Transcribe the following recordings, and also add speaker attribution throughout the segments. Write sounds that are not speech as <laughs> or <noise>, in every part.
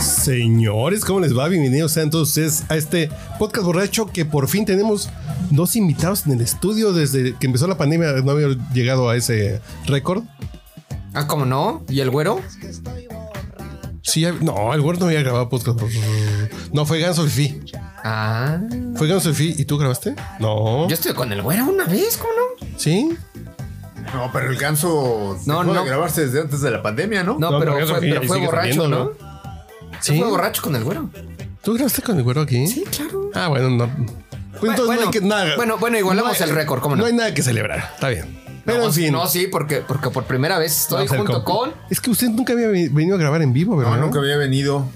Speaker 1: Señores, ¿cómo les va? Bienvenidos sean todos ustedes a este podcast borracho que por fin tenemos dos invitados en el estudio desde que empezó la pandemia. No había llegado a ese récord.
Speaker 2: Ah, ¿cómo no? ¿Y el güero?
Speaker 1: Sí, ya- no, el güero no había grabado podcast. No, fue Ganso Fifi.
Speaker 2: Ah,
Speaker 1: ¿Fue Ganso Fifi y tú grabaste? No.
Speaker 2: yo estuve con el güero una vez, ¿cómo no?
Speaker 1: ¿Sí?
Speaker 3: No, pero el ganso
Speaker 2: No,
Speaker 3: dejó
Speaker 2: no.
Speaker 3: de grabarse desde antes de la pandemia, ¿no?
Speaker 2: No,
Speaker 1: No,
Speaker 2: pero,
Speaker 1: porque eso
Speaker 2: fue,
Speaker 1: sí,
Speaker 2: pero
Speaker 1: ahí
Speaker 2: fue
Speaker 1: sigue
Speaker 2: borracho,
Speaker 1: saliendo,
Speaker 2: ¿no?
Speaker 1: Sí.
Speaker 2: Fue borracho con el güero.
Speaker 1: ¿Tú grabaste con el güero aquí?
Speaker 2: Sí, claro.
Speaker 1: Ah, bueno, no. Pues entonces
Speaker 2: bueno,
Speaker 1: no hay que nada.
Speaker 2: bueno, bueno, igualamos
Speaker 1: hay-
Speaker 2: el récord, ¿cómo no?
Speaker 1: No hay nada que celebrar. Está bien. Pero
Speaker 2: no,
Speaker 1: en fin.
Speaker 2: no, sí, porque, porque por primera vez estoy
Speaker 1: vamos a hacer
Speaker 2: junto con.
Speaker 1: Es que usted nunca había ve- venido a grabar en vivo,
Speaker 3: No,
Speaker 1: ¿verdad?
Speaker 3: nunca había venido.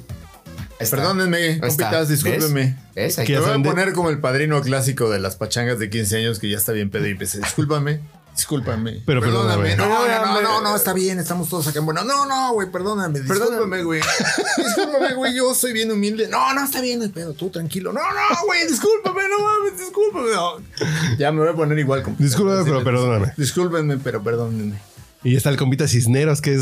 Speaker 2: Está.
Speaker 3: Perdónenme,
Speaker 2: Ahí está.
Speaker 3: compitas, discúlpenme.
Speaker 2: ¿Ves? ¿Ves? Ahí
Speaker 1: ¿Qué?
Speaker 3: Te
Speaker 1: Ya
Speaker 3: voy a
Speaker 1: saben de-
Speaker 3: poner como el padrino clásico de las pachangas de 15 años que ya está bien pedo y empecé. Discúlpame, discúlpame.
Speaker 1: Pero perdóname.
Speaker 3: No, no,
Speaker 2: Perdóname.
Speaker 3: no, no, no, está bien, estamos todos acá en bueno. No, no, güey, perdóname, discúlpame, güey. Discúlpame, güey, yo soy bien humilde. No, no, está bien el pedo, tú tranquilo. No, no, güey, discúlpame, no mames, discúlpame. No. Ya me voy a poner igual. compita.
Speaker 1: Discúlpame,
Speaker 3: Así
Speaker 1: pero
Speaker 3: me-
Speaker 1: perdóname.
Speaker 3: Discúlpenme, pero perdónenme.
Speaker 1: Y está el Comita Cisneros, que es.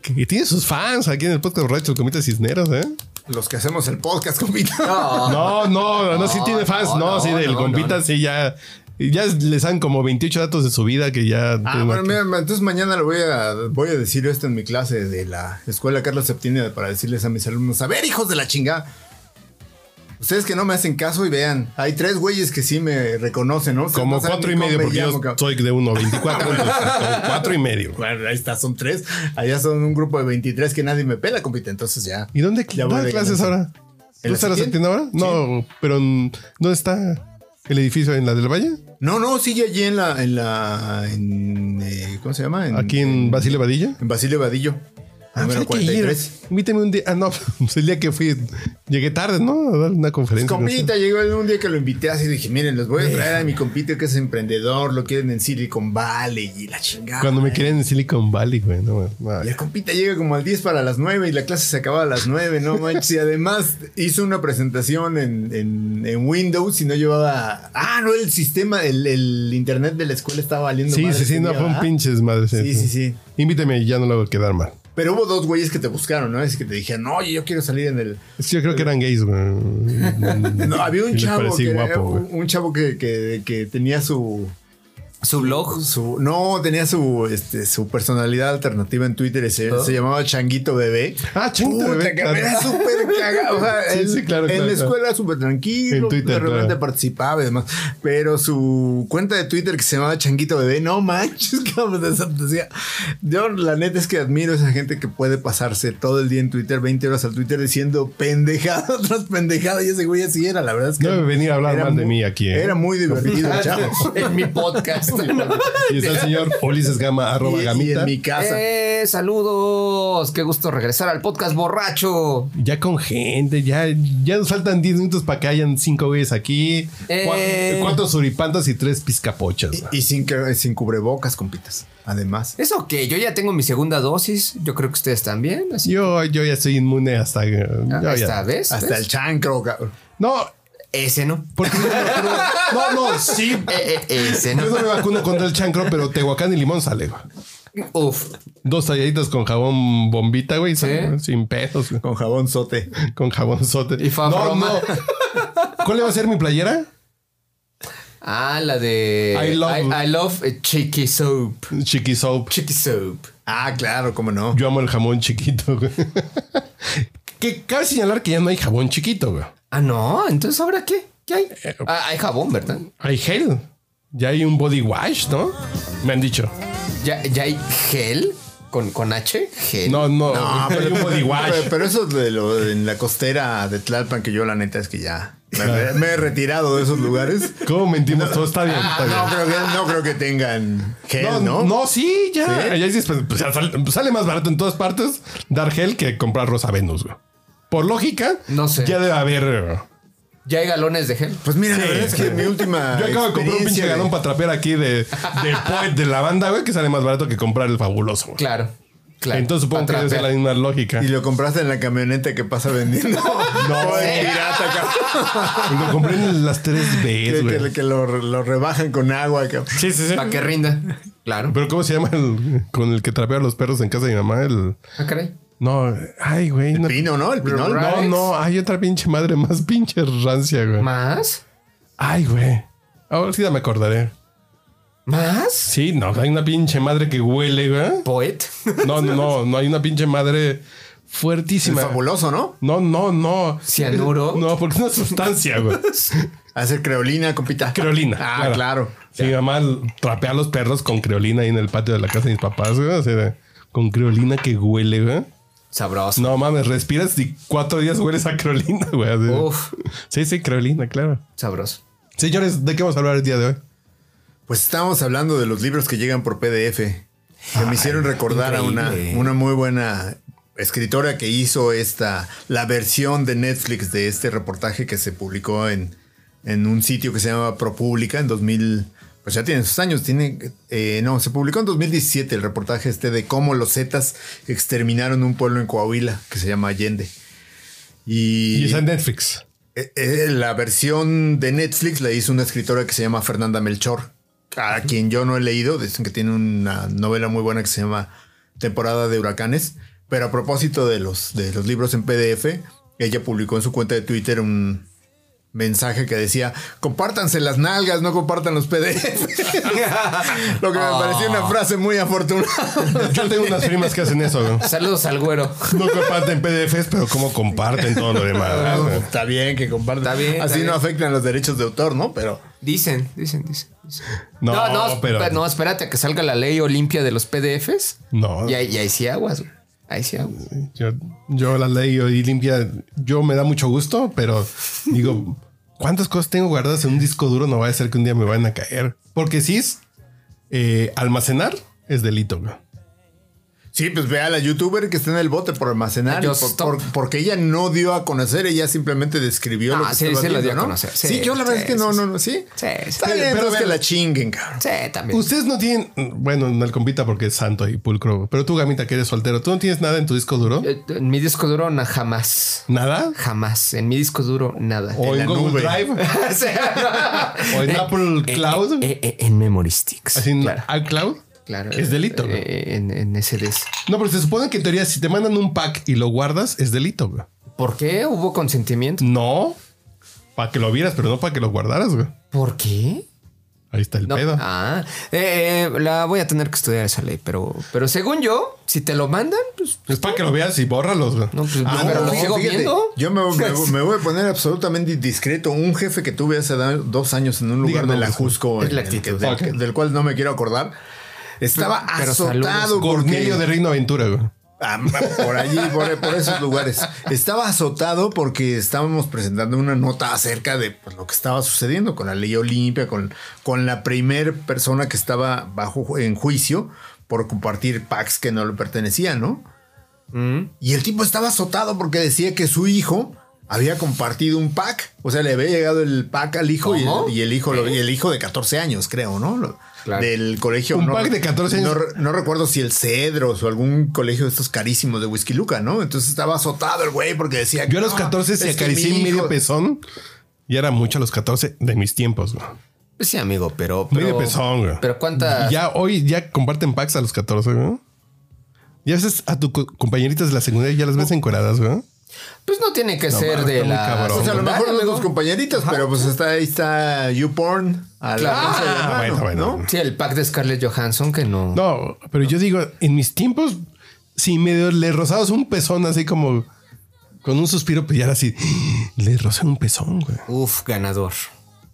Speaker 1: que tiene sus fans aquí en el podcast borracho, el Comita Cisneros, ¿eh?
Speaker 3: Los que hacemos el podcast, compita.
Speaker 2: No,
Speaker 1: No, no, no, sí tiene fans. No,
Speaker 2: no, no,
Speaker 1: sí, del
Speaker 2: no,
Speaker 1: Compita,
Speaker 2: no.
Speaker 1: sí, ya. Ya les dan como 28 datos de su vida que ya.
Speaker 3: Ah,
Speaker 1: tienen
Speaker 3: bueno,
Speaker 1: aquí.
Speaker 3: mira, entonces mañana lo voy a, voy a decir esto en mi clase de la escuela Carlos Septinia para decirles a mis alumnos, a ver, hijos de la chingada. Ustedes que no me hacen caso y vean, hay tres güeyes que sí me reconocen, ¿no? Ustedes
Speaker 1: como
Speaker 3: no saben
Speaker 1: cuatro y
Speaker 3: ni
Speaker 1: medio,
Speaker 3: cómo me
Speaker 1: porque yo
Speaker 3: llamo, cabrón.
Speaker 1: soy de 1.24.
Speaker 3: <laughs>
Speaker 1: cuatro y medio.
Speaker 3: Bueno, ahí está, son tres. Allá son un grupo de 23 que nadie me pela, compite. Entonces ya.
Speaker 1: ¿Y dónde
Speaker 3: Ya voy
Speaker 1: da
Speaker 3: de
Speaker 1: clases
Speaker 3: ganancia.
Speaker 1: ahora?
Speaker 3: ¿En
Speaker 1: ¿Tú
Speaker 3: la
Speaker 1: estás la
Speaker 3: Septién?
Speaker 1: septiembre ahora? No, pero mm, ¿dónde está el edificio? ¿En la del Valle?
Speaker 3: No, no, sigue allí en la. En la en, eh, ¿Cómo se llama?
Speaker 1: ¿Aquí en Basile Vadilla?
Speaker 3: En Basilio Vadillo.
Speaker 1: Ah,
Speaker 3: número
Speaker 1: fíjate que ayer,
Speaker 3: 43.
Speaker 1: Invítame un día. Ah, no, <laughs> pues el día que fui, llegué tarde, ¿no? A dar una
Speaker 3: Pues,
Speaker 1: conferencia.
Speaker 3: compita, llegó el- un día que lo invité así dije, miren, les voy a traer a mi compita que es emprendedor, lo quieren en Silicon Valley y la chingada.
Speaker 1: Cuando me querían en Silicon Valley, güey. No, no.
Speaker 3: Y el compita llega como al 10 para las 9 y la clase se acaba a las 9, no manches. Y además hizo una presentación en, en- en Windows y no llevaba... Ah, no, el sistema, el, el internet de la escuela estaba valiendo
Speaker 1: Sí,
Speaker 3: madre
Speaker 1: sí, sí,
Speaker 3: ese
Speaker 1: no,
Speaker 3: día,
Speaker 1: fue un
Speaker 3: ¿verdad?
Speaker 1: pinches madre.
Speaker 3: Sí, sí, sí.
Speaker 1: Invítame y ya no lo voy a quedar mal.
Speaker 3: Pero hubo dos güeyes que te buscaron, ¿no? Es que te dijeron, oye, yo quiero salir en el...
Speaker 1: Sí, Yo creo que eran gays, güey.
Speaker 3: <laughs> No,
Speaker 1: <laughs>
Speaker 3: había
Speaker 1: Y
Speaker 3: un
Speaker 1: les
Speaker 3: chavo,
Speaker 1: parecí
Speaker 3: que,
Speaker 1: guapo, güey.
Speaker 3: un, un chavo que- que- que tenía su...
Speaker 2: su blog.
Speaker 3: su- no, tenía su, este, su personalidad alternativa en Twitter. y Se, se llamaba Changuito Bebé.
Speaker 1: Ah, Changuito
Speaker 3: Puta,
Speaker 1: Bebé,
Speaker 3: que
Speaker 1: claro.
Speaker 3: me <laughs> era súper cagado. O sea,
Speaker 1: <laughs> Sí,
Speaker 3: en-
Speaker 1: sí, claro, claro,
Speaker 3: En la
Speaker 1: claro.
Speaker 3: escuela súper tranquilo.
Speaker 1: En Twitter,
Speaker 3: de repente
Speaker 1: claro.
Speaker 3: participaba y demás. Pero su cuenta de Twitter que se llamaba Changuito Bebé, no manches, <laughs> cabrón. de esa- decía, Yo, la neta es que admiro a esa gente que puede pasarse todo el día en Twitter, 20 horas al Twitter, diciendo pendejada <laughs> tras pendejada. Y ese güey así era, la verdad es que.
Speaker 1: No debe venir a hablar
Speaker 3: era
Speaker 1: mal de
Speaker 3: muy-
Speaker 1: mí aquí, ¿eh?
Speaker 3: Era
Speaker 1: <laughs>
Speaker 3: muy divertido,
Speaker 2: <laughs>
Speaker 3: chavos.
Speaker 2: en mi podcast.
Speaker 1: Y está el señor Ulises Gama, arroba
Speaker 3: Y- y
Speaker 1: gamita.
Speaker 3: en mi casa.
Speaker 2: <laughs> eh, saludos. Qué gusto regresar al podcast borracho.
Speaker 1: Ya con gente, ya, ya nos faltan 10 minutos para que hayan 5 güeyes aquí.
Speaker 2: Eh.
Speaker 1: Cuatro, cuatro suripantas y 3 pizcapochas. güey.
Speaker 3: Y sin, que- sin cubrebocas, compitas. Además.
Speaker 2: Eso que yo ya tengo mi segunda dosis. Yo creo que ustedes también. Así
Speaker 1: Yo, yo ya estoy inmune hasta. eh, yo ya-
Speaker 2: Ah, esta vez.
Speaker 3: Hasta
Speaker 2: ¿ves?
Speaker 3: el chancro, cabrón.
Speaker 1: No,
Speaker 2: Ese no.
Speaker 1: porque. No, no, sí.
Speaker 2: Eh, eh, ese no.
Speaker 1: Yo no me vacuno contra el chancro, pero Tehuacán y limón sale, güey.
Speaker 2: Uf.
Speaker 1: Dos talladitas con jabón bombita, güey. sin- Sin pedos, güey.
Speaker 3: Con jabón sote.
Speaker 1: Con jabón sote.
Speaker 2: Y fabroma.
Speaker 1: ¿Cuál le va a ser mi playera?
Speaker 2: Ah, la de.
Speaker 1: I love-
Speaker 2: I, I love eh, Chiqui Soap.
Speaker 1: Chiqui soap.
Speaker 2: Chiqui Soap.
Speaker 3: Ah, claro, cómo no.
Speaker 1: Yo amo el jamón chiquito, güey. Que cabe señalar que ya no hay jabón chiquito, güey.
Speaker 2: Ah, no. Entonces, ¿ahora qué? ¿Qué hay?
Speaker 1: Eh,
Speaker 2: Ah, hay jabón, ¿verdad?
Speaker 1: Hay gel. Ya hay un body wash, ¿no? Me han dicho.
Speaker 2: ¿Ya, ya hay gel? ¿Con, con H? ¿Gel?
Speaker 1: No, no. <laughs> hay un body
Speaker 3: Pero,
Speaker 1: wash.
Speaker 3: pero eso de lo en la costera de Tlalpan, que yo la neta es que ya. Me, me he retirado de esos lugares.
Speaker 1: ¿Cómo mentimos? Todo está bien. está bien.
Speaker 3: No creo que, no creo que tengan gel, ¿no?
Speaker 1: Ah, no, no, sí, ya.
Speaker 3: ¿Sí?
Speaker 1: Ya dices, pues, pues, sal- sale más barato en todas partes dar gel que comprar Rosa Venus, güey. Por lógica,
Speaker 2: No sé.
Speaker 1: ya debe haber. eh,
Speaker 2: Ya hay galones de gel.
Speaker 3: Pues mira, la verdad es que mi última.
Speaker 1: Yo acabo de comprar un
Speaker 3: Ah, experiencia
Speaker 1: pinche
Speaker 3: de-
Speaker 1: galón para trapear aquí de, de
Speaker 3: <laughs>
Speaker 1: Poet de la banda, güey, que sale más barato que comprar el fabuloso, güey.
Speaker 2: Claro. Claro.
Speaker 1: Entonces supongo
Speaker 2: Pa'
Speaker 1: que debe ser la
Speaker 2: trapear.
Speaker 1: misma lógica.
Speaker 3: Y lo compraste en la camioneta que pasa vendiendo. No,
Speaker 1: sí.
Speaker 3: pirata, cabrón.
Speaker 1: Lo compré en las tres
Speaker 3: <laughs> Que,
Speaker 1: Bs,
Speaker 3: que-
Speaker 1: güey.
Speaker 3: que lo, lo rebajan con agua, cabrón.
Speaker 1: Sí, sí, sí.
Speaker 2: Para que rinda. Claro.
Speaker 1: Pero ¿cómo se llama el con el que trapea a los perros en casa de mi mamá? El
Speaker 2: Ah, caray.
Speaker 1: no, ay, güey, no,
Speaker 3: Pino, ¿no? El pinol.
Speaker 2: Right.
Speaker 1: no, no, hay otra pinche madre más pinche rancia, güey.
Speaker 2: ¿Más?
Speaker 1: Ay, güey. Ahora sí ya me acordaré.
Speaker 2: ¿Más?
Speaker 1: Sí, no, hay una pinche madre que huele, güey.
Speaker 2: Poet.
Speaker 1: No, no, no, no hay una pinche madre
Speaker 3: El
Speaker 1: fuertísima.
Speaker 3: fabuloso, ¿no?
Speaker 1: No, no, no.
Speaker 2: ¿Cianuro?
Speaker 1: No, porque es una sustancia,
Speaker 3: <laughs>
Speaker 1: güey.
Speaker 3: Hacer creolina, compita.
Speaker 1: Creolina.
Speaker 3: Ah, claro.
Speaker 1: Sí, mi mamá trapea a los perros con creolina ahí en el patio de la casa de mis papás, güey. O sea, con creolina que huele, güey.
Speaker 2: Sabroso.
Speaker 1: No mames, respiras y cuatro días hueles a creolina, <laughs> güey. así.
Speaker 2: Uf.
Speaker 1: Sí, sí, creolina, claro.
Speaker 2: Sabroso.
Speaker 1: Señores, ¿de qué vamos a hablar el día de hoy?
Speaker 3: Pues estábamos hablando de los libros que llegan por PDF. Que me hicieron recordar a una,
Speaker 2: increíble.
Speaker 3: una muy buena escritora que hizo esta, la versión de Netflix de este reportaje que se publicó en, en un sitio que se llama ProPublica en 2000. Pues ya tiene sus años, tiene. eh, no, se publicó en 2017 el reportaje este de cómo los Zetas exterminaron un pueblo en Coahuila que se llama Allende. Y,
Speaker 1: Y está en Netflix.
Speaker 3: eh, eh, la versión de Netflix la hizo una escritora que se llama Fernanda Melchor, a quien yo no he leído, dicen que tiene una novela muy buena que se llama Temporada de Huracanes, pero a propósito de los, de los libros en PDF, ella publicó en su cuenta de Twitter un mensaje que decía, compártanse las nalgas, no compartan los PDF, <laughs> lo que me pareció
Speaker 2: Ah.
Speaker 3: una frase muy afortunada.
Speaker 1: Yo tengo unas primas que hacen eso, güey.
Speaker 2: Saludos al güero.
Speaker 1: No comparten PDFs, pero cómo comparten todo lo
Speaker 3: <laughs>
Speaker 1: demás. güey.
Speaker 3: Está bien que compartan.
Speaker 2: Ah, Está bien, está
Speaker 3: Así
Speaker 2: bien.
Speaker 3: no afectan los derechos de autor, ¿no? Pero...
Speaker 2: Dicen, dicen, dicen. dicen.
Speaker 1: No,
Speaker 2: no,
Speaker 1: pero-
Speaker 2: esp- no, espérate a que salga la ley Olimpia de los PDFs.
Speaker 1: No.
Speaker 2: Y ahí, y ahí sí aguas, güey. Ahí sí aguas.
Speaker 1: Yo, yo la leo y limpia. Yo me da mucho gusto, pero digo, ¿cuántas cosas tengo guardadas en un disco duro? No va a ser que un día me vayan a caer. Porque si es eh, almacenar, es delito, güey.
Speaker 3: Sí, pues ve a la youtuber que está en el bote por almacenar.
Speaker 2: Yo
Speaker 3: y por-
Speaker 2: stop.
Speaker 3: por- porque ella no dio a conocer, ella simplemente describió
Speaker 2: Ah,
Speaker 3: lo que
Speaker 2: sí,
Speaker 3: estaba
Speaker 2: sí la dio
Speaker 3: viendo,
Speaker 2: a
Speaker 3: ¿no?
Speaker 2: conocer,
Speaker 3: Sí,
Speaker 2: sí,
Speaker 3: yo la verdad
Speaker 2: sí,
Speaker 3: es que no,
Speaker 2: sí,
Speaker 3: no, no, sí.
Speaker 2: Sí, sí.
Speaker 3: Está bien,
Speaker 1: Pero
Speaker 3: entonces
Speaker 1: vean-
Speaker 3: que la chinguen, cabrón.
Speaker 2: Sí, también.
Speaker 1: Ustedes no tienen, bueno, no el compita porque es santo y pulcro, pero tú, gamita, que eres soltero, ¿tú no tienes nada en tu disco duro?
Speaker 2: Eh, En mi disco duro, na- jamás.
Speaker 1: ¿Nada?
Speaker 2: Jamás. En mi disco duro, nada.
Speaker 1: ¿O
Speaker 3: En
Speaker 1: en,
Speaker 3: la
Speaker 1: Google <laughs>
Speaker 3: nube.
Speaker 1: Drive?
Speaker 2: O sea,
Speaker 1: ¿O
Speaker 2: <laughs>
Speaker 1: en Apple Cloud?
Speaker 2: eh, eh, en Memory Sticks.
Speaker 1: ¿Así en
Speaker 2: claro,
Speaker 1: iCloud?
Speaker 2: claro.
Speaker 1: Es delito, ¿no?
Speaker 2: Eh, en, en SDs.
Speaker 1: No, pero se supone que en teoría si te mandan un pack y lo guardas, es delito, güey.
Speaker 2: ¿Por qué hubo consentimiento?
Speaker 1: No. Para que lo vieras, pero no para que lo guardaras, güey.
Speaker 2: ¿Por qué?
Speaker 1: Ahí está el
Speaker 2: No.
Speaker 1: pedo.
Speaker 2: Ah, eh, eh, la voy a tener que estudiar esa ley, pero, pero según yo, si te lo mandan, pues
Speaker 1: Es para que lo veas y bórralos, güey.
Speaker 2: No, pues,
Speaker 1: Ah,
Speaker 2: no, pero
Speaker 1: no.
Speaker 2: lo sigo viendo.
Speaker 3: Yo me,
Speaker 2: <laughs>
Speaker 3: me- me voy a poner absolutamente discreto. Un jefe que tuve hace da- dos años en un lugar
Speaker 1: Díganos,
Speaker 3: de la Jusco,
Speaker 2: es la
Speaker 3: en el que-
Speaker 2: actitud.
Speaker 3: del,
Speaker 1: Ok.
Speaker 3: del cual no me quiero acordar, estaba
Speaker 2: Pero
Speaker 3: azotado
Speaker 2: saludos.
Speaker 3: porque...
Speaker 1: Cornelio de Reino Aventura, güey.
Speaker 3: Ah, Por allí, por, por esos lugares. Estaba azotado porque estábamos presentando una nota acerca de pues, lo que estaba sucediendo con la ley Olimpia, con, con la primer persona que estaba bajo ju- en juicio por compartir packs que no le pertenecían, ¿no?
Speaker 2: Mm.
Speaker 3: Y el tipo estaba azotado porque decía que su hijo había compartido un pack. O sea, le había llegado el pack al hijo y
Speaker 2: ¿Cómo? ¿Eh?
Speaker 3: el, y el hijo lo- y el hijo de 14 años, creo, ¿no? Lo-
Speaker 2: Claro.
Speaker 3: Del colegio.
Speaker 1: Un
Speaker 3: no
Speaker 1: pack de 14 años.
Speaker 3: no re- no recuerdo si el Cedros o algún colegio de estos carísimos de Whisky Luca, ¿no? Entonces estaba azotado el güey porque decía
Speaker 1: Yo a los
Speaker 3: "No,
Speaker 1: 14 se
Speaker 3: es que
Speaker 1: acaricié
Speaker 3: mi
Speaker 1: medio
Speaker 3: hijo-".
Speaker 1: pezón. Y era mucho a los 14 de mis tiempos, güey.
Speaker 2: pues sí, amigo, pero.
Speaker 1: Muy
Speaker 2: pero-
Speaker 1: de pezón, güey.
Speaker 2: Pero cuántas.
Speaker 1: Ya hoy ya comparten packs a los 14, güey. Y a veces a tus compañeritas de la secundaria ya las ves encueradas, güey.
Speaker 2: Pues no tiene que
Speaker 1: No,
Speaker 2: ser
Speaker 1: mames,
Speaker 2: de
Speaker 1: está muy
Speaker 2: la.
Speaker 1: cabrón.
Speaker 3: O sea, a lo mejor no
Speaker 2: secundaria,
Speaker 3: tus
Speaker 2: amigo.
Speaker 3: compañeritas, pero pues está ahí está YouPorn. A la
Speaker 2: Claro.
Speaker 3: alcance de la
Speaker 1: Ah,
Speaker 3: mano,
Speaker 1: bueno, bueno.
Speaker 3: ¿no?
Speaker 2: Sí, el pack de Scarlett Johansson que no.
Speaker 1: No, pero yo digo, en mis tiempos, si medio le rozabas un pezón así como con un suspiro, pues ya era así. <gasps> Le rozan un pezón, güey.
Speaker 2: Uf, ganador.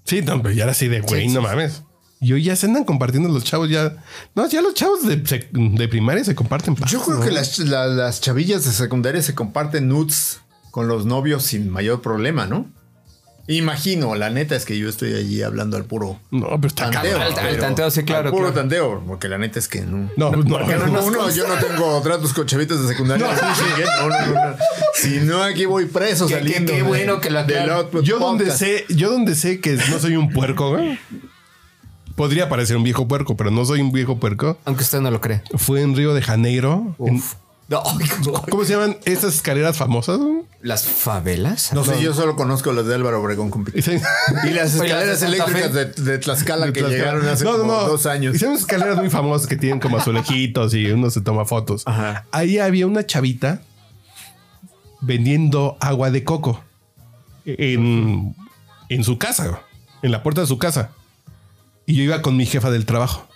Speaker 1: Sí, no, pero ya era así de güey,
Speaker 2: Sí,
Speaker 1: no mames. Y hoy ya se andan compartiendo los chavos, ya. No, ya los chavos de, sec- de primaria se comparten. packs,
Speaker 3: Yo creo
Speaker 1: ¿no?
Speaker 3: que las, la- las chavillas de secundaria se comparten nudes con los novios sin mayor problema, ¿no? Imagino, la neta es que yo estoy allí hablando al puro
Speaker 1: No, pero está
Speaker 3: tanteo.
Speaker 1: cabrón.
Speaker 2: Al- al
Speaker 3: pero-
Speaker 2: tanteo, sí, claro,
Speaker 3: Al puro
Speaker 2: claro.
Speaker 3: tanteo, porque la neta es que no.
Speaker 1: No, no,
Speaker 3: Porque
Speaker 1: no,
Speaker 3: no, uno, yo no tengo tratos con chavitos de secundaria. Sí, sí, que No. no, no, no. Si no, aquí voy preso
Speaker 2: Qué- qué-
Speaker 3: saliendo.
Speaker 2: qué
Speaker 3: de-
Speaker 2: bueno que lo
Speaker 3: del
Speaker 2: aclaras.
Speaker 3: Output
Speaker 1: Yo donde
Speaker 3: Podcast.
Speaker 1: sé, yo donde sé que no soy un puerco, güey. Podría parecer un viejo puerco, pero no soy un viejo puerco.
Speaker 2: Aunque usted no lo cree.
Speaker 1: Fue en Río de Janeiro. en-
Speaker 2: Uf. No, <laughs> ay, ¿cómo?
Speaker 1: ¿Cómo se llaman estas escaleras famosas? güey?
Speaker 2: ¿Las favelas?
Speaker 3: No sé, yo solo conozco las de Álvaro Obregón con Piqué.
Speaker 1: Esa-
Speaker 3: Y las
Speaker 2: Oye, las de
Speaker 3: escaleras
Speaker 2: Santa
Speaker 3: eléctricas de,
Speaker 2: Fe.
Speaker 3: de Tlaxcala que
Speaker 1: Las-
Speaker 3: llegaron hace
Speaker 1: No, no,
Speaker 3: como
Speaker 1: no.
Speaker 3: dos años.
Speaker 1: Hicieron unas escaleras muy famosas que tienen como azulejitos y uno se toma fotos.
Speaker 3: Ajá.
Speaker 1: Ahí había una chavita vendiendo agua de coco en, en su casa, güey, en la puerta de su casa. Y yo iba con mi jefa del trabajo.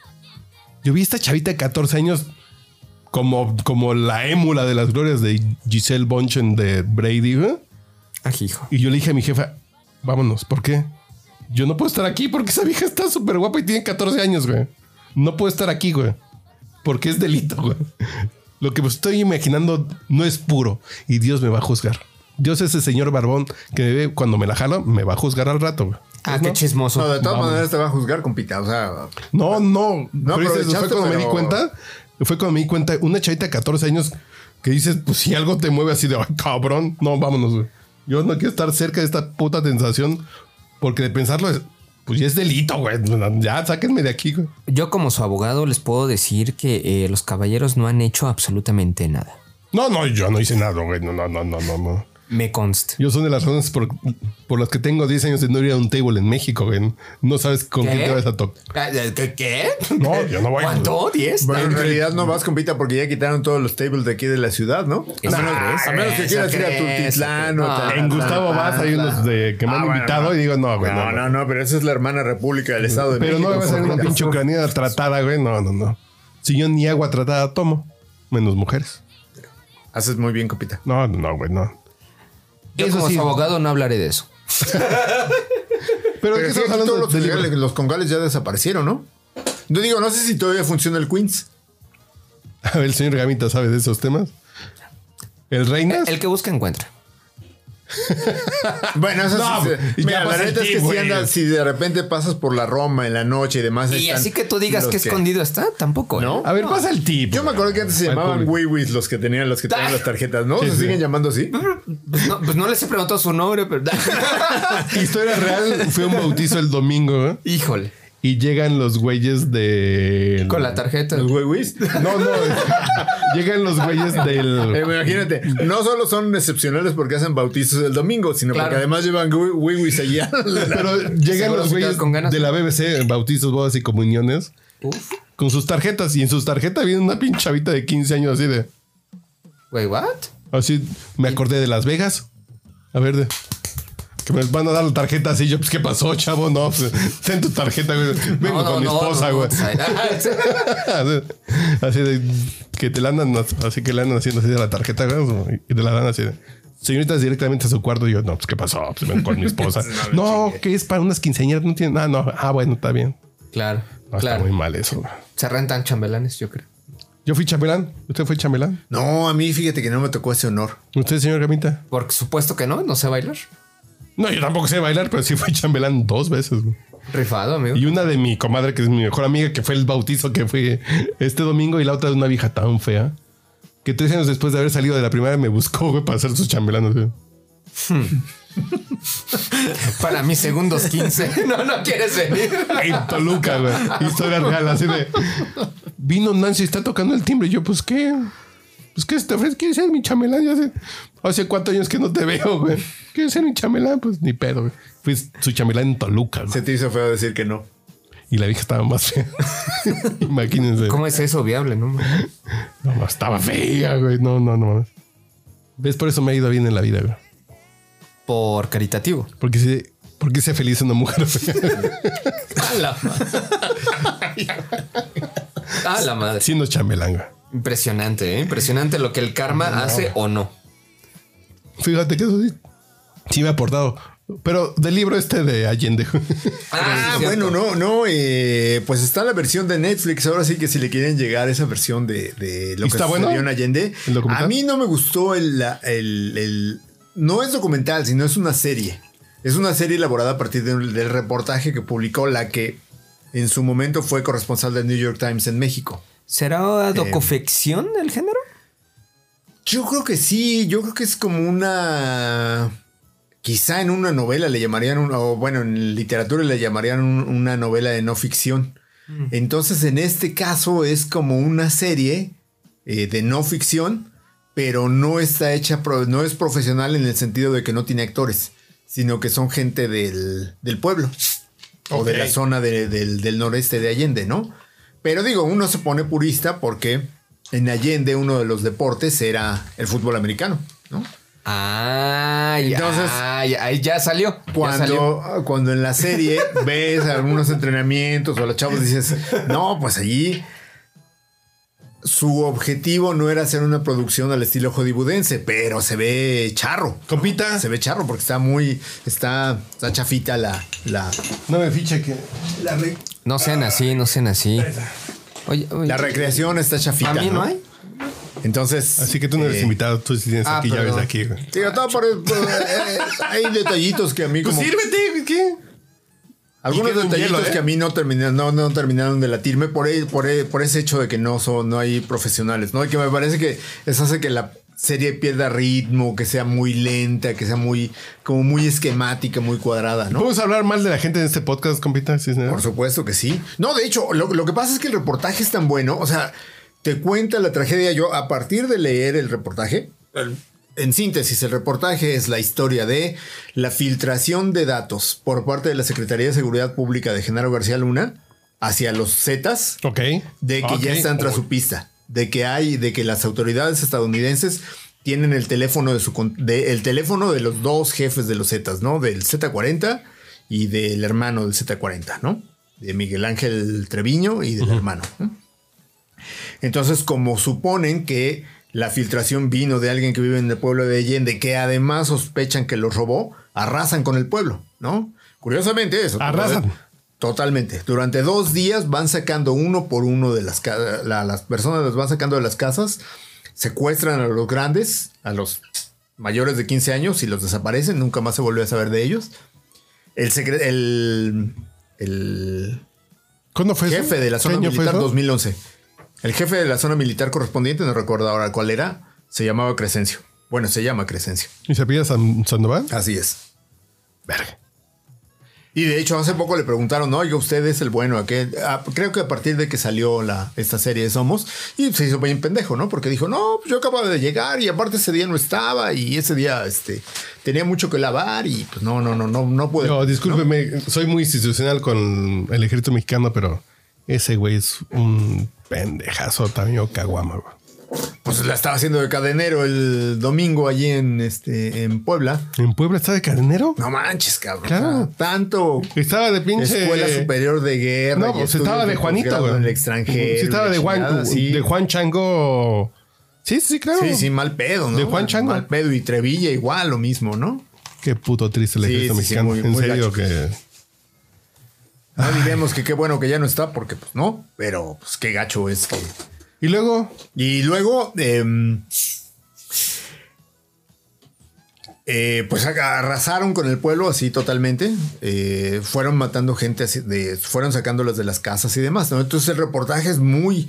Speaker 1: Yo vi a esta chavita de 14 años como, como la émula de las glorias de Giselle Bonchen de Brady. ¿eh? güey.
Speaker 2: Ají, Ah, hijo.
Speaker 1: Y yo le dije a mi jefa, vámonos, ¿por qué? Yo no puedo estar aquí porque esa vieja está súper guapa y tiene 14 años, güey. No puedo estar aquí, güey. Porque es delito, güey. Lo que me estoy imaginando no es puro y Dios me va a juzgar. Dios ese señor barbón que me ve cuando me la jalo, me va a juzgar al rato, güey.
Speaker 2: Ah, qué chismoso.
Speaker 3: No, de todas
Speaker 1: Vamos.
Speaker 3: maneras te va a juzgar con Pica. O sea,
Speaker 1: No, no.
Speaker 3: No
Speaker 1: pero dices, fue
Speaker 3: aprovechaste,
Speaker 1: cuando me di
Speaker 3: pero-
Speaker 1: cuenta. Fue cuando me di cuenta. Una chavita de 14 años que dices, pues si algo te mueve así de, ay, cabrón, no, vámonos. güey. Yo no quiero estar cerca de esta puta sensación porque de pensarlo es, pues ya es delito, güey. Ya sáquenme de aquí, güey.
Speaker 2: Yo como su abogado les puedo decir que eh, los caballeros no han hecho absolutamente nada.
Speaker 1: No, no, yo no hice nada, güey. No, no, no, no, no. no.
Speaker 2: Me consta.
Speaker 1: Yo son de las razones por, por las que tengo 10 años de no ir a un table en México, güey. No sabes con
Speaker 2: ¿Qué?
Speaker 1: quién te vas a tocar.
Speaker 2: Ah, ¿Qué? qué?
Speaker 1: No, yo no voy.
Speaker 2: ¿Cuánto? ¿Diez?
Speaker 3: Pero en realidad no vas con Pita porque ya quitaron todos los tables de aquí de la ciudad, ¿no? A
Speaker 2: Eso
Speaker 3: menos,
Speaker 2: crees,
Speaker 3: a menos que
Speaker 2: eso
Speaker 3: quieras ir a
Speaker 2: crees,
Speaker 3: Tultitlán o
Speaker 2: eso
Speaker 3: a
Speaker 2: crees.
Speaker 1: En Gustavo Vaz hay unos de que me han
Speaker 3: Ah, bueno,
Speaker 1: invitado
Speaker 3: no.
Speaker 1: y digo, no, güey.
Speaker 3: No, no, no, pero esa es la hermana república del Estado de
Speaker 1: Pero no
Speaker 3: México.
Speaker 1: me va a ser una
Speaker 3: Pita.
Speaker 1: pinche ucraniana tratada, güey. No, no, no. Si yo ni agua tratada tomo, menos mujeres.
Speaker 3: Haces muy bien, Copita.
Speaker 1: No, no, no, güey, no.
Speaker 2: Yo
Speaker 1: Eso
Speaker 2: como
Speaker 1: sí.
Speaker 2: su abogado no hablaré de eso.
Speaker 1: Pero, ¿de
Speaker 3: Pero
Speaker 1: ¿qué
Speaker 3: sí,
Speaker 1: estamos
Speaker 3: aquí
Speaker 1: hablando?
Speaker 3: todos los,
Speaker 1: de libro?
Speaker 3: congales, los congales ya desaparecieron, ¿no? Yo digo, no sé si todavía funciona el
Speaker 1: <laughs>
Speaker 3: Queens.
Speaker 1: A ver, el señor Gamita sabe de esos temas. ¿El Reinas?
Speaker 2: El que busca encuentra.
Speaker 3: Bueno, eso
Speaker 1: No,
Speaker 3: sí.
Speaker 1: pues,
Speaker 3: se-
Speaker 1: ya
Speaker 3: Mira, la
Speaker 1: pasa el
Speaker 3: neta es que
Speaker 1: tiempo,
Speaker 3: si,
Speaker 1: güey.
Speaker 3: andas, si de repente pasas por la Roma en la noche y demás.
Speaker 2: Y
Speaker 3: están
Speaker 2: así que tú digas
Speaker 3: los
Speaker 2: que escondido está, tampoco. ¿eh?
Speaker 3: ¿No?
Speaker 1: A ver, pasa el tipo.
Speaker 3: Yo me acuerdo que antes se
Speaker 1: Al
Speaker 3: llamaban
Speaker 1: público.
Speaker 3: Wiwis los que tenían los que tenían las tarjetas, ¿no?
Speaker 1: Sí,
Speaker 3: ¿Se
Speaker 1: sí.
Speaker 3: siguen llamando
Speaker 1: <laughs>
Speaker 3: así?
Speaker 2: Pues no, pues no les he preguntado su nombre, pero... <laughs>
Speaker 1: Historia real, fue un bautizo el domingo, güey,
Speaker 2: Híjole.
Speaker 1: Y llegan los güeyes de...
Speaker 2: Con la tarjeta.
Speaker 3: Los Wiwis.
Speaker 1: No, no. llegan los güeyes
Speaker 3: Eh,
Speaker 1: del...
Speaker 3: imagínate, no solo son excepcionales porque hacen bautizos el domingo, sino
Speaker 2: Claro.
Speaker 3: porque además llevan wi- wiwis allá. <laughs>
Speaker 1: Pero llegan
Speaker 2: Seguro
Speaker 1: los
Speaker 2: se
Speaker 1: güeyes
Speaker 2: quedan con ganas.
Speaker 1: de la BBC, bautizos, bodas y comuniones.
Speaker 2: Uf.
Speaker 1: con sus tarjetas y en sus tarjetas viene una pinche chavita de 15 años así de
Speaker 2: Wait, what?
Speaker 1: así Ah, me acordé de Las Vegas. A ver de que me van a dar la tarjeta así yo pues qué pasó, chavo? No, pues, ten tu tarjeta, güey. Vengo
Speaker 2: No, no,
Speaker 1: con mi
Speaker 2: no,
Speaker 1: esposa,
Speaker 2: no, pues, no,
Speaker 1: güey. Así- <laughs> así de que te la andan así que le andan haciendo así de la tarjeta güey, y te la dan así de Señoritas directamente a su cuarto y yo, no, pues qué pasó, pues vengo con mi
Speaker 2: <laughs>
Speaker 1: esposa. no, que es para unas quinceañeras, no tiene, ah, no, ah, bueno, está bien.
Speaker 2: <laughs> Claro,
Speaker 1: No, Está
Speaker 2: claro.
Speaker 1: muy mal eso. güey.
Speaker 2: Se rentan chambelanes, yo creo.
Speaker 1: Yo fui chambelán, usted fue chambelán.
Speaker 3: No, a mí fíjate que no me tocó ese honor.
Speaker 1: ¿Usted, señor Gamita?
Speaker 2: Porque supuesto que no, no sé bailar.
Speaker 1: No, yo tampoco sé bailar, pero sí fui chambelán dos veces. güey.
Speaker 2: Rifado, amigo.
Speaker 1: Y una de mi comadre, que es mi mejor amiga, que fue el bautizo que fui este domingo, y la otra de una vieja tan fea, que tres años después de haber salido de la primaria me buscó, güey, para hacer sus chambelanos. güey.
Speaker 2: Para mis segundos 15. No, no quieres venir.
Speaker 1: En Toluca, güey. Historia real, así de... Vino Nancy, está tocando el timbre. Y yo, pues, ¿qué? Pues, ¿qué? ¿Te ofrece? ¿Quieres ser mi chambelán? Ya hace, hace cuatro años que no te veo, güey. ¿Quieres ser mi chambelán? Pues, ni pedo, güey. Fui su chambelán en Toluca, güey.
Speaker 3: Se te hizo feo decir que no.
Speaker 1: Y la vieja estaba más fea. <laughs> Imagínense.
Speaker 2: ¿Cómo es eso viable, no?
Speaker 1: No, no, estaba fea, güey. No, no, no mames. ¿Ves? Por eso me ha ido bien en la vida, güey.
Speaker 2: Por caritativo.
Speaker 1: Porque si, porque sea feliz una mujer fea. <laughs>
Speaker 2: A <laughs> la madre. A la madre.
Speaker 1: Siendo chambelán, güey.
Speaker 2: Impresionante, ¿eh? Impresionante lo que el karma hace o no.
Speaker 1: Fíjate que eso sí, sí me ha aportado. Pero del libro este de Allende. <laughs> güey.
Speaker 3: Ah,
Speaker 2: sí, cierto.
Speaker 3: bueno, no, no. eh, pues está la versión de Netflix. Ahora sí que si le quieren llegar esa versión de, de lo
Speaker 1: ¿Y
Speaker 3: que
Speaker 1: está
Speaker 3: sucedió
Speaker 1: bueno?
Speaker 3: en Allende.
Speaker 1: ¿El documental?
Speaker 3: A mí no me gustó el, la- el- el- No es documental, sino es una serie. Es una serie elaborada a partir de un- del reportaje que publicó la que en su momento fue corresponsal del New York Times en México.
Speaker 2: ¿Será docoficción el género?
Speaker 3: Yo creo que sí, yo creo que es como una... Quizá en una novela le llamarían, un- o bueno, en literatura le llamarían un- una novela de no ficción. Entonces, en este caso es como una serie eh, de no ficción, pero no está hecha, pro- no es profesional en el sentido de que no tiene actores, sino que son gente del, del pueblo o de
Speaker 1: Ok.
Speaker 3: la zona de- del, del noreste de Allende, ¿no? Pero digo, uno se pone purista porque en Allende uno de los deportes era el fútbol americano, ¿no?
Speaker 2: Ah, ya,
Speaker 3: Entonces-
Speaker 2: ya, ahí ya salió. ya salió.
Speaker 3: Cuando, cuando en la serie ves algunos entrenamientos o a los chavos dices, no, pues allí su objetivo no era hacer una producción al estilo hollywoodense, pero se ve charro.
Speaker 1: Compita,
Speaker 3: Se ve charro porque está muy, está, está chafita la, la,
Speaker 1: no me fiche que.
Speaker 2: No sean así, no sean así. Oye, oye,
Speaker 3: la recreación está chafita.
Speaker 2: ¿A mí no hay?
Speaker 3: Entonces.
Speaker 1: Así que tú no eres
Speaker 3: eh,
Speaker 1: invitado, tú sí tienes
Speaker 2: ah,
Speaker 1: aquí llaves de
Speaker 2: perdón.
Speaker 1: aquí. güey.
Speaker 3: Digo, todo por,
Speaker 1: <laughs>
Speaker 3: por- eh, hay detallitos que a mí
Speaker 1: Pues
Speaker 3: como...
Speaker 1: sírvete, ¿qué? Y
Speaker 3: Algunos
Speaker 1: queda un
Speaker 3: detallitos
Speaker 1: hielo, ¿eh?
Speaker 3: que a mí no terminaron, no, no terminaron de latirme por, el- por, el- por ese hecho de que no, son, no hay profesionales, ¿no? Y que me parece que eso hace que la serie pierda ritmo, que sea muy lenta, que sea muy, como muy esquemática, muy cuadrada, ¿no?
Speaker 1: ¿Podemos hablar mal de la gente en este podcast, compita? Sí, señor.
Speaker 3: Por supuesto que sí. No, de hecho, lo, lo que pasa es que el reportaje es tan bueno, o sea, te cuenta la tragedia. Yo, a partir de leer el reportaje, el- en síntesis, el reportaje es la historia de la filtración de datos por parte de la Secretaría de Seguridad Pública de Genaro García Luna hacia los Zetas
Speaker 1: Ok.
Speaker 3: de que ya
Speaker 1: Ah, Ok.
Speaker 3: están tras su pista, de que hay, de que las autoridades estadounidenses tienen el teléfono de su con- de- el teléfono de los dos jefes de los Zetas, ¿no? Del Z40 y del hermano del Z40, ¿no? De Miguel Ángel Treviño y del hermano. ¿no? Entonces, como suponen que la filtración vino de alguien que vive en el pueblo de Allende, que además sospechan que los robó, arrasan con el pueblo, ¿no? Curiosamente eso.
Speaker 1: Arrasan.
Speaker 3: Totalmente. Durante dos días van sacando uno por uno de las ca- la- las personas las van sacando de las casas, secuestran a los grandes, a los mayores de 15 años y los desaparecen, nunca más se vuelve a saber de ellos. El secre- el, el
Speaker 1: ¿Cuándo fue eso?
Speaker 3: jefe de la zona
Speaker 1: ¿Qué año fue
Speaker 3: militar
Speaker 1: eso?
Speaker 3: 2011. El jefe de la zona militar correspondiente, no recuerdo ahora cuál era, se llamaba Crescencio. Bueno, se llama Crescencio.
Speaker 1: ¿Y se apellida San- Sandoval?
Speaker 3: Así es. Verga. Y de hecho, hace poco le preguntaron, ¿no? Oiga, usted es el bueno, aquel. Ah, creo que a partir de que salió la, esta serie de Somos, y se hizo bien pendejo, ¿no? Porque dijo, no, pues yo acababa de llegar y aparte ese día no estaba y ese día este, tenía mucho que lavar y pues no, no, no, no, no pude.
Speaker 1: No, discúlpeme, soy muy institucional con el ejército mexicano, pero ese güey es un pendejazo tamaño caguama, güey.
Speaker 3: Pues la estaba haciendo de cadenero el domingo allí en, este, en Puebla.
Speaker 1: ¿En Puebla está de cadenero?
Speaker 3: No manches, cabrón.
Speaker 1: Claro.
Speaker 3: O sea, Tanto
Speaker 1: Estaba de pinche.
Speaker 3: escuela superior de guerra.
Speaker 1: No,
Speaker 3: y
Speaker 1: pues
Speaker 3: estudios
Speaker 1: estaba de
Speaker 3: posgrado
Speaker 1: Juanito, güey.
Speaker 3: En el extranjero.
Speaker 1: Sí, estaba
Speaker 3: y la
Speaker 1: de Juan,
Speaker 3: chingada, sí.
Speaker 1: de Juan Chango. Sí, sí, claro.
Speaker 3: Sí, sí, mal pedo, ¿no?
Speaker 1: De Juan Chango.
Speaker 3: Mal pedo y Trevilla igual, lo mismo, ¿no?
Speaker 1: Qué puto triste el
Speaker 3: Sí,
Speaker 1: ejército
Speaker 3: sí, sí,
Speaker 1: mexicano.
Speaker 3: muy-
Speaker 1: en
Speaker 3: muy
Speaker 1: serio
Speaker 3: gacho.
Speaker 1: que.
Speaker 3: No diremos que qué bueno que ya no está, porque pues no, pero pues qué gacho es que.
Speaker 1: Y luego,
Speaker 3: Y luego, em, eh, pues a- arrasaron con el pueblo así totalmente. eh, fueron matando gente, así de, fueron sacándolas de las casas y demás. ¿no? Entonces el reportaje es muy,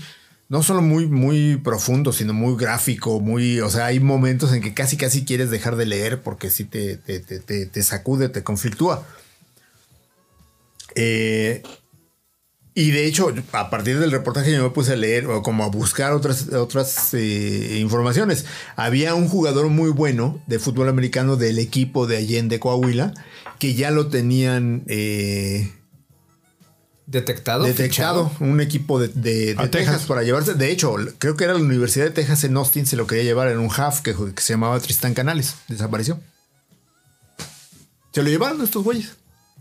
Speaker 3: no solo muy, muy profundo, sino muy gráfico, muy, o sea, hay momentos en que casi, casi quieres dejar de leer porque sí te, te- te- te- te sacude, te conflictúa. Eh, y de hecho, a partir del reportaje yo me puse a leer o como a buscar otras, otras eh, informaciones. Había un jugador muy bueno de fútbol americano del equipo de Allende Coahuila que ya lo tenían eh,
Speaker 2: ¿Detectado?
Speaker 3: detectado, un equipo de, de- de
Speaker 1: A
Speaker 3: Texas.
Speaker 1: Texas.
Speaker 3: para llevarse. De hecho, creo que era la Universidad de Texas en Austin, se lo quería llevar en un half que, que se llamaba Tristán Canales. Desapareció. Se lo llevaron estos güeyes.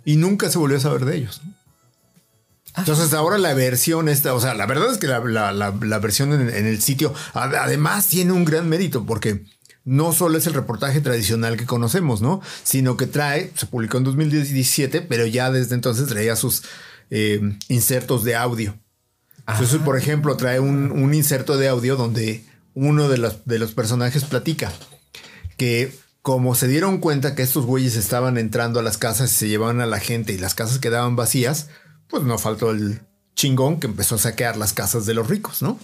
Speaker 3: Y nunca se volvió a saber de ellos. ¿no? Entonces ahora la versión esta, o sea, la verdad es que la, la- la- la versión en, en el sitio ad- además tiene un gran mérito porque no solo es el reportaje tradicional que conocemos, ¿no? Sino que trae, se publicó en 2017, pero ya desde entonces traía sus eh, insertos de audio. Entonces, por ejemplo, trae un, un inserto de audio donde uno de los, de los personajes platica que como se dieron cuenta que estos güeyes estaban entrando a las casas y se llevaban a la gente y las casas quedaban vacías, pues no faltó el chingón que empezó a saquear las casas de los ricos, ¿no?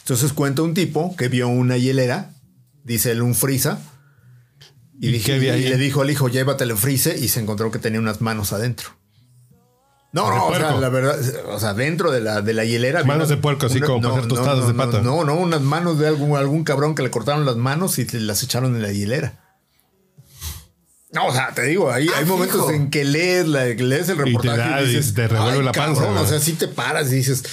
Speaker 3: Entonces cuenta un tipo que vio una hielera, dice él un frisa, y,
Speaker 1: ¿Y
Speaker 3: dije-
Speaker 1: qué había
Speaker 3: y
Speaker 1: ahí?
Speaker 3: le dijo al hijo, llévatelo el frise, y se encontró que tenía unas manos adentro. No,
Speaker 1: De
Speaker 3: no, o sea,
Speaker 1: puerco.
Speaker 3: la verdad, o sea, dentro de la, de la hielera. había
Speaker 1: Manos
Speaker 3: una-
Speaker 1: de puerco, así como para hacer tostadas
Speaker 3: no,
Speaker 1: de
Speaker 3: no,
Speaker 1: pata.
Speaker 3: No, no, unas manos de algún, algún cabrón que le cortaron las manos y las echaron en la hielera. No, o sea, te digo, hay,
Speaker 2: Ah,
Speaker 3: hay momentos
Speaker 2: fijo.
Speaker 3: en que lees, la- lees el reportaje
Speaker 1: da-
Speaker 3: y,
Speaker 1: y
Speaker 3: dices,
Speaker 1: te revuelve
Speaker 3: "Ay,
Speaker 1: la panza,
Speaker 3: cabrón", o
Speaker 1: ¿verdad?
Speaker 3: sea, sí te paras y dices,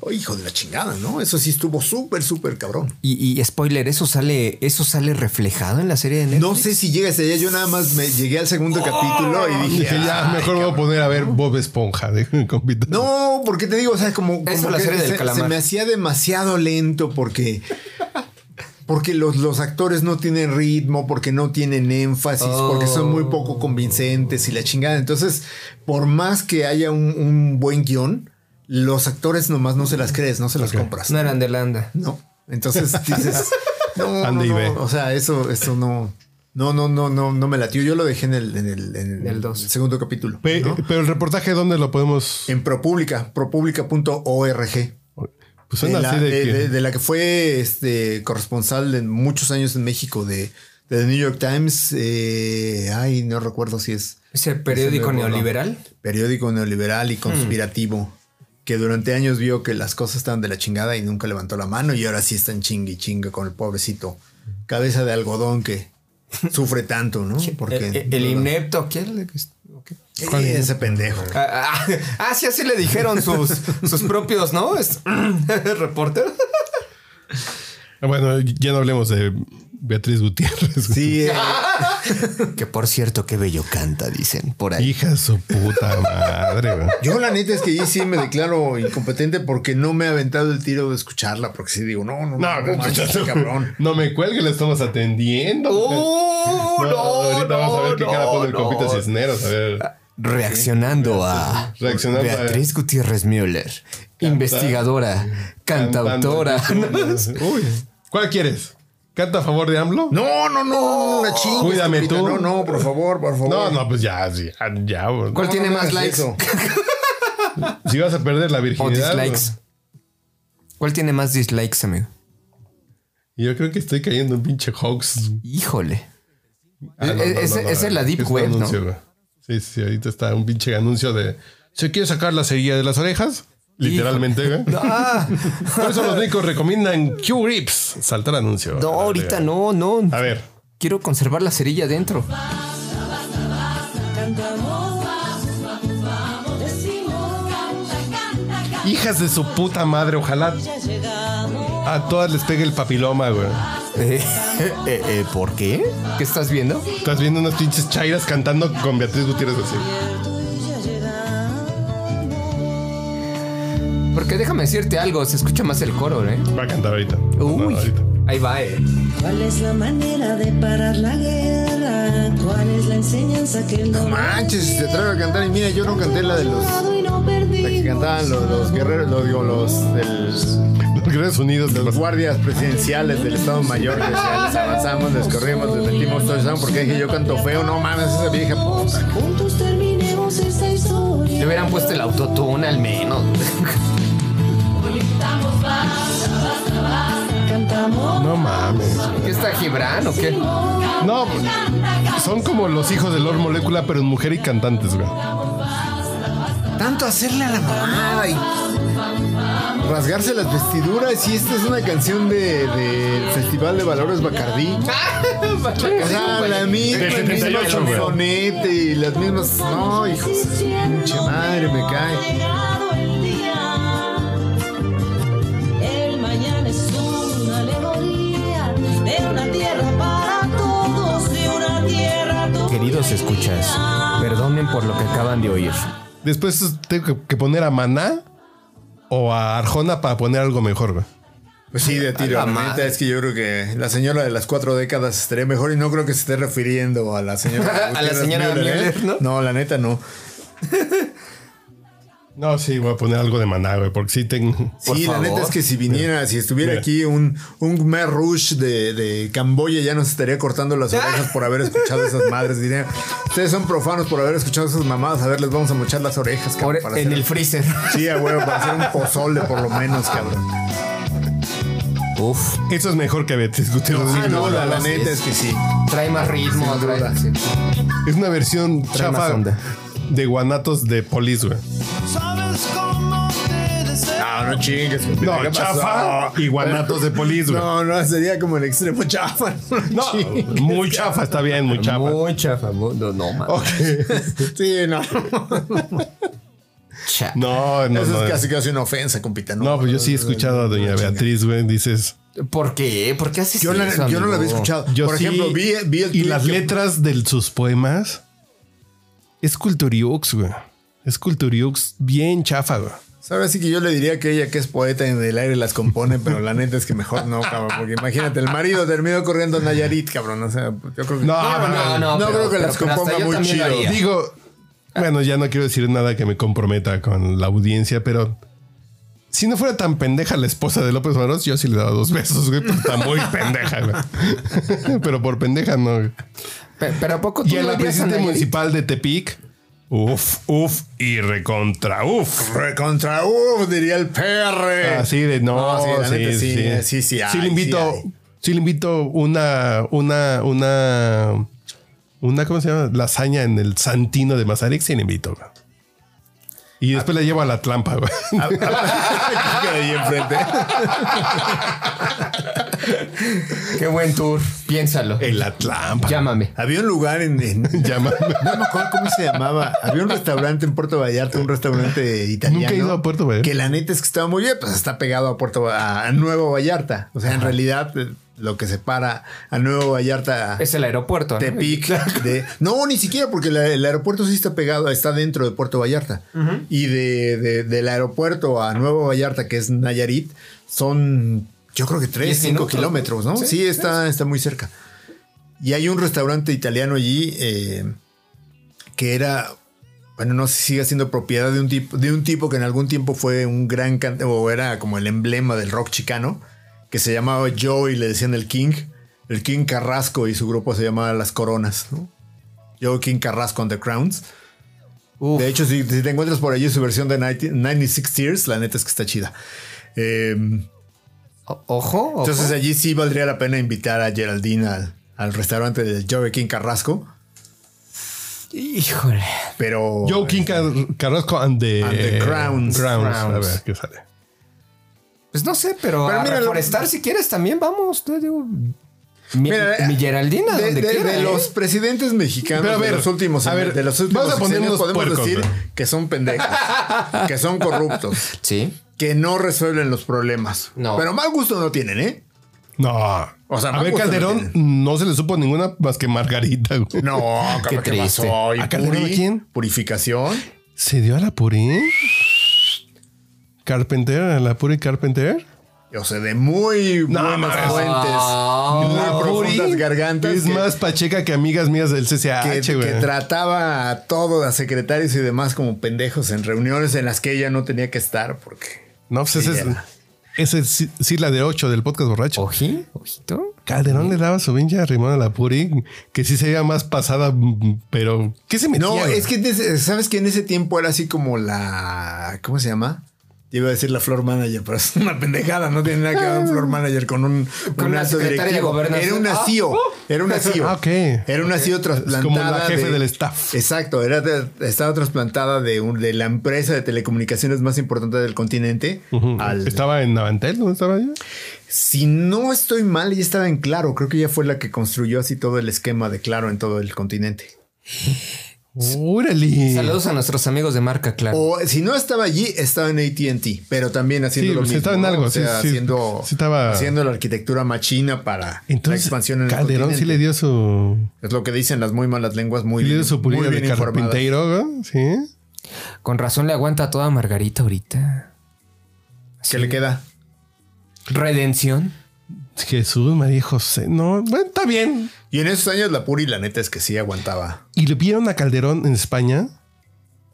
Speaker 3: oh, hijo de la chingada, ¿no? Eso sí estuvo súper, súper cabrón.
Speaker 2: Y, y spoiler, eso sale, eso sale reflejado en la serie de Netflix.
Speaker 3: No sé si llegas allá, yo nada más me llegué al segundo capítulo y dije,
Speaker 1: Oh, Dije, ya,
Speaker 3: "Ay,
Speaker 1: mejor me voy a poner a ver Bob Esponja <laughs> de compita.
Speaker 3: No, porque te digo, o sea, como,
Speaker 2: Es
Speaker 3: como
Speaker 2: la
Speaker 3: que
Speaker 2: serie del
Speaker 3: se,
Speaker 2: calamar.
Speaker 3: se me hacía demasiado lento porque porque los, los actores no tienen ritmo, porque no tienen énfasis,
Speaker 2: Oh.
Speaker 3: porque son muy poco convincentes y la chingada. Entonces, por más que haya un, un buen guión, los actores nomás no se las crees, no se las
Speaker 1: Ok.
Speaker 3: compras.
Speaker 2: No eran de Landa.
Speaker 3: No. Entonces
Speaker 2: <laughs>
Speaker 3: dices, no, no,
Speaker 1: Ande y
Speaker 3: no,
Speaker 1: ve.
Speaker 3: o sea, eso, eso no, no, no, no, no, no me latió. Yo lo dejé en el, en el, en
Speaker 2: En el dos.
Speaker 3: segundo capítulo.
Speaker 1: Pe-
Speaker 3: ¿no?
Speaker 1: Pero el reportaje, ¿dónde lo podemos?
Speaker 3: En ProPublica, propublica.org.
Speaker 1: Pues
Speaker 3: de
Speaker 1: son
Speaker 3: la,
Speaker 1: así de,
Speaker 3: de-
Speaker 1: que-
Speaker 3: de- de la que fue este, corresponsal de muchos años en México de, de The New York Times. eh, ay, no recuerdo si es
Speaker 2: Ese periódico
Speaker 3: Ese nuevo, ¿no?
Speaker 2: neoliberal.
Speaker 3: periódico neoliberal
Speaker 1: Hmm.
Speaker 3: y conspirativo. Que durante años vio que las cosas estaban de la chingada y nunca levantó la mano. Y ahora sí están chingue y chingue con el pobrecito cabeza de algodón que sufre tanto, ¿no? Porque
Speaker 2: el, el inepto. ¿Quién le- o qué?
Speaker 3: Sí, ese pendejo.
Speaker 2: Ah, ah, <laughs> ah, sí, así le dijeron <laughs> sus, sus propios, ¿no? Es- <clears throat> Reporteros.
Speaker 1: Bueno, ya no hablemos de Beatriz Gutiérrez.
Speaker 3: Sí, eh,
Speaker 2: Que por cierto, qué bello canta, dicen por ahí.
Speaker 1: Hija de su puta madre. güey.
Speaker 3: Yo la neta es que ahí sí me declaro incompetente porque no me he aventado el tiro de escucharla, porque sí digo, no, no,
Speaker 1: No,
Speaker 3: no, no, manches,
Speaker 1: no,
Speaker 3: cabrón.
Speaker 1: no me cuelgue, la estamos atendiendo.
Speaker 2: ¡Oh,
Speaker 1: <laughs> No,
Speaker 2: no,
Speaker 1: ahorita
Speaker 2: no,
Speaker 1: vamos a ver qué
Speaker 2: no,
Speaker 1: cara pone el
Speaker 2: no.
Speaker 1: compita Cisneros. A ver.
Speaker 2: Reaccionando a
Speaker 1: Reaccionando a-
Speaker 2: Beatriz Gutiérrez Müller, investigadora, cantautora. <laughs>
Speaker 1: Uy, ¿cuál quieres? ¿Canta a favor de AMLO?
Speaker 3: No, no, no, una chinga.
Speaker 1: Cuídame
Speaker 3: estúpida.
Speaker 1: tú.
Speaker 3: No, no, por favor, por favor.
Speaker 1: No, no, pues ya, sí, ya. ya, güey.
Speaker 2: ¿Cuál tiene más
Speaker 3: hagas
Speaker 2: likes?
Speaker 3: eso.
Speaker 1: Si vas a perder la
Speaker 2: O
Speaker 1: virginidad.
Speaker 2: dislikes. ¿Cuál tiene más dislikes, amigo?
Speaker 1: güey. Yo creo que estoy cayendo en un pinche hoax.
Speaker 2: Híjole.
Speaker 1: Ah, no, no,
Speaker 2: Eh, ese-
Speaker 1: no, no,
Speaker 2: esa es la deep
Speaker 1: un
Speaker 2: web, ¿no?
Speaker 1: anuncio, güey. Sí, sí, ahorita está un pinche anuncio de. ¿Se quiere sacar la cerilla de las orejas? Literalmente,
Speaker 2: <laughs>
Speaker 1: güey. <laughs>
Speaker 2: Ah,
Speaker 1: Por eso los médicos recomiendan Q-Rips. Saltar anuncio.
Speaker 2: no, ahorita no, no.
Speaker 1: A ver.
Speaker 2: Quiero conservar la cerilla adentro.
Speaker 4: Cantamos, vamos, vamos, vamos, decimos, canta, canta, canta.
Speaker 1: Hijas de su puta madre, ojalá
Speaker 4: Ya llegamos,
Speaker 1: a todas les pegue el papiloma, güey. Eh,
Speaker 2: Eh, ¿Por qué? ¿Qué estás viendo?
Speaker 1: Estás viendo unas pinches chairas cantando con Beatriz Gutiérrez así.
Speaker 4: cierto, y ya llegamos.
Speaker 2: Porque déjame decirte algo, se escucha más el coro, ¿eh?
Speaker 1: Va a cantar ahorita. No,
Speaker 2: Uy,
Speaker 1: ahorita.
Speaker 2: ahí va, eh.
Speaker 4: ¿Cuál es la manera de parar la guerra? ¿Cuál es la enseñanza que
Speaker 3: No
Speaker 4: no
Speaker 3: manches, si se atreve a cantar. Y mira, yo no canté la de los. La
Speaker 4: y no perdí?
Speaker 3: que cantaban los, los guerreros, los, digo, los, el-
Speaker 1: Los Guerreros Unidos. ¿qué
Speaker 3: los
Speaker 1: pasa?
Speaker 3: guardias presidenciales del Estado Mayor. Que decían, les avanzamos, les corrimos, les metimos touchdown. Porque dije, yo canto feo. No mames, esa vieja puta.
Speaker 4: Juntos terminemos esta historia.
Speaker 2: Le hubieran puesto el autotune al menos. <laughs>
Speaker 4: Cantamos,
Speaker 1: No mames.
Speaker 2: ¿Qué está Gibran o qué?
Speaker 1: No, son como los hijos de Lord Molecula, pero en mujer y cantantes, güey.
Speaker 3: Tanto hacerle a la mamada y rasgarse las vestiduras. Y esta es una canción de- del Festival de Valores
Speaker 2: <laughs>
Speaker 3: Bacardí. O sea, la misma,
Speaker 1: Del
Speaker 3: el mismo
Speaker 1: 78, güey.
Speaker 3: sonete y las mismas. No, hijos. Pinche madre, me cae.
Speaker 4: llegado el día. El mañana es una alegoría de una tierra para todos, de una tierra toda.
Speaker 2: Queridos escuchas, perdonen por lo que acaban de oír.
Speaker 1: Después tengo que- que poner a Maná o a Arjona para poner algo mejor, güey.
Speaker 3: Pues sí, de tiro.
Speaker 2: A la
Speaker 3: La
Speaker 2: madre.
Speaker 3: neta es que yo creo que la señora de las cuatro décadas estaría mejor y no creo que se esté refiriendo a
Speaker 2: <laughs>
Speaker 3: la señora.
Speaker 2: A la señora
Speaker 3: ¿eh? Gutiérrez Müller,
Speaker 2: Müller, ¿no?
Speaker 3: No, la neta no.
Speaker 1: No, sí, voy a poner algo de maná, güey, porque sí tengo.
Speaker 2: Por
Speaker 3: sí, la
Speaker 2: favor.
Speaker 3: neta es que si viniera, si estuviera
Speaker 1: Mira.
Speaker 3: aquí un, un Khmer Rouge de, de Camboya, ya nos estaría cortando las orejas por haber escuchado esas madres. Diría, ustedes son profanos por haber escuchado esas mamadas. A ver, les vamos a mochar las orejas, cabrón.
Speaker 2: Ahora,
Speaker 3: para
Speaker 2: en
Speaker 3: hacer-
Speaker 2: el freezer.
Speaker 3: Sí, a huevo, para hacer un pozole por lo menos, cabrón.
Speaker 2: <laughs>
Speaker 1: <laughs>
Speaker 2: Uf,
Speaker 1: Eso es mejor que Betis Gutiérrez.
Speaker 3: Ah, no, la, la
Speaker 2: sí
Speaker 3: neta
Speaker 2: es.
Speaker 3: es que sí.
Speaker 2: trae más ritmo. Trae,
Speaker 3: duda.
Speaker 2: sí.
Speaker 1: Es una versión
Speaker 2: Trae más
Speaker 1: chafa
Speaker 2: onda.
Speaker 1: de Guanatos de Police, güey.
Speaker 5: Sabes cómo te deseo.
Speaker 3: No, no chingues.
Speaker 1: No,
Speaker 3: ¿qué
Speaker 1: chafa
Speaker 3: pasó?
Speaker 1: y guanatos de polis, güey.
Speaker 3: No, no, sería como el extremo chafa.
Speaker 1: No,
Speaker 3: chingues. <laughs>
Speaker 1: muy chafa, está bien, muy chafa.
Speaker 2: Muy chafa. muy- No, no, man.
Speaker 1: Ok.
Speaker 3: Sí, no.
Speaker 2: Cha-
Speaker 1: No, no,
Speaker 3: Eso
Speaker 1: no.
Speaker 3: es casi casi una ofensa, compita.
Speaker 1: No, pues yo sí he escuchado a doña Beatriz, güey, dices.
Speaker 2: ¿Por qué? ¿Por qué haces
Speaker 3: Yo, la-
Speaker 2: eso?
Speaker 3: yo
Speaker 2: amigo?
Speaker 3: no lo había escuchado.
Speaker 1: Yo
Speaker 3: Por
Speaker 1: sí,
Speaker 3: ejemplo, vi, vi el
Speaker 1: Y
Speaker 3: tweet
Speaker 1: las
Speaker 3: que-
Speaker 1: letras de sus poemas es culturiox, güey. Es culturiox bien chafa, güey.
Speaker 3: Ahora sí que yo le diría que ella que es poeta en el aire las compone, <laughs> pero la neta es que mejor no, cabrón. Porque imagínate, el marido terminó corriendo a Nayarit, cabrón. O sea, yo creo que.
Speaker 1: No,
Speaker 2: No, no, no.
Speaker 3: No
Speaker 2: pero-
Speaker 3: creo que
Speaker 2: pero-
Speaker 3: las
Speaker 2: pero hasta
Speaker 3: componga
Speaker 2: yo
Speaker 3: muy
Speaker 2: también lo
Speaker 3: chido.
Speaker 2: haría.
Speaker 1: Digo, bueno, ya no quiero decir nada que me comprometa con la audiencia, pero si no fuera tan pendeja la esposa de López Obrador, yo sí le daba dos besos, güey, porque está muy pendeja, güey. <laughs> pero por pendeja no. güey.
Speaker 2: Pe- Pero ¿a poco tú
Speaker 1: Y a
Speaker 2: lo
Speaker 1: la
Speaker 2: harías,
Speaker 1: presidenta
Speaker 2: Anayeli?
Speaker 1: municipal de Tepic, uf, uf y recontra uf.
Speaker 3: Recontra uff, diría el PR. <laughs>
Speaker 1: Así de no,
Speaker 3: No, sí, la
Speaker 1: sí,
Speaker 3: neta,
Speaker 1: sí,
Speaker 3: sí,
Speaker 1: sí,
Speaker 3: sí, sí hay,
Speaker 1: le invito,
Speaker 3: sí
Speaker 1: sí,
Speaker 3: hay.
Speaker 1: le invito una, una, una, una, ¿cómo se llama? Lasaña en el Santino de Mazarik, sí le invito. güey. Y
Speaker 3: Ah,
Speaker 1: después la llevo a la trampa, güey. <laughs>
Speaker 3: Que ahí enfrente.
Speaker 2: Qué buen tour. Piénsalo.
Speaker 1: En la trampa.
Speaker 2: Llámame.
Speaker 3: Había un lugar en. en-
Speaker 1: <laughs> Llámame.
Speaker 3: no me acuerdo cómo se llamaba. Había un restaurante en Puerto Vallarta, un restaurante italiano.
Speaker 1: Nunca he ido a Puerto Vallarta.
Speaker 3: Que la neta es que estaba muy bien, pues está pegado a Puerto a, a Nuevo Vallarta. O sea, en realidad eh, lo que separa a Nuevo Vallarta
Speaker 2: Es el aeropuerto. ¿no?
Speaker 3: Tepic de no ni siquiera porque la- el aeropuerto sí está pegado está dentro de Puerto Vallarta y de, de- del aeropuerto a Nuevo Vallarta que es Nayarit son yo creo que 3
Speaker 2: Diez
Speaker 3: 5
Speaker 2: minutos.
Speaker 3: kilómetros no sí,
Speaker 2: Sí,
Speaker 3: está está muy cerca y hay un restaurante italiano allí eh, que era bueno, no sé si sigue siendo propiedad de un tipo, de un tipo que en algún tiempo fue un gran can- o era como el emblema del rock chicano, que se llamaba Joe y le decían el King, el King Carrasco y su grupo se llamaba Las Coronas, ¿no? Joe King Carrasco on the Crowns.
Speaker 2: Uf.
Speaker 3: De hecho, si, si te encuentras por allí su versión de 90 96 Tears, la neta es que está chida. Eh,
Speaker 2: O- Ojo. ojo.
Speaker 3: entonces allí sí valdría la pena invitar a Geraldine al, al restaurante del Joe King Carrasco,
Speaker 2: Híjole.
Speaker 3: pero...
Speaker 1: Joe King Car- Carrasco and the,
Speaker 3: And the Crowns.
Speaker 1: Crowns. A
Speaker 2: Crowns.
Speaker 1: ver qué sale.
Speaker 2: Pues no sé, pero,
Speaker 3: Pero
Speaker 2: a
Speaker 3: mira, lo-
Speaker 2: reforestar si quieres también vamos. Te digo, mi,
Speaker 3: Mira,
Speaker 2: mi
Speaker 3: eh,
Speaker 2: Geraldina,
Speaker 3: de,
Speaker 2: donde
Speaker 3: de-
Speaker 2: quiera,
Speaker 3: de
Speaker 2: ¿eh?
Speaker 3: los presidentes mexicanos
Speaker 1: Pero a ver,
Speaker 3: de los últimos,
Speaker 1: a ver,
Speaker 3: de los últimos
Speaker 1: vamos a poner
Speaker 3: sexenios
Speaker 1: unos
Speaker 3: podemos
Speaker 1: puercos,
Speaker 3: decir
Speaker 1: güey.
Speaker 3: que son pendejos, que son corruptos,
Speaker 2: Sí.
Speaker 3: que no resuelven los problemas.
Speaker 2: No.
Speaker 3: Pero mal gusto no tienen, ¿eh?
Speaker 1: No.
Speaker 3: O sea,
Speaker 1: a ver,
Speaker 3: Marcos
Speaker 1: Calderón no se le supo ninguna más que Margarita. güey. <laughs>
Speaker 3: No,
Speaker 2: Qué
Speaker 3: cabrón, ¿qué
Speaker 2: triste.
Speaker 3: pasó? ¿Y
Speaker 1: ¿A Calderón
Speaker 3: Puri?
Speaker 1: a quién?
Speaker 3: Purificación.
Speaker 1: ¿Se dio a la Puré? ¿Carpenter? ¿A la Puré Carpenter?
Speaker 3: O sea, de muy
Speaker 1: No,
Speaker 3: buenas
Speaker 1: mames.
Speaker 3: fuentes, muy
Speaker 1: La
Speaker 3: profundas
Speaker 1: Puri
Speaker 3: gargantas.
Speaker 1: Es
Speaker 3: que-
Speaker 1: más pacheca que amigas mías del
Speaker 3: que,
Speaker 1: CCH,
Speaker 3: que
Speaker 1: Ah, güey.
Speaker 3: trataba a todos, a secretarios y demás como pendejos en reuniones en las que ella no tenía que estar porque
Speaker 1: No, pues ese es,
Speaker 3: Mira.
Speaker 1: ese es sí- sí la de 8 del podcast borracho.
Speaker 2: Ojí, ojito.
Speaker 1: Calderón le daba su pinche rimón a la Puri, que sí se veía más pasada, mm, pero ¿qué se metía?
Speaker 3: No,
Speaker 1: güey?
Speaker 3: es que en ese- sabes que en ese tiempo era así como la. ¿Cómo se llama? Te Iba a decir la floor manager, pero es una pendejada. No tiene nada que ver un floor manager con un,
Speaker 2: Con
Speaker 3: un
Speaker 2: la
Speaker 3: alto
Speaker 2: secretaria de
Speaker 3: directivo.
Speaker 2: gobernación.
Speaker 3: Era un
Speaker 2: Ah,
Speaker 3: CEO.
Speaker 2: oh.
Speaker 3: Era un
Speaker 1: <laughs>
Speaker 3: CEO.
Speaker 1: Ah, ok.
Speaker 3: Era una CEO trasplantada.
Speaker 1: como la jefe
Speaker 3: de-
Speaker 1: del staff.
Speaker 3: Exacto. Era de- estaba trasplantada de, un- de la empresa de telecomunicaciones más importante del continente
Speaker 1: Ujú.
Speaker 3: al
Speaker 1: Estaba en Navantel, ¿dónde estaba yo?
Speaker 3: si no estoy mal, ya estaba en Claro. Creo que ella fue la que construyó así todo el esquema de Claro en todo el continente.
Speaker 1: Órale.
Speaker 2: Saludos a nuestros amigos de marca, claro.
Speaker 3: O si no estaba allí, estaba en ATT, pero también haciendo
Speaker 1: Sí,
Speaker 3: lo
Speaker 1: pues,
Speaker 3: mismo.
Speaker 1: estaba en
Speaker 3: ¿no?
Speaker 1: algo,
Speaker 3: O sea,
Speaker 1: sí, sí.
Speaker 3: haciendo,
Speaker 1: Sí estaba-
Speaker 3: haciendo la arquitectura machina para la
Speaker 1: Entonces,
Speaker 3: expansión en el
Speaker 1: Calderón sí
Speaker 3: continente.
Speaker 1: le dio su.
Speaker 3: Es lo que dicen las muy malas lenguas, muy
Speaker 1: sí le
Speaker 3: bien,
Speaker 1: dio su
Speaker 3: muy
Speaker 1: pulida
Speaker 3: bien
Speaker 1: de
Speaker 3: informadas.
Speaker 1: carpintero, güey, Sí.
Speaker 2: Con razón le aguanta a toda Margarita ahorita.
Speaker 3: ¿Qué le queda?
Speaker 2: Redención.
Speaker 1: Jesús, María y José. No, bueno, está bien.
Speaker 3: Y en esos años la Puri, la neta es que sí aguantaba.
Speaker 1: Y lo vieron a Calderón en España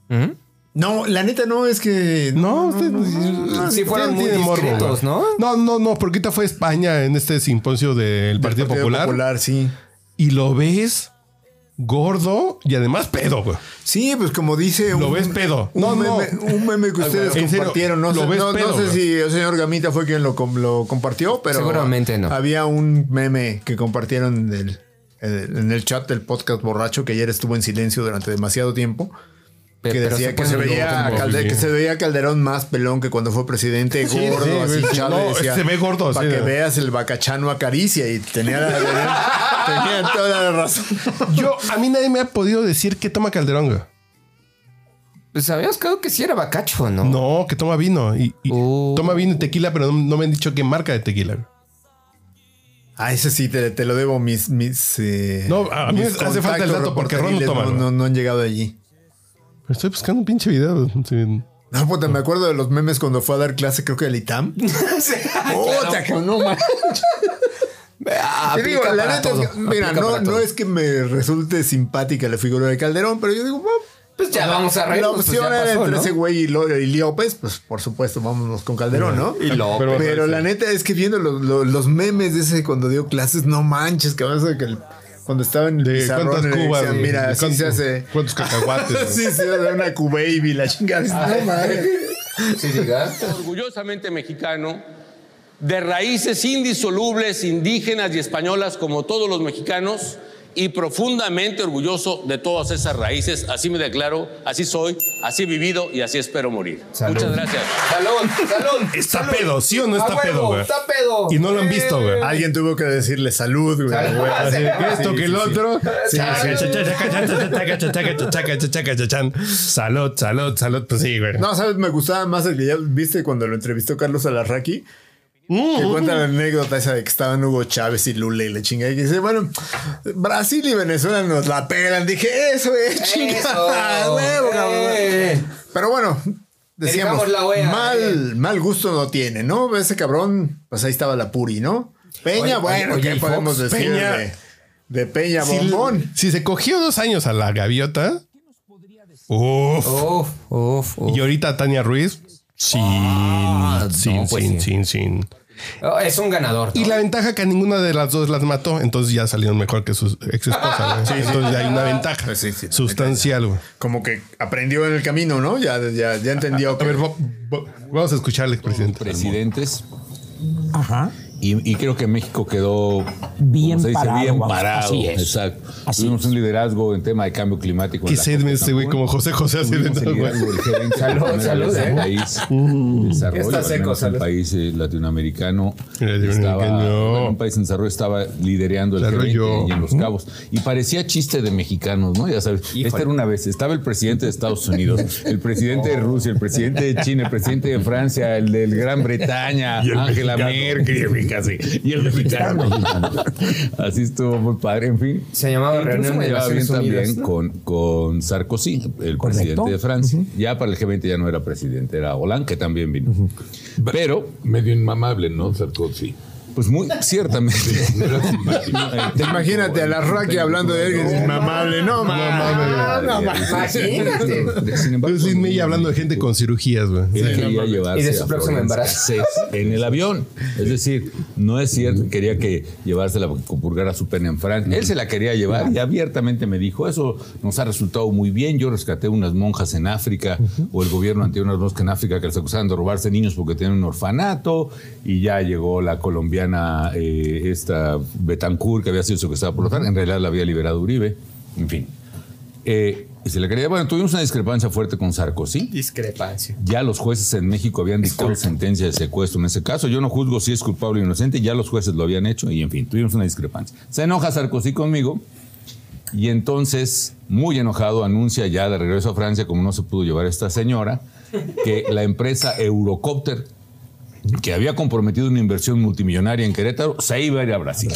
Speaker 2: ¿Mm?
Speaker 3: No, la neta no, es que.
Speaker 1: No, usted-
Speaker 2: no, sí fueron
Speaker 1: tiene
Speaker 2: muy
Speaker 1: morbo,
Speaker 2: discretos,
Speaker 1: güey. No, no, no, porque ahorita fue España en este simposio del
Speaker 3: Del
Speaker 1: Partido, Popular,
Speaker 3: sí.
Speaker 1: y lo ves gordo y además pedo, güey.
Speaker 3: Sí, pues como dice.
Speaker 1: Lo ves pedo.
Speaker 3: Un,
Speaker 1: No,
Speaker 3: meme,
Speaker 1: no.
Speaker 3: un
Speaker 1: <laughs>
Speaker 3: meme que
Speaker 1: Ah,
Speaker 3: ustedes
Speaker 1: güey, en serio,
Speaker 3: compartieron. No
Speaker 1: lo
Speaker 3: sé,
Speaker 1: ves
Speaker 3: no, no
Speaker 1: pedo,
Speaker 3: sé
Speaker 1: güey.
Speaker 3: si el señor Gamita fue quien lo, com- lo compartió, pero.
Speaker 2: Seguramente no.
Speaker 3: Había un meme que compartieron en el, en el- en el chat del podcast borracho que ayer estuvo en silencio durante demasiado tiempo.
Speaker 2: Pe-
Speaker 3: que
Speaker 2: pero
Speaker 3: decía
Speaker 2: se
Speaker 3: que se,
Speaker 2: pueden-
Speaker 3: veía a
Speaker 1: como-
Speaker 3: Calde-
Speaker 1: sí.
Speaker 3: que se veía a Calderón más pelón que cuando fue presidente,
Speaker 1: Sí,
Speaker 3: gordo,
Speaker 1: sí,
Speaker 3: así
Speaker 1: sí, sí.
Speaker 3: chale,
Speaker 1: No,
Speaker 3: decía,
Speaker 1: se ve gordo,
Speaker 3: Para
Speaker 1: sí.
Speaker 3: que veas el bacachano acaricia y tenía, la-
Speaker 1: <laughs>
Speaker 3: tenía toda la razón.
Speaker 1: Yo, a mí nadie me ha podido decir que toma Calderón, güey.
Speaker 2: Pues habíamos quedado que sí era bacacho, ¿no?
Speaker 1: No, que toma vino. Y, y
Speaker 2: Oh.
Speaker 1: Toma vino y tequila, pero no, no me han dicho qué marca de tequila. güey.
Speaker 3: Ah, ese sí, te, te lo debo mis... mis eh,
Speaker 1: No, a mí
Speaker 3: mis
Speaker 1: hace falta el
Speaker 3: contactos
Speaker 1: dato porque Ron no
Speaker 3: reporteriles
Speaker 1: toma,
Speaker 3: No,
Speaker 1: güey.
Speaker 3: no- no han llegado allí.
Speaker 1: Pero estoy buscando un pinche video. güey. Sí.
Speaker 3: No, puta, me acuerdo de los memes cuando fue a dar clase, creo que del ITAM.
Speaker 2: <laughs> Sí,
Speaker 3: Puta, que no manches.
Speaker 2: ah,
Speaker 3: Te digo,
Speaker 2: aplica
Speaker 3: la
Speaker 2: para
Speaker 3: neta, es que-
Speaker 2: todo,
Speaker 3: mira,
Speaker 2: aplica
Speaker 3: no,
Speaker 2: para
Speaker 3: no
Speaker 2: todo.
Speaker 3: es que me resulte simpática la figura de Calderón, pero yo digo, bueno,
Speaker 2: Pues ya vamos a reír.
Speaker 3: La opción era entre ese güey y, Lo- y López, pues por supuesto, vámonos con Calderón, ¿no?
Speaker 2: Y López.
Speaker 3: Pero,
Speaker 1: Pero-
Speaker 3: la neta es que viendo los, los- los memes de ese cuando dio clases, no manches, que vas a que el- cuando estaba en el
Speaker 1: De
Speaker 3: pizarrón,
Speaker 1: Eh, cuántas
Speaker 3: le
Speaker 1: cubas,
Speaker 3: decían,
Speaker 1: güey,
Speaker 3: eh, mira,
Speaker 1: de
Speaker 3: así se
Speaker 1: cuánto-
Speaker 3: hace.
Speaker 1: cuántos cacahuates,
Speaker 3: <laughs>
Speaker 1: güey.
Speaker 3: así se hace una cubaby, la chingada.
Speaker 1: Ah.
Speaker 3: No mames.
Speaker 2: <laughs> Sí, diga.
Speaker 6: orgullosamente mexicano, de raíces indisolubles, indígenas y españolas como todos los mexicanos, y profundamente orgulloso de todas esas raíces. Así me declaro, así soy, así he vivido y así espero morir.
Speaker 2: Salud.
Speaker 6: Muchas gracias.
Speaker 2: Salón, salón.
Speaker 1: Está
Speaker 2: salón.
Speaker 1: pedo, ¿sí o no
Speaker 2: A
Speaker 1: está
Speaker 2: huevo,
Speaker 1: pedo, güey?
Speaker 2: Está pedo.
Speaker 1: Y no lo han visto, güey.
Speaker 3: Alguien tuvo que decirle salud, güey.
Speaker 2: Salud.
Speaker 3: güey,
Speaker 1: Así
Speaker 3: así.
Speaker 1: que esto
Speaker 3: Sí,
Speaker 1: que el
Speaker 3: sí, sí.
Speaker 1: otro.
Speaker 3: Sí, sí, sí.
Speaker 1: Salud, salud, salud. Pues sí, güey.
Speaker 3: No, sabes, me gustaba más el que ya viste cuando lo entrevistó Carlos Alarraqui. Que cuenta la anécdota esa de que estaban Hugo Chávez y Lula y la chingada. Y que dice, bueno, Brasil y Venezuela nos la pelan. Dije, eso es chingada.
Speaker 2: Eso.
Speaker 3: huevo, cabrón.
Speaker 2: Eh.
Speaker 3: Pero bueno, decíamos,
Speaker 2: Dejamos la eh. wea,
Speaker 3: mal, mal gusto no tiene, ¿no? Ese cabrón, pues ahí estaba la puri, ¿no? Peña,
Speaker 2: Oye,
Speaker 3: bueno,
Speaker 2: oye,
Speaker 3: ¿qué
Speaker 2: y Fox,
Speaker 3: podemos decir
Speaker 1: Peña.
Speaker 3: de, de Peña
Speaker 1: Si,
Speaker 3: Bombón?
Speaker 1: si se cogió dos años a la gaviota. Uf.
Speaker 2: Uf, uf, uf.
Speaker 1: Y ahorita a Tania Ruiz. Sin, sin,
Speaker 3: Ah,
Speaker 2: no, pues
Speaker 1: sin,
Speaker 2: sí.
Speaker 1: sin, sin.
Speaker 2: Oh, es un ganador.
Speaker 1: Y
Speaker 2: ¿no?
Speaker 1: la ventaja que ninguna de las dos las mató, entonces ya salieron mejor que sus ex esposas. Entonces ya hay una ventaja
Speaker 3: Pues sí, sí, la
Speaker 1: sustancial. güey.
Speaker 3: Como que aprendió en el camino, ¿no? Ya, ya, ya entendió.
Speaker 1: A
Speaker 3: que-
Speaker 1: ver, va- va- vamos a escucharle, presidente.
Speaker 7: presidentes. Y, y creo que México quedó
Speaker 8: Bien
Speaker 7: como se dice,
Speaker 8: parado,
Speaker 7: bien
Speaker 8: vamos,
Speaker 7: parado.
Speaker 8: así es.
Speaker 7: Exacto.
Speaker 8: Así
Speaker 7: Tuvimos
Speaker 8: es.
Speaker 7: un liderazgo en tema de cambio climático. en
Speaker 1: Qué
Speaker 7: la
Speaker 1: sed me
Speaker 7: COP
Speaker 1: este güey,
Speaker 7: Cancún.
Speaker 1: como José José así de
Speaker 7: Tuvimos el
Speaker 1: no, güey.
Speaker 7: liderazgo del G20 por
Speaker 2: Salud,
Speaker 7: primera
Speaker 2: salud,
Speaker 7: vez en
Speaker 2: eh.
Speaker 7: el país. en desarrollo,
Speaker 2: Está
Speaker 7: al
Speaker 2: seco,
Speaker 7: menos
Speaker 2: salud.
Speaker 7: Un país eh, latinoamericano.
Speaker 1: Latinoamericano.
Speaker 7: Estaba, bueno, un país en desarrollo estaba liderando el
Speaker 1: Desarrollo.
Speaker 7: G20 y en Los Cabos. Y parecía chiste de mexicanos, ¿no? Ya sabes. Esta era una vez. Estaba el presidente de Estados Unidos, el presidente de Rusia, el presidente de China, el presidente de Francia, el de Gran Bretaña, Angela Merkel. Y el mexicano. Y el mexicano. Así estuvo muy padre. En fin.
Speaker 2: Se llamaba
Speaker 7: Incluso
Speaker 2: Reunión
Speaker 7: me
Speaker 2: de
Speaker 7: llevaba bien
Speaker 2: Naciones Unidas,
Speaker 7: también
Speaker 2: ¿no?
Speaker 7: con, con Sarkozy, el presidente de Francia. Ya para el G20 ya no era presidente, era Hollande, que también vino. Pero,
Speaker 9: Medio inmamable, ¿no? Sarkozy.
Speaker 7: pues muy ciertamente.
Speaker 9: No era
Speaker 7: <laughs>
Speaker 9: simpático.
Speaker 3: Imagínate a la Raqui hablando de él que es mamable, no
Speaker 1: Ah,
Speaker 3: mames. No mames.
Speaker 2: Imagínate.
Speaker 7: Sin embargo,
Speaker 1: Luis Milla hablando de gente con cirugías, güey.
Speaker 7: Él quería
Speaker 2: Y
Speaker 7: llevarse
Speaker 2: de su
Speaker 7: a
Speaker 2: próximo
Speaker 7: Florence
Speaker 2: embarazo.
Speaker 7: Cassés en el avión. Es decir, no es cierto que quería que llevársela con pulgar a su pene en Francia. Él se la quería llevar y abiertamente me dijo, eso nos ha resultado muy bien. Yo rescaté unas monjas en África o el gobierno ante unas monjas en África que les acusaban de robarse niños porque tenían un orfanato y ya llegó la colombiana eh, esta Betancourt que había sido secuestrada por los FARC. En realidad la había liberado Uribe. En fin. Eh, y se la quería. Bueno, tuvimos una discrepancia fuerte con Sarkozy.
Speaker 2: Discrepancia.
Speaker 7: Ya los jueces en México habían dictado sentencia de secuestro en ese caso. Yo no juzgo si es culpable o inocente, ya los jueces lo habían hecho y en fin, tuvimos una discrepancia. Se enoja Sarkozy conmigo y entonces, muy enojado, anuncia ya de regreso a Francia, como no se pudo llevar esta señora, que la empresa Eurocopter, que había comprometido una inversión multimillonaria en Querétaro, se iba a ir a Brasil.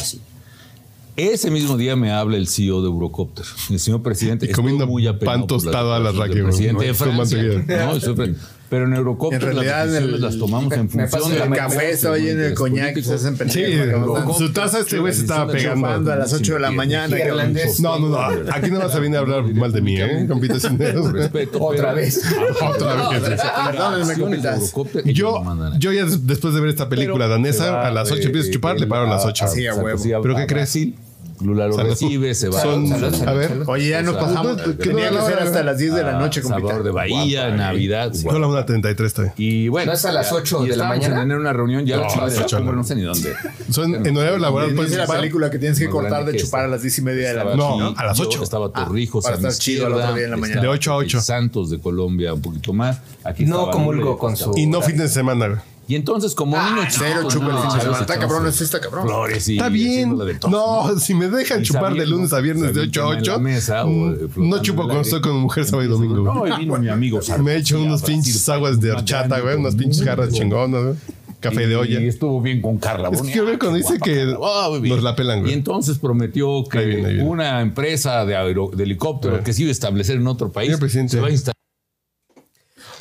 Speaker 7: Ese mismo día me habla el CEO de Eurocopter, el señor presidente.
Speaker 1: Y comiendo
Speaker 7: estoy muy apenado
Speaker 1: pan
Speaker 7: por las
Speaker 1: tostado a la
Speaker 7: declaraciones del
Speaker 1: Raquel,
Speaker 7: presidente
Speaker 1: güey. Con
Speaker 7: de Francia.
Speaker 1: mantequilla.
Speaker 7: No, estoy pre- Pero en Eurocopa
Speaker 3: En realidad,
Speaker 7: las decisiones
Speaker 3: el-
Speaker 7: las tomamos en
Speaker 2: me pasa
Speaker 7: función de
Speaker 2: el
Speaker 3: El
Speaker 7: la
Speaker 3: café se
Speaker 7: cosa,
Speaker 3: oye en
Speaker 7: de
Speaker 3: el
Speaker 7: los
Speaker 3: coñac y
Speaker 7: políticos.
Speaker 3: se hacen
Speaker 1: Sí,
Speaker 3: pendejas, cabrón.
Speaker 1: su taza este güey se estaba pegando.
Speaker 3: Chupando a las 8 de la mañana. cabrón.
Speaker 2: Irlandés.
Speaker 1: No, no, no. Aquí no vas a venir a hablar mal de mí, ¿eh? Compito sin dedos.
Speaker 7: Respeto.
Speaker 2: Otra
Speaker 7: pero- <laughs>
Speaker 2: vez.
Speaker 1: Otra vez.
Speaker 3: Perdónenme, compitas.
Speaker 1: Yo, yo ya des- después de ver esta película danesa, a las 8 empiezo a chupar, le paro a las
Speaker 7: Ah,
Speaker 1: 8.
Speaker 3: Sí, a huevo.
Speaker 1: ¿Pero qué crees?
Speaker 7: Sí, Lula lo
Speaker 1: Salud.
Speaker 7: recibe, se va.
Speaker 1: Son-
Speaker 7: Salud,
Speaker 1: a
Speaker 7: salud,
Speaker 1: ver.
Speaker 7: salud.
Speaker 3: Oye, ya nos
Speaker 7: Salud.
Speaker 3: pasamos.
Speaker 1: ¿Qué
Speaker 3: Tenía que
Speaker 1: no,
Speaker 3: ser
Speaker 1: no,
Speaker 3: hasta
Speaker 1: no.
Speaker 3: las 10 de la noche,
Speaker 7: Salvador
Speaker 3: compita.
Speaker 7: de Bahía, Navidad.
Speaker 1: Son las 1.33 todavía.
Speaker 7: Y bueno,
Speaker 2: eh. ¿No es a las
Speaker 7: ya-
Speaker 2: ocho
Speaker 7: y
Speaker 2: de la
Speaker 7: estábamos
Speaker 2: mañana?
Speaker 7: En tener una reunión ya a las
Speaker 1: No,
Speaker 7: ocho de la
Speaker 1: ocho,
Speaker 7: noche,
Speaker 1: no.
Speaker 7: no sé ni dónde.
Speaker 1: Son en horario laboral pues,
Speaker 3: Dice la
Speaker 1: principal.
Speaker 3: película que tienes que
Speaker 7: Más
Speaker 3: cortar
Speaker 7: grande
Speaker 3: de
Speaker 7: que
Speaker 3: chupar a
Speaker 7: esta.
Speaker 3: las 10 y media de la
Speaker 7: Estaba
Speaker 3: noche. Ah,
Speaker 1: No,
Speaker 7: aquí,
Speaker 1: a las
Speaker 7: yo,
Speaker 1: ocho.
Speaker 7: Estaba Torrijos,
Speaker 3: para
Speaker 7: a mi
Speaker 3: estar chido al otro
Speaker 7: izquierda,
Speaker 3: día en la mañana.
Speaker 7: estaba
Speaker 1: De ocho a ocho.
Speaker 7: Este, Santos de Colombia, un poquito más. Aquí
Speaker 2: No
Speaker 7: estaba
Speaker 2: comulgo
Speaker 7: Lula
Speaker 2: con
Speaker 7: Cascabel.
Speaker 2: su-
Speaker 1: Y no fin de semana, güey.
Speaker 7: Y entonces, como niño
Speaker 3: Cero
Speaker 7: chiquito,
Speaker 3: Ah, chupa el
Speaker 7: no,
Speaker 3: fin de semana.
Speaker 7: ¿sabes?
Speaker 3: Está
Speaker 7: Echamos
Speaker 3: cabrón, es esta cabrón.
Speaker 7: Flores y
Speaker 1: Está bien.
Speaker 7: haciéndole de todo.
Speaker 1: No, si me dejan
Speaker 7: Y
Speaker 1: chupar de
Speaker 7: sabiendo-
Speaker 1: lunes a viernes de
Speaker 7: sabiendo
Speaker 1: 8 a
Speaker 7: en la
Speaker 1: 8,
Speaker 7: mesa o, eh, flotando
Speaker 1: no chupo
Speaker 7: en
Speaker 1: cuando
Speaker 7: el aire.
Speaker 1: estoy con mi mujer sábado y domingo. güey.
Speaker 7: No, y vino mi amigo.
Speaker 1: Me he hecho unos pinches aguas de horchata, güey, unas pinches jarras chingonas, güey. este Café de olla.
Speaker 7: Y estuvo bien con Carla.
Speaker 1: Es que yo veo cuando dice que nos la pelan, güey.
Speaker 7: Ah, Y entonces prometió que
Speaker 1: Ahí viene, ahí viene.
Speaker 7: una empresa de, aero- de helicóptero
Speaker 1: Sí.
Speaker 7: que se iba a establecer en otro país
Speaker 1: Señor presidente.
Speaker 7: se va a instalar.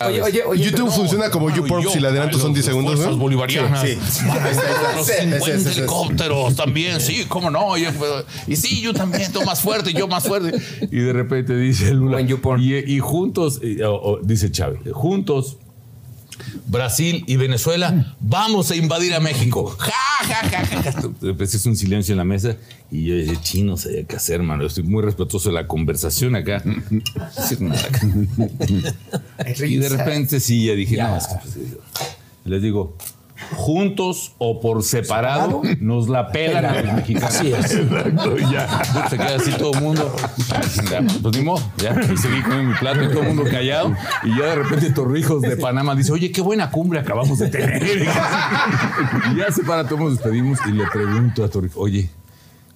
Speaker 2: Oye, oye, oye.
Speaker 1: YouTube
Speaker 2: pero-
Speaker 1: funciona como
Speaker 7: Claro,
Speaker 1: YouPorn
Speaker 7: yo,
Speaker 1: si le adelanto son 10 segundos,
Speaker 7: Fuerzas
Speaker 1: güey.
Speaker 7: bolivarianas.
Speaker 1: <laughs>
Speaker 3: Sí. Ahí está, ahí está.
Speaker 7: Los
Speaker 3: Ese,
Speaker 7: 50
Speaker 3: ese, ese, ese.
Speaker 7: helicópteros también, sí, cómo no. yo- y sí, yo también, tú más fuerte, yo más fuerte. Y de repente dice Lula.
Speaker 2: Buen YouPorn.
Speaker 7: Y, y juntos, y- o- o dice Chávez, juntos, Brasil y Venezuela, vamos a invadir a México. Ja, ja, ja, ja, ja. De repente es un silencio en la mesa y yo dije, chino, sabía qué hacer, mano. Estoy muy respetuoso de la conversación acá. <laughs> No decir nada acá. Y de repente sí, ya dije, no, es que, pues, les digo, juntos o por separado, nos la pelan a los mexicanos. Así es. ya. Pues, Se queda así todo el mundo. Ya, Pues ni modo, ya. Y seguí comiendo mi plato y todo el mundo callado. Y ya de repente Torrijos de Panamá dice, oye, qué buena cumbre acabamos de tener. Y ya se para, todos nos despedimos y le pregunto a Torrijos, oye,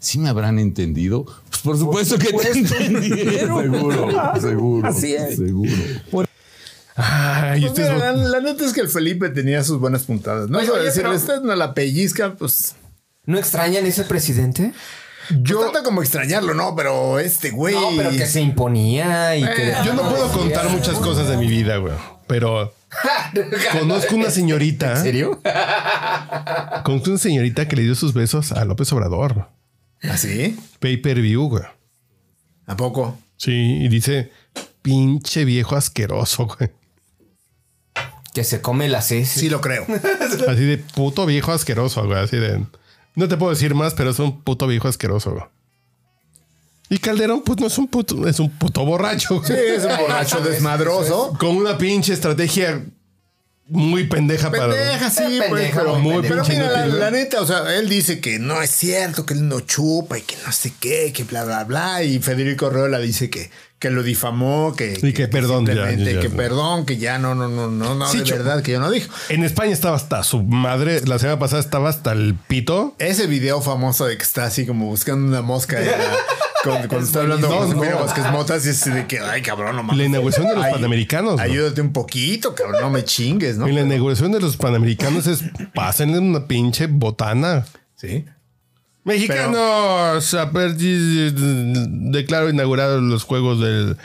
Speaker 7: ¿sí me habrán entendido? Pues por supuesto que te entendieron. Seguro, seguro. Así es. Seguro.
Speaker 1: Ay,
Speaker 3: Pues mira,
Speaker 1: ustedes.
Speaker 3: la, la neta es que el Felipe tenía sus buenas puntadas. No
Speaker 2: Oye,
Speaker 3: eso de
Speaker 2: oye,
Speaker 3: decirle,
Speaker 2: pero-
Speaker 3: usted no la pellizca, pues.
Speaker 2: ¿No extrañan ese presidente?
Speaker 3: Yo trata como extrañarlo, ¿no? Pero este güey.
Speaker 2: No, pero que se imponía y que.
Speaker 1: Yo no puedo contar muchas cosas de mi vida, güey. Pero conozco una señorita.
Speaker 2: ¿En serio?
Speaker 1: Conozco una señorita que le dio sus besos a López Obrador.
Speaker 3: ¿Así?
Speaker 1: Pay per view, güey.
Speaker 3: ¿A poco?
Speaker 1: Sí, y dice, pinche viejo asqueroso, güey.
Speaker 2: Que se come las heces.
Speaker 3: Sí, lo creo.
Speaker 1: Así de puto viejo asqueroso, güey. Así de. No te puedo decir más, pero es un puto viejo asqueroso, güey. Y Calderón, pues no es un puto, es un puto borracho,
Speaker 3: Sí,
Speaker 1: güey.
Speaker 3: <laughs> es un borracho desmadroso.
Speaker 1: Con una pinche estrategia muy pendeja para.
Speaker 3: Pendeja, sí,
Speaker 2: Eh,
Speaker 3: pues,
Speaker 2: pendeja,
Speaker 3: pero,
Speaker 1: muy
Speaker 3: pero
Speaker 1: pinche
Speaker 3: mira, la,
Speaker 1: inútil, ¿no?
Speaker 3: la neta, o sea, él dice que no es cierto, que él no chupa y que no sé qué, que bla, bla, bla. Y Federico Orreola dice que, que lo difamó, que.
Speaker 1: Y que perdón, ya,
Speaker 3: simplemente
Speaker 1: ya,
Speaker 3: que
Speaker 1: ya.
Speaker 3: perdón, que ya no, no, no, no, no,
Speaker 1: Sí,
Speaker 3: de
Speaker 1: chupa.
Speaker 3: verdad, que yo no dijo.
Speaker 1: En España estaba hasta su madre. La semana pasada estaba hasta el pito.
Speaker 3: Ese video famoso de que está así como buscando una mosca. eh,
Speaker 1: <laughs>
Speaker 3: Cuando, cuando está hablando con
Speaker 1: buenísimo.
Speaker 3: Mira Vázquez Motas y es así de que, ay, cabrón, no mames.
Speaker 1: La inauguración de los
Speaker 3: Ay,
Speaker 1: panamericanos. güey.
Speaker 3: Ayúdate un poquito, cabrón, no me chingues, ¿no?
Speaker 1: En la inauguración de los panamericanos es pásenle una pinche botana.
Speaker 3: Sí.
Speaker 1: Mexicanos, a ver, y- y- declaro inaugurados los juegos del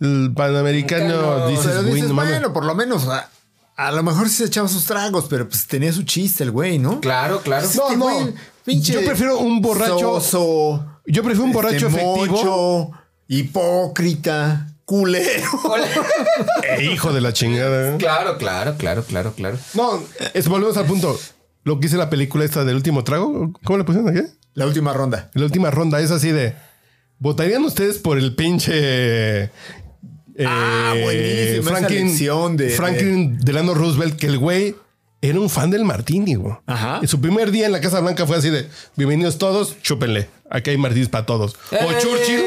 Speaker 1: el Panamericano.
Speaker 2: Mexicano.
Speaker 1: Dices,
Speaker 3: Pero
Speaker 1: güey,
Speaker 3: dices,
Speaker 1: no mames.
Speaker 3: bueno, por lo menos a, a lo mejor sí se echaba sus tragos, pero pues tenía su chiste el güey, ¿no?
Speaker 2: Claro, claro.
Speaker 3: Este güey, pinche
Speaker 1: Yo prefiero un borracho-
Speaker 3: soso,
Speaker 1: Yo prefiero un borracho
Speaker 3: este,
Speaker 1: efectivo
Speaker 3: mocho, hipócrita, culero. <laughs>
Speaker 1: e hijo de la chingada.
Speaker 2: <laughs>
Speaker 1: ¿eh?
Speaker 2: Claro, claro, claro, claro, claro.
Speaker 1: No, es- volvemos al punto. Lo que hice la película esta del último trago, ¿cómo le pusieron aquí?
Speaker 3: La última ronda.
Speaker 1: La última ronda es así de. ¿Votarían ustedes por el pinche. eh,
Speaker 3: Ah, buenísima esa lección de-
Speaker 1: Franklin Delano Roosevelt, que el güey era un fan del martini, güey.
Speaker 3: Ajá.
Speaker 1: Y su primer día en la Casa Blanca fue así de: Bienvenidos todos, chúpenle. Aquí hay martinis para todos. O
Speaker 2: ¡Eh!
Speaker 1: Churchill,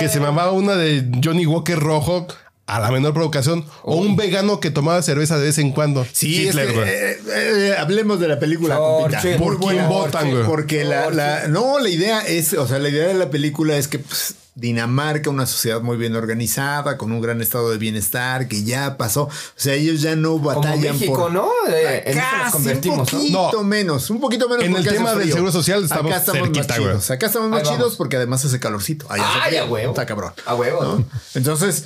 Speaker 1: que se mamaba una de Johnny Walker rojo a la menor provocación. O un vegano que tomaba cerveza de vez en cuando.
Speaker 3: Sí, es
Speaker 1: Hitler,
Speaker 3: que,
Speaker 1: güey.
Speaker 3: eh, eh, hablemos de la película, compita.
Speaker 2: Jorge,
Speaker 1: ¿Por
Speaker 3: Muy
Speaker 1: quién
Speaker 3: buena.
Speaker 1: votan, güey?
Speaker 3: Porque la,
Speaker 2: Jorge.
Speaker 3: la- no, la idea es, o sea, la idea de la película es que pues, Dinamarca, una sociedad muy bien organizada, con un gran estado de bienestar, que ya pasó. O sea, ellos ya no
Speaker 2: Como
Speaker 3: batallan
Speaker 2: México,
Speaker 3: por.
Speaker 2: ¿no? Eh, en eso
Speaker 3: Casi
Speaker 2: nos convertimos,
Speaker 3: un
Speaker 2: ¿no?
Speaker 3: poquito
Speaker 1: No.
Speaker 3: menos, un poquito menos.
Speaker 1: En el
Speaker 3: porque hace
Speaker 1: tema del
Speaker 3: frío.
Speaker 1: seguro social estamos
Speaker 3: Acá estamos
Speaker 1: cerquita,
Speaker 3: más
Speaker 1: güey.
Speaker 3: chidos. Acá estamos más
Speaker 2: Ahí vamos.
Speaker 3: chidos porque además hace calorcito. Allá hace
Speaker 2: Ay,
Speaker 3: frío.
Speaker 2: a huevo.
Speaker 3: Está cabrón.
Speaker 2: A huevo.
Speaker 3: Entonces,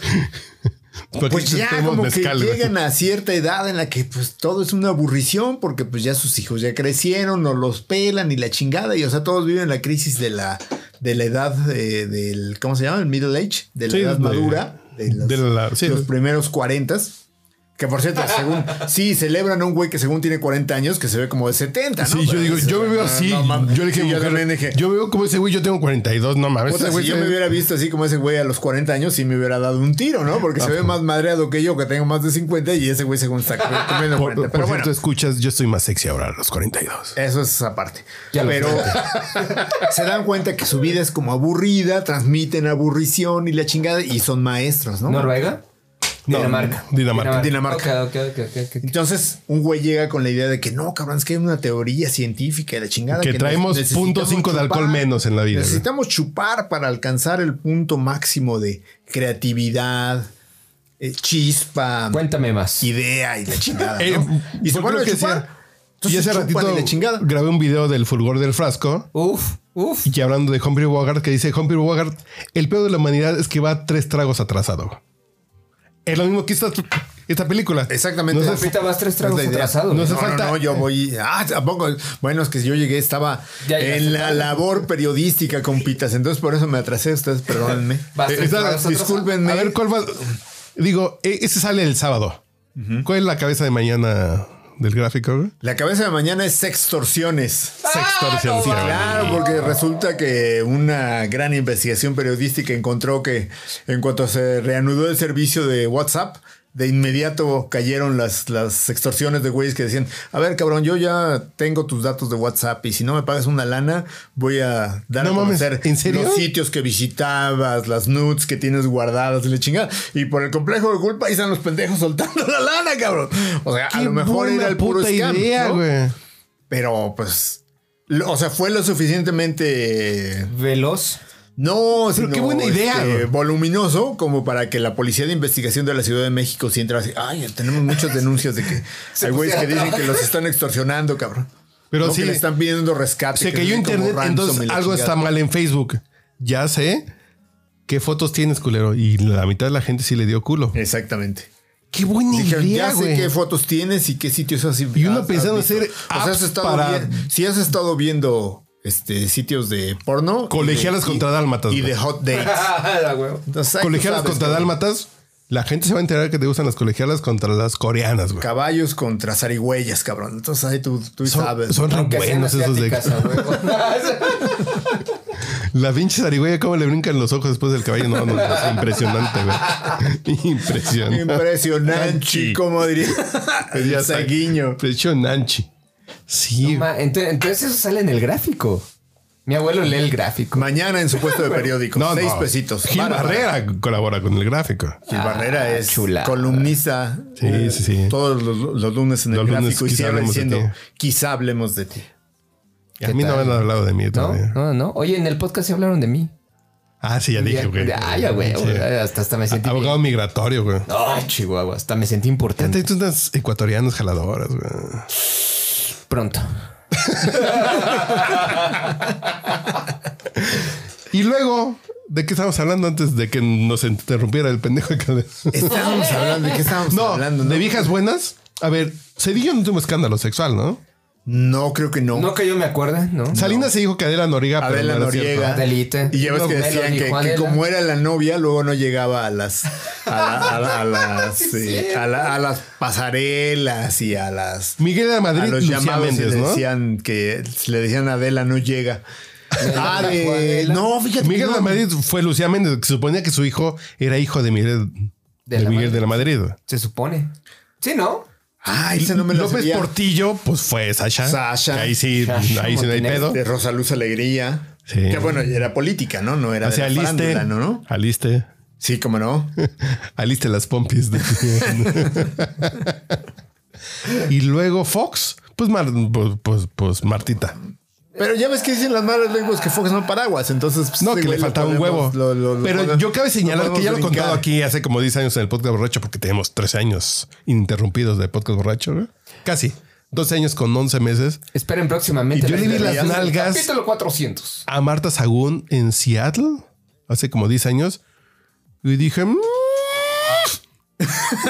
Speaker 1: Porque
Speaker 3: pues ya
Speaker 1: tenemos
Speaker 3: como
Speaker 1: mezcal,
Speaker 3: que
Speaker 1: güey.
Speaker 3: llegan a cierta edad en la que pues todo es una aburrición porque pues ya sus hijos ya crecieron, no los pelan y la chingada y o sea todos viven la crisis de la de la edad eh, del ¿cómo se llama? el middle age, de la
Speaker 1: Sí,
Speaker 3: edad
Speaker 1: de-
Speaker 3: madura, de los,
Speaker 1: de la- sí.
Speaker 3: los primeros 40 que por cierto,
Speaker 1: <laughs>
Speaker 3: según sí celebran a un güey que según tiene 40 años que se ve como de 70, Ah, ¿no?
Speaker 1: Sí, yo
Speaker 3: Pero
Speaker 1: digo,
Speaker 3: dices,
Speaker 1: yo me veo
Speaker 3: no,
Speaker 1: así.
Speaker 3: no mames.
Speaker 1: yo le dije,
Speaker 3: Sí,
Speaker 1: a mi
Speaker 3: yo
Speaker 1: mujer,
Speaker 3: también dije,
Speaker 1: yo veo como ese güey, yo tengo 42, no mames.
Speaker 3: Puta,
Speaker 1: ese güey
Speaker 3: si yo
Speaker 1: se-
Speaker 3: me hubiera visto así como ese güey a los 40 años, sí me hubiera dado un tiro, ¿no? Porque se ve más madreado que yo, que tengo más de 50 y ese güey según está comiendo
Speaker 1: Por,
Speaker 3: 40.
Speaker 1: por
Speaker 3: Pero bueno,
Speaker 1: cierto, escuchas, yo estoy más sexy ahora a los 42.
Speaker 3: eso es aparte.
Speaker 2: Ya lo
Speaker 3: Pero <laughs> se dan cuenta que su vida es como aburrida, transmiten aburrición y la chingada y son maestros, ¿no?
Speaker 2: ¿Noruega?
Speaker 1: No,
Speaker 2: Dinamarca.
Speaker 1: Dinamarca.
Speaker 3: Dinamarca.
Speaker 2: Ok, ok, ok, ok, ok.
Speaker 3: Entonces, un güey llega con la idea de que no, cabrón, es que hay una teoría científica de la chingada.
Speaker 1: Que traemos
Speaker 3: ne- necesitamos
Speaker 1: punto cinco de alcohol menos en la vida, güey.
Speaker 3: Necesitamos chupar para alcanzar el punto máximo de creatividad, eh, chispa,
Speaker 2: Cuéntame más.
Speaker 3: idea y la chingada. ¿no?
Speaker 1: Eh,
Speaker 3: y se
Speaker 1: fue lo
Speaker 3: vuelve a
Speaker 1: que
Speaker 3: chupar.
Speaker 1: decía. Y
Speaker 3: Entonces
Speaker 1: hace
Speaker 3: chupan
Speaker 1: ratito
Speaker 3: y la chingada.
Speaker 1: grabé un video del fulgor del frasco.
Speaker 2: Uf, uf.
Speaker 1: Y que hablando de Humphrey Bogart, que dice Humphrey Bogart, el pedo de la humanidad es que va tres tragos atrasado. Es lo mismo que esta, esta película.
Speaker 3: Exactamente.
Speaker 1: No sé,
Speaker 2: Ahorita vas tres tragos
Speaker 3: Es la idea.
Speaker 2: atrasado.
Speaker 1: No
Speaker 2: güey.
Speaker 1: hace
Speaker 3: No,
Speaker 1: falta-
Speaker 3: no, no, yo voy. Ah, tampoco. Bueno, es que yo llegué, estaba
Speaker 2: Ya, ya,
Speaker 3: en
Speaker 2: ya.
Speaker 3: la labor periodística, compitas. Entonces, por eso me atrasé. Ustedes, perdónenme.
Speaker 2: Vas tres
Speaker 1: esta-
Speaker 2: tragos atrasado.
Speaker 3: Discúlpenme.
Speaker 1: a ver cuál va. Digo, e- ese sale el sábado. ¿Cuál es la cabeza de mañana del gráfico? güey?
Speaker 3: La cabeza de mañana es sextorsiones.
Speaker 1: Sextorsión, sí, güey.
Speaker 3: Claro, porque resulta que una gran investigación periodística encontró que en cuanto se reanudó el servicio de WhatsApp, de inmediato cayeron las, las extorsiones de güeyes que decían, a ver cabrón, yo ya tengo tus datos de WhatsApp y si no me pagas una lana, voy a dar
Speaker 1: No
Speaker 3: a
Speaker 1: mames,
Speaker 3: conocer
Speaker 1: ¿en serio?
Speaker 3: los sitios que visitabas, las nudes que tienes guardadas y la chingada. Y por el complejo de culpa ahí están los pendejos soltando <laughs> la lana, cabrón. O sea, a
Speaker 1: Qué
Speaker 3: lo mejor
Speaker 1: buena
Speaker 3: era el puro
Speaker 1: puta
Speaker 3: scam,
Speaker 1: idea,
Speaker 3: ¿no?
Speaker 1: güey.
Speaker 3: Pero pues. lo- O sea, fue lo suficientemente.
Speaker 2: Veloz.
Speaker 3: No, sino,
Speaker 1: qué buena idea,
Speaker 3: este,
Speaker 1: güey.
Speaker 3: voluminoso como para que la policía de investigación de la Ciudad de México si entra así. Ay,
Speaker 1: <laughs>
Speaker 3: tenemos muchas denuncias de que hay güeyes que dicen que los están extorsionando, cabrón.
Speaker 1: pues Pero
Speaker 3: No,
Speaker 1: sí.
Speaker 3: que le están pidiendo rescate.
Speaker 1: Se
Speaker 3: que
Speaker 1: cayó
Speaker 3: le den como
Speaker 1: internet,
Speaker 3: ransom y
Speaker 1: entonces
Speaker 3: la
Speaker 1: algo
Speaker 3: chingada.
Speaker 1: está mal en Facebook. Ya sé qué fotos tienes, culero. Y la mitad de la gente sí le dio culo.
Speaker 3: Exactamente.
Speaker 1: Qué buena
Speaker 3: Eh, Dijeron,
Speaker 1: idea,
Speaker 3: ya sé
Speaker 1: güey.
Speaker 3: qué fotos tienes y qué sitios has
Speaker 1: Y uno
Speaker 3: has-
Speaker 1: pensando
Speaker 3: has visto".
Speaker 1: hacer
Speaker 3: O sea, has
Speaker 1: apps
Speaker 3: estado
Speaker 1: para-
Speaker 3: bien- si has estado viendo este, sitios de porno. y de-
Speaker 1: Colegialas
Speaker 3: y-
Speaker 1: contra dálmatas,
Speaker 3: Y
Speaker 1: güey.
Speaker 3: de hot
Speaker 1: <laughs>
Speaker 3: dates.
Speaker 2: Ah, la huevo.
Speaker 3: Entonces, ahí tú
Speaker 1: Colegialas
Speaker 3: sabes,
Speaker 1: contra
Speaker 3: güey.
Speaker 1: dálmatas. La gente se va a enterar que te gustan las colegialas contra las coreanas, güey.
Speaker 3: Caballos contra zarigüeyas, cabrón. Entonces ahí tú, tú
Speaker 1: Son,
Speaker 3: sabes.
Speaker 1: son re
Speaker 2: Aunque sean
Speaker 1: buenos esos de.
Speaker 2: asiáticas, a <laughs> huevo.
Speaker 1: La pinche zarigüeya, cómo le brincan los ojos después del caballo. No, no, no,
Speaker 3: <laughs>
Speaker 1: es impresionante, güey. <laughs> Impresionante.
Speaker 3: Impresionante,
Speaker 1: Nanchi. <laughs>
Speaker 3: como diría
Speaker 1: Pues Ya
Speaker 3: el
Speaker 1: está.
Speaker 3: saguiño.
Speaker 1: Impresionante. Sí.
Speaker 2: Ma, ento- Entonces eso sale en el gráfico. Mi abuelo lee el gráfico.
Speaker 3: Mañana en su
Speaker 1: <laughs>
Speaker 3: puesto de periódico.
Speaker 1: No,
Speaker 3: seis
Speaker 1: no.
Speaker 3: pesitos.
Speaker 1: Gil
Speaker 3: Bárbara.
Speaker 1: Barrera colabora con el gráfico.
Speaker 3: Gil Barrera es
Speaker 2: chulada.
Speaker 3: columnista.
Speaker 1: Sí,
Speaker 3: eh,
Speaker 1: sí, sí.
Speaker 3: Todos los, los lunes en el
Speaker 1: Los lunes
Speaker 3: gráfico y
Speaker 1: quizá
Speaker 3: cierra
Speaker 1: hablemos de
Speaker 3: diciendo,
Speaker 1: ti.
Speaker 3: quizá hablemos de ti.
Speaker 1: Y a mí no
Speaker 2: tal?
Speaker 1: me han hablado de mí
Speaker 2: No,
Speaker 1: todavía.
Speaker 2: no, no. Oye, en el podcast se hablaron de mí.
Speaker 1: Ah, sí, ya dije, güey.
Speaker 2: Ah, ya, güey.
Speaker 1: Sí.
Speaker 2: güey. Hasta, hasta me sentí.
Speaker 1: Abogado migratorio, güey.
Speaker 2: Ay, Chihuahua. Hasta me sentí
Speaker 1: Ya te
Speaker 2: importante.
Speaker 1: diste unas ecuatorianas jaladoras, güey.
Speaker 2: Pronto.
Speaker 1: Y luego, ¿de qué estábamos hablando antes de que nos interrumpiera el pendejo acá? de-
Speaker 3: Estábamos hablando de qué
Speaker 1: <laughs>
Speaker 3: estábamos
Speaker 1: No,
Speaker 3: hablando.
Speaker 1: de viejas buenas. A ver, Cedillo no tuvo escándalo sexual, ¿no?
Speaker 3: No, creo que no.
Speaker 2: No que yo me acuerde, ¿no?
Speaker 1: Salinas se dijo que Adela Noriega. Ah, pero
Speaker 3: Adela
Speaker 1: no era
Speaker 3: Noriega.
Speaker 1: cierto.
Speaker 2: Adelita.
Speaker 3: Y ya ves
Speaker 2: No,
Speaker 3: que decían
Speaker 2: Melody,
Speaker 3: que, que
Speaker 2: Juanela.
Speaker 3: como era la novia, luego no llegaba a las a, la- a la- a las eh, a, la- a las pasarelas y a las
Speaker 1: Miguel de
Speaker 3: a
Speaker 1: Madrid,
Speaker 3: los
Speaker 1: Lucía
Speaker 3: llamados y
Speaker 1: Méndez,
Speaker 3: le
Speaker 1: ¿no?
Speaker 3: decían que le decían Adela no llega. Ah, de-
Speaker 2: Juanela.
Speaker 3: no, fíjate.
Speaker 1: <laughs>
Speaker 3: que
Speaker 1: Miguel
Speaker 3: no.
Speaker 1: de Madrid fue Lucía Méndez, que suponía que su hijo era hijo de Miguel de,
Speaker 2: De la
Speaker 1: Miguel
Speaker 2: Madrid.
Speaker 1: de la Madrid.
Speaker 2: Se supone. Sí, ¿no?
Speaker 3: Ay, Ah, ese no me lo
Speaker 1: López
Speaker 3: sabía.
Speaker 1: Portillo, pues fue Sasha.
Speaker 3: Sasha.
Speaker 1: Que Ahí sí,
Speaker 2: Sasha
Speaker 1: ahí sí no hay pedo.
Speaker 2: Montenegro.
Speaker 3: De Rosa Luz Alegría.
Speaker 1: Sí.
Speaker 3: Que bueno, era política, ¿no? No era de
Speaker 1: Hacia
Speaker 3: la
Speaker 1: aliste.
Speaker 3: farándula, ¿no? ¿no?
Speaker 1: Aliste. <laughs>
Speaker 3: Sí, como no.
Speaker 1: Aliste las pompis.
Speaker 3: <laughs>
Speaker 1: y luego Fox. Pues, Mar- pues, pues, pues Martita.
Speaker 3: Pero ya ves que dicen las malas lenguas que Fox no paraguas, entonces pues,
Speaker 1: No,
Speaker 3: ese
Speaker 1: que le
Speaker 3: güey lo
Speaker 1: faltaba un huevo.
Speaker 3: podemos- lo- lo- lo
Speaker 1: Pero
Speaker 3: podemos-
Speaker 1: yo cabe señalar que ya lo he
Speaker 3: podemos
Speaker 1: contado
Speaker 3: brincar.
Speaker 1: aquí hace como 10 años en el podcast borracho, porque tenemos 13 años ininterrumpidos de podcast borracho. ¿no? Casi. 12 años con 11 meses.
Speaker 2: Esperen próximamente.
Speaker 1: Y yo
Speaker 2: la
Speaker 1: le vi
Speaker 2: entrevista.
Speaker 1: las nalgas.
Speaker 2: Capítulo 400.
Speaker 1: a Marta Sagún en Seattle hace como 10 años y dije, "Mm,
Speaker 3: <laughs>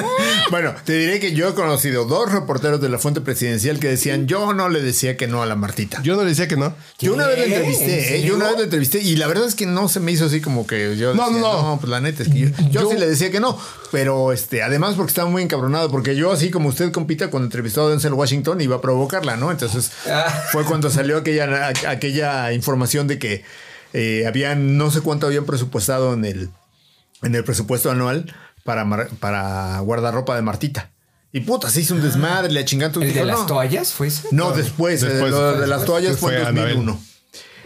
Speaker 3: Bueno, te diré que yo he conocido dos reporteros de la fuente presidencial que decían, yo no le decía que no a la Martita.
Speaker 1: Yo no le decía que no.
Speaker 3: Yo una vez la entrevisté,
Speaker 2: ¿En
Speaker 3: ¿eh? yo una
Speaker 2: serio?
Speaker 3: vez la entrevisté y la verdad es que no se me hizo así como que yo
Speaker 1: No,
Speaker 3: decía,
Speaker 1: no, no.
Speaker 3: pues la neta es que yo,
Speaker 2: Mm,
Speaker 3: yo
Speaker 1: Yo-
Speaker 3: sí le decía que no, pero este, además porque estaba muy encabronado, porque yo así como usted compita cuando entrevistó a Denzel Washington iba a provocarla, ¿no? Entonces
Speaker 2: Ah.
Speaker 3: fue cuando salió aquella, aqu- aquella información de que eh, habían, no sé cuánto habían presupuestado en el, en el presupuesto anual para, mar- para guardarropa de Martita. Y puta, se hizo un desmadre, la chingada.
Speaker 2: ¿El
Speaker 3: digo,
Speaker 2: de las
Speaker 3: no.
Speaker 2: toallas fue ese?
Speaker 3: No, después,
Speaker 1: Después,
Speaker 3: eh, lo de
Speaker 1: después.
Speaker 3: las toallas fue, en
Speaker 1: Fue
Speaker 3: 2001.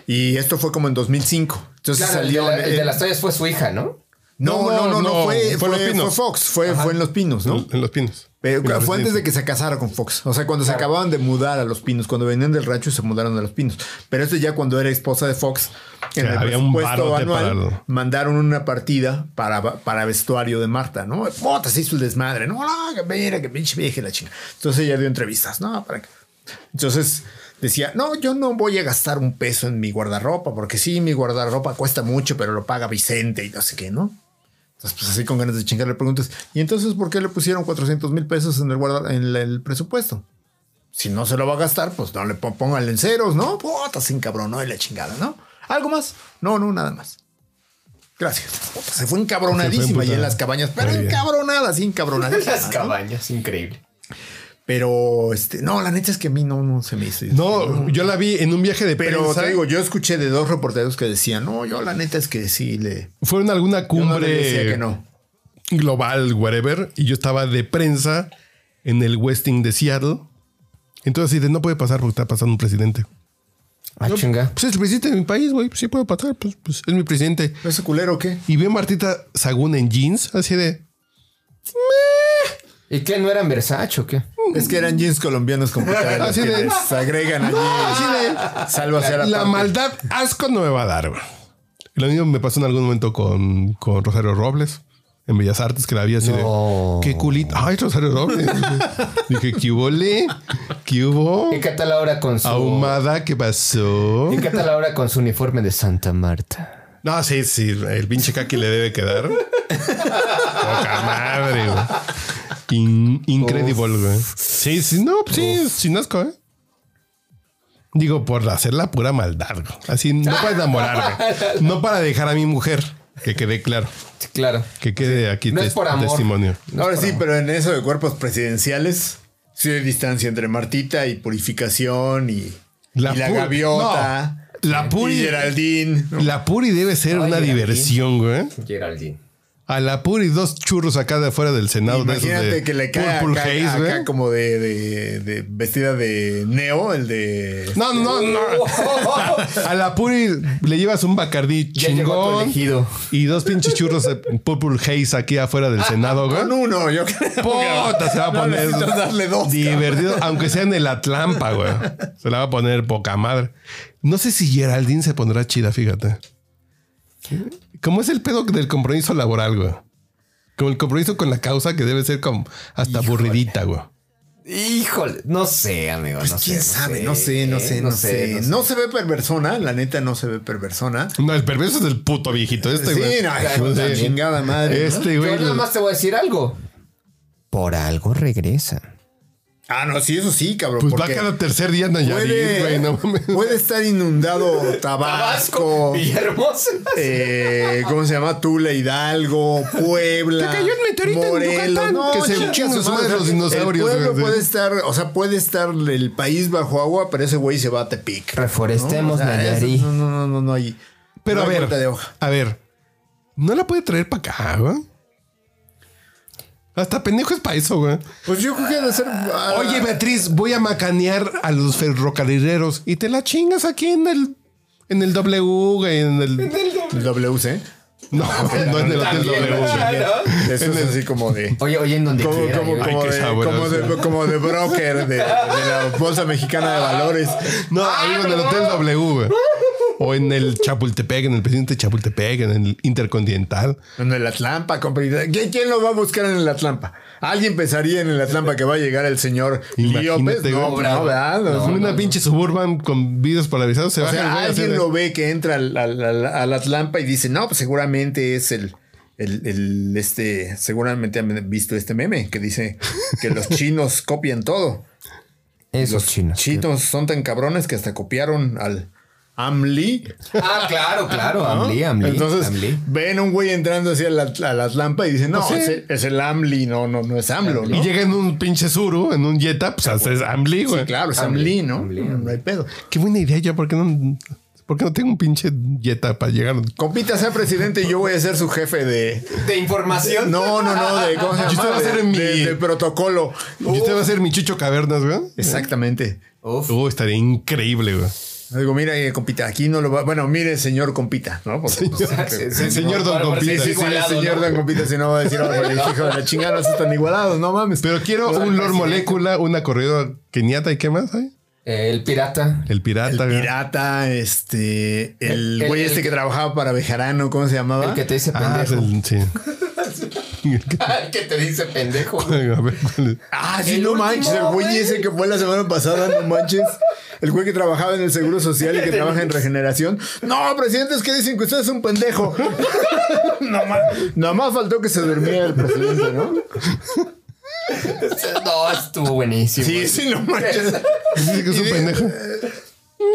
Speaker 3: Y esto fue como en 2005. Entonces
Speaker 2: Claro, el de,
Speaker 3: salió.
Speaker 2: la- el de
Speaker 3: eh,
Speaker 2: las toallas fue su hija, ¿no?
Speaker 3: no, no, no, no, fue,
Speaker 1: fue en Los
Speaker 3: fue-
Speaker 1: Pinos.
Speaker 3: fue Fox, fue, fue en Los Pinos, ¿no?
Speaker 1: En los pinos.
Speaker 3: Mm. Pero
Speaker 1: En los
Speaker 3: Eh, fue antes
Speaker 1: pinos.
Speaker 3: de que se casara con Fox. O sea, cuando se acababan de mudar a Los Pinos, cuando venían del rancho y se mudaron a Los Pinos. Pero esto ya cuando era esposa de Fox, en
Speaker 1: Que
Speaker 3: el
Speaker 1: había un
Speaker 3: presupuesto
Speaker 1: barote
Speaker 3: anual,
Speaker 1: para lo-
Speaker 3: mandaron una partida para, para vestuario de Marta, ¿no? Puta, se hizo el desmadre, ¿no? No, que mira, que pinche vieja la chinga. Entonces ella dio entrevistas, ¿no? Para que- Entonces decía, no, yo no voy a gastar un peso en mi guardarropa, porque sí, mi guardarropa cuesta mucho, pero lo paga Vicente y no sé qué, ¿no? Entonces, pues así con ganas de chingar le preguntas, ¿y entonces por qué le pusieron 400 mil pesos en, el, guarda, en la- el presupuesto? Si no se lo va a gastar, pues no le po- pónganle en ceros, ¿no? Puta, sin cabrón, ¿no? Y la chingada, ¿no? ¿Algo más? No, no, nada más. Gracias. Puta, se fue
Speaker 1: Se
Speaker 3: encabronadísima
Speaker 1: fue
Speaker 3: y en
Speaker 1: emputada.
Speaker 3: las cabañas, pero
Speaker 1: Muy bien.
Speaker 3: <laughs> encabronada, sí, encabronadísima.
Speaker 2: <laughs> Las
Speaker 3: ¿no?
Speaker 2: cabañas, increíble.
Speaker 3: Pero, este, no, la neta es que a mí no, no se me hizo.
Speaker 1: No, yo la vi en un viaje de
Speaker 3: Pero
Speaker 1: prensa.
Speaker 3: te digo, yo escuché de dos reporteros que decían, no, yo la neta es que sí le.
Speaker 1: Fueron a alguna
Speaker 3: yo no
Speaker 1: cumbre
Speaker 3: le decía que no.
Speaker 1: global, whatever. Y yo estaba de prensa en el Westing de Seattle. Entonces, así de, no puede pasar porque está pasando un presidente.
Speaker 2: Ah, chinga.
Speaker 1: Pues es el presidente de mi país, güey. Pues sí puede pasar. Pues, pues es mi presidente.
Speaker 3: ¿Ese culero qué?
Speaker 1: Y ve a Martita Sagún en jeans, así de.
Speaker 2: ¿Y qué? ¿No eran Versace o qué?
Speaker 3: Es que eran jeans colombianos
Speaker 1: <laughs>
Speaker 3: como
Speaker 1: Así
Speaker 3: que
Speaker 1: de-
Speaker 3: les agregan allí.
Speaker 1: Así de.
Speaker 3: Salvo hacia la,
Speaker 1: La
Speaker 3: parte.
Speaker 1: maldad asco no me va a dar, güey. Lo mismo me pasó en algún momento con, con Rosario Robles en Bellas Artes, que la vi así
Speaker 2: No.
Speaker 1: de. Qué culito. Ay, Rosario Robles. <laughs> Dije, ¿qué hubo, le? ¿Qué hubo?
Speaker 2: ¿Y qué tal ahora con su...
Speaker 1: Ahumada, ¿qué pasó?
Speaker 2: ¿Y qué tal ahora con su uniforme de Santa Marta?
Speaker 1: No, sí, sí, el pinche caqui le debe quedar. Poca madre, güey. In- incredible, güey. Sí, sí, no, pues sí, sin asco, ¿eh? Digo, por hacer la pura maldad, güey. Así, no para enamorarme. No para dejar a mi mujer. Que quede claro.
Speaker 2: Sí, claro.
Speaker 1: Que quede aquí
Speaker 2: No es
Speaker 1: tes-
Speaker 2: por amor.
Speaker 1: testimonio.
Speaker 3: Ahora sí, pero en eso de cuerpos presidenciales, sí hay distancia entre Martita y Purificación y y la,
Speaker 1: pu-
Speaker 3: gaviota.
Speaker 1: no, la
Speaker 3: Y
Speaker 1: puri.
Speaker 3: Geraldine. ¿no?
Speaker 1: La puri debe ser una
Speaker 2: Geraldine.
Speaker 1: diversión, güey.
Speaker 2: Geraldine.
Speaker 1: A la puri dos churros acá de afuera del Senado. de esos
Speaker 3: Imagínate
Speaker 1: de
Speaker 3: que le cae
Speaker 1: Purple
Speaker 3: acá,
Speaker 1: Haze, ¿eh?
Speaker 3: acá
Speaker 1: güey.
Speaker 3: como de, de- de vestida de Neo, el de.
Speaker 1: No, no, no. A la Puri le llevas un Bacardí
Speaker 2: <laughs> Ya llegó tu
Speaker 1: chingón
Speaker 2: elegido.
Speaker 1: y dos pinches churros de Purple Haze aquí afuera del Senado, güey.
Speaker 3: Ah,
Speaker 1: <laughs>
Speaker 3: Con uno, yo creo. <laughs> que-
Speaker 1: Puta, se va a
Speaker 3: No
Speaker 1: poner
Speaker 3: necesitas darle dos.
Speaker 1: divertido, aunque sea en el Atlampa, güey. Se la va a poner poca madre. No sé si Geraldine se pondrá chida, fíjate. ¿Cómo es el pedo del compromiso laboral, güey? Como el compromiso con la causa que debe ser como hasta aburridita, güey.
Speaker 2: Híjole, no sé, amigo. no sé,
Speaker 3: Pues ¿Quién sabe? No sé, no sé, no, sé. No, se ve perversona, la neta no se ve perversona.
Speaker 1: No, el perverso es el puto viejito este,
Speaker 3: sí,
Speaker 1: güey.
Speaker 3: no, hijo de la
Speaker 1: Sí.
Speaker 3: chingada madre. ¿no?
Speaker 1: Este, güey.
Speaker 2: Yo nada
Speaker 1: lo-
Speaker 2: más te voy a decir algo. Por algo regresa.
Speaker 3: Ah, no, sí, eso sí, cabrón.
Speaker 1: Pues va
Speaker 3: porque
Speaker 1: cada tercer día en Nayarit,
Speaker 3: puede,
Speaker 1: güey, no mames.
Speaker 3: puede estar
Speaker 1: <laughs>
Speaker 3: inundado Tabasco,
Speaker 2: Villahermosa.
Speaker 3: eh, ¿cómo se llama? Tula, Hidalgo, Puebla.
Speaker 1: Te cayó un meteorito en Yucatán, que se
Speaker 3: chinga
Speaker 1: chingan
Speaker 3: su
Speaker 1: su madre
Speaker 3: madre.
Speaker 1: los dinosaurios,
Speaker 3: El pueblo
Speaker 1: güey, sí.
Speaker 3: puede estar, o sea, puede estar el país bajo agua, pero ese güey se va a Tepic. ¿no?
Speaker 2: Reforestemos
Speaker 3: O sea,
Speaker 2: Nayarit.
Speaker 3: eso- No, no, no, no hay.
Speaker 1: Pero
Speaker 3: no
Speaker 1: a
Speaker 3: hay
Speaker 1: ver,
Speaker 3: vuelta de hoja.
Speaker 1: a ver, no la puede traer para acá, güey. Hasta pendejo es para eso, güey.
Speaker 3: Pues yo creo que ha de
Speaker 1: <laughs>
Speaker 3: ser. ah,
Speaker 1: Oye, Beatriz, voy a macanear a los ferrocarrileros y te la chingas aquí en el en el W, güey, en el
Speaker 3: el WC. <laughs>
Speaker 1: no, no en el hotel
Speaker 2: También,
Speaker 1: W. güey.
Speaker 2: claro.
Speaker 1: <laughs>
Speaker 3: Eso es así como de.
Speaker 2: Oye, oye, en donde
Speaker 3: Como,
Speaker 2: quiera.
Speaker 3: como,
Speaker 2: yo-
Speaker 1: Ay,
Speaker 3: como
Speaker 1: qué
Speaker 3: de,
Speaker 1: sabroso.
Speaker 3: como, de, como de broker de, de la Bolsa Mexicana de Valores.
Speaker 1: No,
Speaker 3: Ah,
Speaker 1: ahí en el hotel W, güey. O en el Chapultepec, en el presidente Chapultepec, en el Intercontinental.
Speaker 3: En el Atlampa, compa. ¿Quién, ¿Quién lo va a buscar en el Atlampa? ¿Alguien pensaría en el Atlampa que va a llegar el señor
Speaker 1: Imagínate,
Speaker 3: López?
Speaker 1: güey.
Speaker 3: No, Pues, no, ¿verdad? O sea,
Speaker 1: una pinche suburban con vidrios polarizados se
Speaker 3: o
Speaker 1: va
Speaker 3: sea,
Speaker 1: a
Speaker 3: alguien lo ve que entra al, al- al- al Atlampa y dice, no, pues seguramente es el, el, el- este, seguramente han visto este meme que dice
Speaker 1: <laughs>
Speaker 3: que los chinos copian todo.
Speaker 2: Esos
Speaker 3: los
Speaker 2: chinos.
Speaker 3: chinos son tan cabrones que hasta copiaron al Amli.
Speaker 2: Ah, claro, claro. Amli, Amli.
Speaker 3: Entonces
Speaker 2: Amli.
Speaker 3: ven un güey entrando hacia la, a las lampas y dicen, no,
Speaker 1: Pues
Speaker 3: es,
Speaker 1: sí.
Speaker 3: el- es el Amli, no, no, no es AMLO, ¿no?
Speaker 1: Y llega en un pinche Zuru, en un Jetta, pues hasta es Amli, güey.
Speaker 3: Sí, claro, es
Speaker 2: Amli,
Speaker 3: Amli, ¿no?
Speaker 2: Amli,
Speaker 3: No hay pedo.
Speaker 1: Qué buena idea yo, ¿por qué no, por qué no tengo un pinche Jetta para llegar?
Speaker 3: Compita sea presidente y yo voy a ser su jefe de.
Speaker 2: De información.
Speaker 3: No, no, no, de. ¿Cómo se
Speaker 1: Yo te
Speaker 3: llama?
Speaker 1: voy a
Speaker 3: De-
Speaker 1: hacer mi-
Speaker 3: de- de protocolo.
Speaker 1: Yo te voy a hacer mi Chucho Cavernas, güey.
Speaker 3: Exactamente.
Speaker 2: Uf.
Speaker 1: Uh, estaría increíble, güey.
Speaker 3: Digo, mira, eh, compita, aquí no lo va. Bueno, mire, señor compita, ¿no? Porque, pues,
Speaker 1: <laughs>
Speaker 2: Sí, sí,
Speaker 1: El señor Don
Speaker 2: Parece
Speaker 1: Compita.
Speaker 3: sí, sí,
Speaker 2: igualado,
Speaker 3: señor
Speaker 2: ¿no?
Speaker 3: Don Compita, si no va a decir, "Órale, hijo de la chingada, no están igualados, no mames.
Speaker 1: Pero quiero un Lord Molécula, una corredora keniata y qué más hay.
Speaker 2: El pirata.
Speaker 1: El pirata,
Speaker 3: El
Speaker 1: güey.
Speaker 3: pirata, este, el
Speaker 2: El-
Speaker 3: güey
Speaker 2: el-
Speaker 3: este que trabajaba para Bejarano, ¿cómo se llamaba?
Speaker 2: El que te dice
Speaker 1: Ah,
Speaker 2: pendejo.
Speaker 1: el- sí. <laughs>
Speaker 2: El que te dice pendejo.
Speaker 1: A ver, ¿cuál es?
Speaker 3: Ah, sí,
Speaker 2: El
Speaker 3: no
Speaker 2: último,
Speaker 3: manches, el güey
Speaker 2: güey.
Speaker 3: ese que fue la semana pasada, no manches. El güey que trabajaba en el Seguro Social
Speaker 2: <laughs>
Speaker 3: y que trabaja en Regeneración. No, presidente, es que dicen que usted es un
Speaker 2: <laughs>
Speaker 3: pendejo. Nada más- nada más faltó que se durmiera el presidente, ¿no?
Speaker 2: No, estuvo buenísimo.
Speaker 3: Sí, sí, no <laughs> manches.
Speaker 1: Dice que es un pendejo.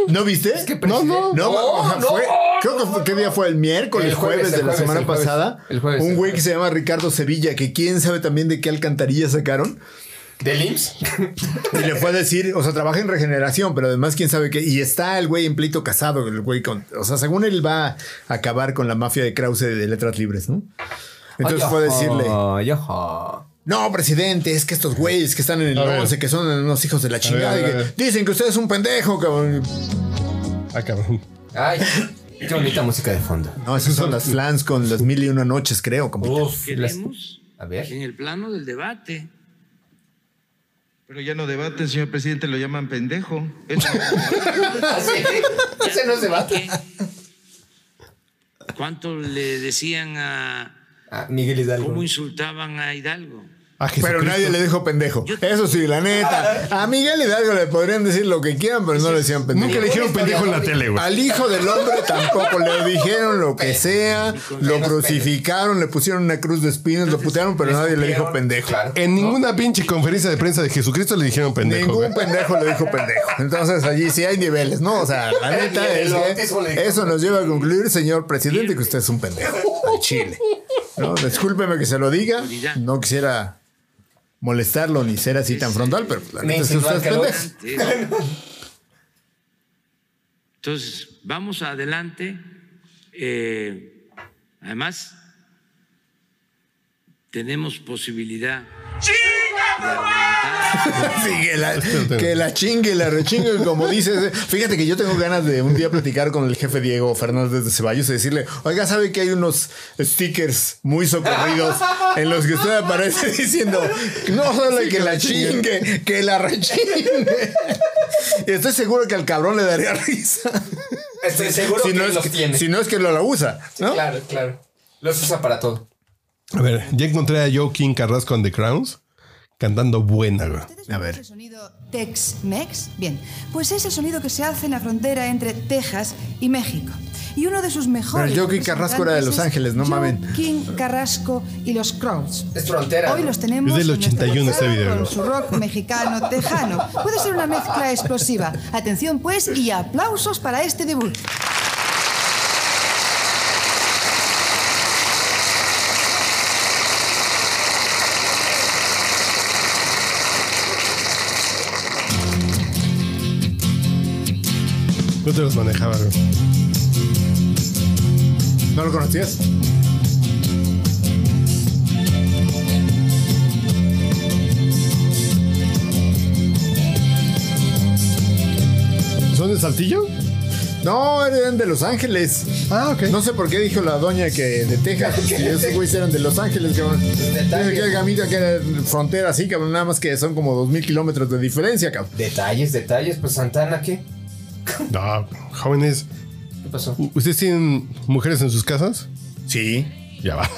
Speaker 3: ¿No viste?
Speaker 1: No, no.
Speaker 3: No,
Speaker 2: No,
Speaker 3: ma-
Speaker 2: no,
Speaker 3: fue-
Speaker 2: no,
Speaker 3: creo que fue, ¿qué día fue? El miércoles,
Speaker 2: El jueves,
Speaker 3: jueves, de
Speaker 2: el
Speaker 3: la
Speaker 2: jueves,
Speaker 3: semana
Speaker 2: el jueves,
Speaker 3: pasada.
Speaker 2: el jueves,
Speaker 3: un
Speaker 2: el
Speaker 3: güey que
Speaker 2: jueves.
Speaker 3: se llama Ricardo Sevilla, que quién sabe también de qué alcantarilla sacaron.
Speaker 2: ¿Del IMSS?
Speaker 3: Y le fue a decir, o sea, trabaja en regeneración, pero además quién sabe qué. Y está el güey en pleito casado, el güey con. O sea, según él va a acabar con la mafia de Krause de letras libres, ¿no? Entonces fue a decirle.
Speaker 2: Ay,
Speaker 3: No, presidente, es que estos güeyes que están en el
Speaker 1: A ver.
Speaker 3: 11, que son unos hijos de la chingada,
Speaker 1: ver, a
Speaker 3: y que
Speaker 1: ver.
Speaker 3: dicen que usted es un pendejo, cabrón.
Speaker 1: Ah, cabrón.
Speaker 2: Ay, qué bonita música de fondo.
Speaker 3: No, esas son las flans con las mil y una noches, creo, compita.
Speaker 8: queremos
Speaker 2: A ver.
Speaker 8: en el plano del debate.
Speaker 5: Pero ya no debaten, señor presidente, lo llaman pendejo. Eso-
Speaker 2: Ese no se va.
Speaker 8: ¿Cuánto le decían a
Speaker 2: Ah, Miguel
Speaker 8: cómo
Speaker 2: Hidalgo.
Speaker 8: insultaban a Hidalgo?
Speaker 1: Ah,
Speaker 3: Pero
Speaker 1: Jesucristo.
Speaker 3: nadie le dijo pendejo. Eso sí, la neta. A Miguel Hidalgo le podrían decir lo que quieran, pero no le decían pendejo.
Speaker 1: Nunca le dijeron pendejo en la tele, güey.
Speaker 3: Al hijo del hombre tampoco le dijeron lo que sea, lo crucificaron, le pusieron una cruz de espinas, lo putearon, pero nadie le dijo pendejo.
Speaker 2: Claro.
Speaker 1: En ninguna pinche conferencia de prensa de Jesucristo le dijeron pendejo, güey.
Speaker 3: Ningún pendejo le dijo pendejo. Entonces allí sí hay niveles, ¿no? O sea, la neta es que eso nos lleva a concluir, señor presidente, que usted es un pendejo. Al Chile. No, discúlpeme que se lo diga. No quisiera molestarlo ni ser así tan frontal, pero la
Speaker 2: Me
Speaker 3: neta es que
Speaker 2: insinuan
Speaker 3: usted es
Speaker 2: que lo-
Speaker 3: pendejo.
Speaker 8: Entonces, vamos adelante. Eh, además, tenemos posibilidad.
Speaker 3: Sí, que la, que la chingue, la rechingue, como dices. Fíjate que yo tengo ganas de un día platicar con el jefe Diego Fernández de Ceballos y decirle, oiga, ¿sabe que hay unos stickers muy socorridos en los que usted aparece diciendo, no solo que, la chingue, que la rechingue? Y estoy seguro que al cabrón le daría risa.
Speaker 2: Estoy seguro
Speaker 3: Si
Speaker 2: que
Speaker 3: no, es
Speaker 2: los
Speaker 3: que,
Speaker 2: tiene.
Speaker 3: si no es que lo usa, ¿no?
Speaker 2: Claro, claro. Los usa para todo.
Speaker 1: A ver, ya encontré a Joe King Carrasco and the Crowns cantando buena, güey.
Speaker 3: A ver.
Speaker 10: ¿Ese sonido Tex-Mex? Bien, pues es el sonido que se hace en la frontera entre Texas y México. Y uno de sus
Speaker 4: pues
Speaker 10: mejores.
Speaker 3: Pero Joaquín Carrasco era de Los
Speaker 10: representantes
Speaker 3: Ángeles,
Speaker 10: es
Speaker 3: no mamen.
Speaker 10: Joaquín Carrasco y los Crowns.
Speaker 2: Es frontera.
Speaker 10: Hoy
Speaker 2: ¿no?
Speaker 10: los tenemos.
Speaker 1: Es del
Speaker 10: en nuestro
Speaker 1: 81
Speaker 3: este
Speaker 10: WhatsApp
Speaker 1: ese video,
Speaker 10: Con
Speaker 1: ¿no?
Speaker 10: su rock mexicano tejano. Puede ser una mezcla explosiva. Atención, pues, y aplausos para este debut.
Speaker 1: No te los manejaba, güey.
Speaker 3: ¿No lo conocías?
Speaker 1: ¿Son de Saltillo?
Speaker 3: No, eran de Los Ángeles.
Speaker 1: Ah, ok.
Speaker 3: No sé por qué dijo la doña que de Texas, que esos güeyes eran de Los Ángeles, cabrón. Dice que el gamita que era frontera así, cabrón, nada más que son como dos mil kilómetros de diferencia, cabrón.
Speaker 2: Detalles, detalles. Pues Santana, ¿qué?
Speaker 1: No, jóvenes,
Speaker 2: ¿Qué pasó?
Speaker 1: ¿ustedes tienen mujeres en sus casas?
Speaker 3: Sí,
Speaker 1: Ya va.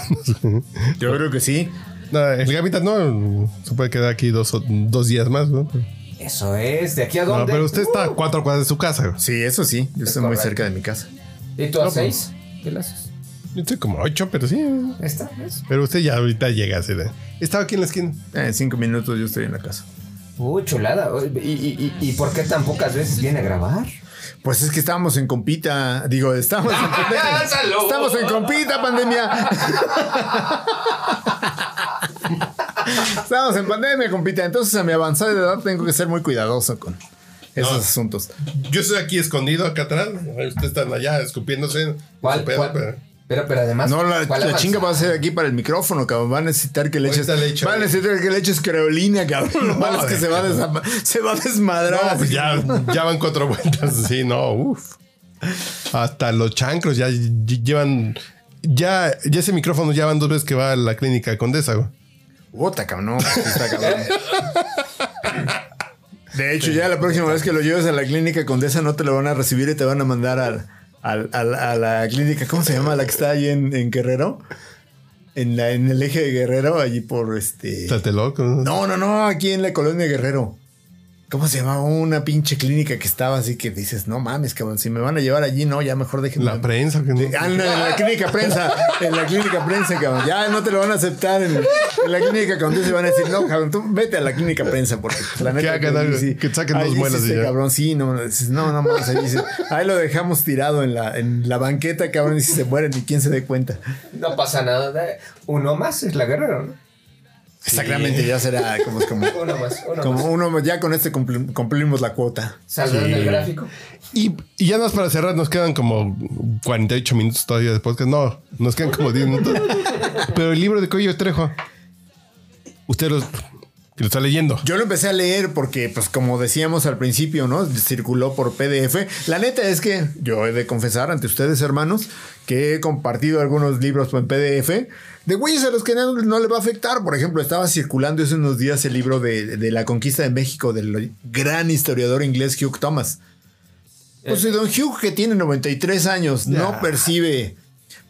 Speaker 3: yo creo que sí.
Speaker 1: No, el Gavita no, se puede quedar aquí dos, dos días más, ¿no?
Speaker 2: Eso es. ¿De aquí a
Speaker 1: No,
Speaker 2: dónde? Uh.
Speaker 1: pero usted está a cuatro cuadras de su casa. güey.
Speaker 3: Sí, eso sí. Yo estoy muy
Speaker 2: correcto.
Speaker 3: cerca de mi casa.
Speaker 2: ¿Y tú a seis? ¿Qué le haces?
Speaker 1: Yo estoy como ocho, pero sí.
Speaker 2: ¿Esta? ¿Ves?
Speaker 1: Pero usted ya ahorita llega a ser. Estaba aquí en la esquina.
Speaker 3: En Eh, cinco minutos yo estoy en la casa.
Speaker 2: Uh, chulada. ¿Y, y, y, y por qué tan pocas veces viene a grabar?
Speaker 3: Pues es que estábamos en compita. Digo, estamos en compita.
Speaker 2: ¡Lánzalo!
Speaker 3: estamos en compita, pandemia. estamos en pandemia, compita. Entonces, a mi avanzada edad tengo que ser muy cuidadoso con esos
Speaker 1: No.
Speaker 3: asuntos.
Speaker 1: Yo estoy aquí escondido acá atrás. Ustedes están allá escupiéndose. en su
Speaker 2: ¿Cuál?
Speaker 1: pedo,
Speaker 2: cuál?
Speaker 1: pero-
Speaker 2: Pero, pero además.
Speaker 3: No, la,
Speaker 2: ¿cuál
Speaker 3: la
Speaker 2: avanza?
Speaker 3: chinga va a ser aquí para el micrófono, cabrón. Va a necesitar que le eches.
Speaker 1: Ahorita le echo.
Speaker 3: Va a necesitar que le eches creolina, cabrón. Lo malo es que se va, a desama- se va a desmadrar.
Speaker 1: No, pues ya, ya van cuatro vueltas. <laughs> Sí, no, uff. Hasta los chancros ya ll- llevan. Ya, ya ese micrófono ya van dos veces que va a la clínica Condesa. güey.
Speaker 3: Bota, cabrón. no, pues, está cabrón. De hecho, ya la próxima vez que lo lleves a la clínica condesa no te lo van a recibir y te van a mandar al- al- al- a la clínica, ¿cómo se llama? La que está ahí en, en Guerrero. En, la, en el eje de Guerrero, allí por este.
Speaker 1: Tlatelolco, ¿no?
Speaker 3: No, no, no, aquí en la colonia Guerrero. ¿Cómo se llamaba una pinche clínica que estaba así que dices, no mames, cabrón, si me van a llevar allí, no, ya mejor déjenme.
Speaker 1: La prensa. que no-
Speaker 3: Ah, no, en la clínica prensa, en la clínica prensa, cabrón. Ya no te lo van a aceptar en, en la clínica cuando se van a decir, no, cabrón, tú vete a la clínica prensa, porque pues, la neta.
Speaker 1: hagan
Speaker 3: allí
Speaker 1: algo, que saquen dos
Speaker 3: allí sí
Speaker 1: muelas y
Speaker 3: este
Speaker 1: ya.
Speaker 3: cabrón, sí, no, no, dices, no, no mames, allí sí. Ahí lo dejamos tirado en la, en la banqueta, cabrón, y si se mueren, ni quién se dé cuenta.
Speaker 2: No pasa nada. de- Uno más es la guerrera, ¿no?
Speaker 3: Exactamente, ya será como, como,
Speaker 2: Uno más, uno
Speaker 3: como
Speaker 2: más.
Speaker 3: uno, ya con este cumpli- cumplimos la cuota.
Speaker 2: Saldrá en el gráfico.
Speaker 1: Y, y ya nada más para cerrar, nos quedan como 48 minutos todavía de podcast. No, nos quedan como 10 minutos. Pero el libro de Coyo Trejo, usted lo, lo está leyendo.
Speaker 3: Yo lo empecé a leer porque, pues, como decíamos al principio, ¿no? Circuló por PDF. La neta es que yo he de confesar ante ustedes, hermanos, que he compartido algunos libros en PDF de güeyes a los que no, no le va a afectar. Por ejemplo, estaba circulando hace unos días el libro de, de La Conquista de México del gran historiador inglés Hugh Thomas. Pues
Speaker 2: Eh.
Speaker 3: si don Hugh, que tiene 93 años,
Speaker 2: Ah.
Speaker 3: no percibe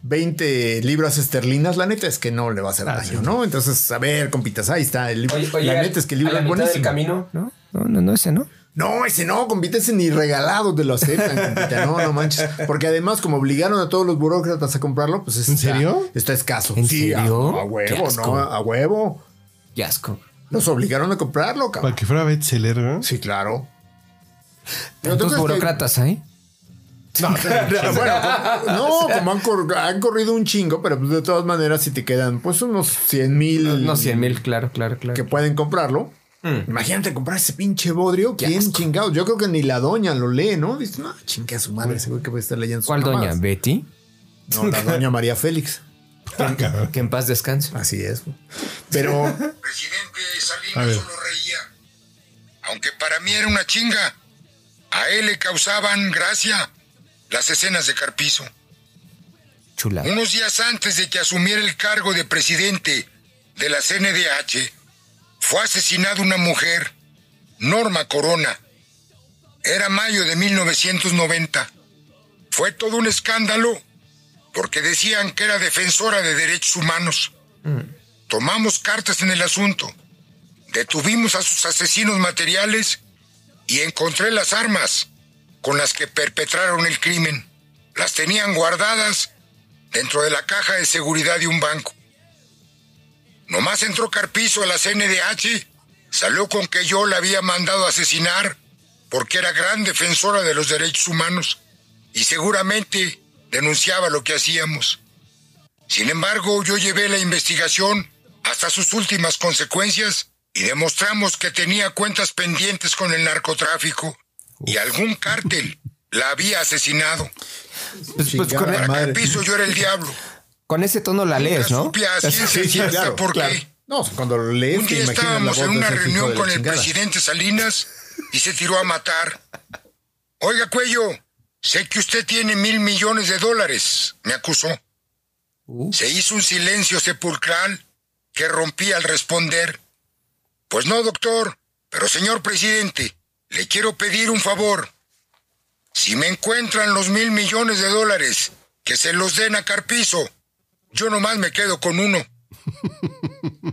Speaker 3: 20 libras esterlinas, la neta es que no le va a hacer daño, ¿no? Entonces, a ver, compitas, ahí está. El libro.
Speaker 2: Ah, Oye, oye,
Speaker 3: la neta es que el libro
Speaker 2: a la
Speaker 3: es
Speaker 2: mitad del
Speaker 3: buenísimo.
Speaker 2: camino, ¿no? No, no, no, ese no.
Speaker 3: No, ese no, compita, ese ni regalado te lo aceptan,
Speaker 2: <laughs>
Speaker 3: compita. No, no manches. Porque además, como obligaron a todos los burócratas a comprarlo, pues es-
Speaker 1: ¿En serio?
Speaker 3: Está, está escaso.
Speaker 2: ¿En
Speaker 3: Sí, a-
Speaker 2: serio?
Speaker 3: A,
Speaker 2: Qué
Speaker 3: huevo,
Speaker 2: asco.
Speaker 3: ¿no? A huevo.
Speaker 2: Qué asco.
Speaker 3: Los obligaron a comprarlo,
Speaker 1: Para
Speaker 3: cabrón.
Speaker 1: que fuera bestseller, ¿no?
Speaker 3: Sí, claro. Pero tú
Speaker 2: ¿Tantos
Speaker 3: crees que-
Speaker 2: burócratas hay?
Speaker 3: <laughs>
Speaker 1: No,
Speaker 3: Pero bueno, como- no, como han, cor- han corrido un chingo, pero pues de todas maneras, si te quedan pues unos 100 mil
Speaker 2: No, cien mil, claro, claro, claro.
Speaker 3: que pueden comprarlo.
Speaker 11: Mm.
Speaker 3: Imagínate comprar ese pinche bodrio. ¿Quién chingado? Yo creo que ni la doña lo lee, ¿no? Dice, no, chingue a su madre, seguro que va a estar leyendo sus
Speaker 2: ¿Cuál doña?
Speaker 11: <laughs>
Speaker 3: mamadas".
Speaker 2: ¿Betty?
Speaker 3: No, la doña María Félix.
Speaker 1: Ah, cabrón.
Speaker 2: Que en paz descanse.
Speaker 3: Así es. güey.
Speaker 11: <laughs>
Speaker 3: Pero
Speaker 11: presidente
Speaker 1: A ver.
Speaker 11: Salinas solo reía, aunque para mí era una chinga. A él le causaban gracia las escenas de Carpizo.
Speaker 2: Chula.
Speaker 11: Unos días antes de que asumiera el cargo de presidente de la CNDH, fue asesinada una mujer, Norma Corona. Era mayo de 1990. Fue todo un escándalo porque decían que era defensora de derechos humanos. Tomamos cartas en el asunto, detuvimos a sus asesinos materiales y encontré las armas con las que perpetraron el crimen. Las tenían guardadas dentro de la caja de seguridad de un banco. Nomás entró Carpizo a la CNDH, salió con que yo la había mandado a asesinar porque era gran defensora de los derechos humanos y seguramente denunciaba lo que hacíamos. Sin embargo, yo llevé la investigación hasta sus últimas consecuencias y demostramos que tenía cuentas pendientes con el narcotráfico y algún cártel la había asesinado.
Speaker 2: Pues, pues,
Speaker 3: chingada
Speaker 2: con,
Speaker 11: Para
Speaker 3: madre.
Speaker 11: Carpizo yo era el diablo.
Speaker 2: con ese tono la lees, ¿no?
Speaker 11: Supe a ciencia
Speaker 3: sí, sí,
Speaker 11: cierta
Speaker 3: claro,
Speaker 11: por qué.
Speaker 3: claro. No, pues, cuando lo lees
Speaker 11: Un
Speaker 3: te
Speaker 11: día
Speaker 3: imaginas la
Speaker 11: estábamos
Speaker 3: voz
Speaker 11: en
Speaker 3: de
Speaker 11: una
Speaker 3: ese hijo de
Speaker 11: reunión
Speaker 3: la
Speaker 11: con el
Speaker 3: chingada.
Speaker 11: presidente Salinas y se tiró a matar. Oiga, Cuello, sé que usted tiene mil millones de dólares, me acusó. Se hizo un silencio sepulcral que rompí al responder. Pues no, doctor, pero señor presidente, le quiero pedir un favor. Si me encuentran los mil millones de dólares, que se los den a Carpizo. Yo nomás me quedo con uno.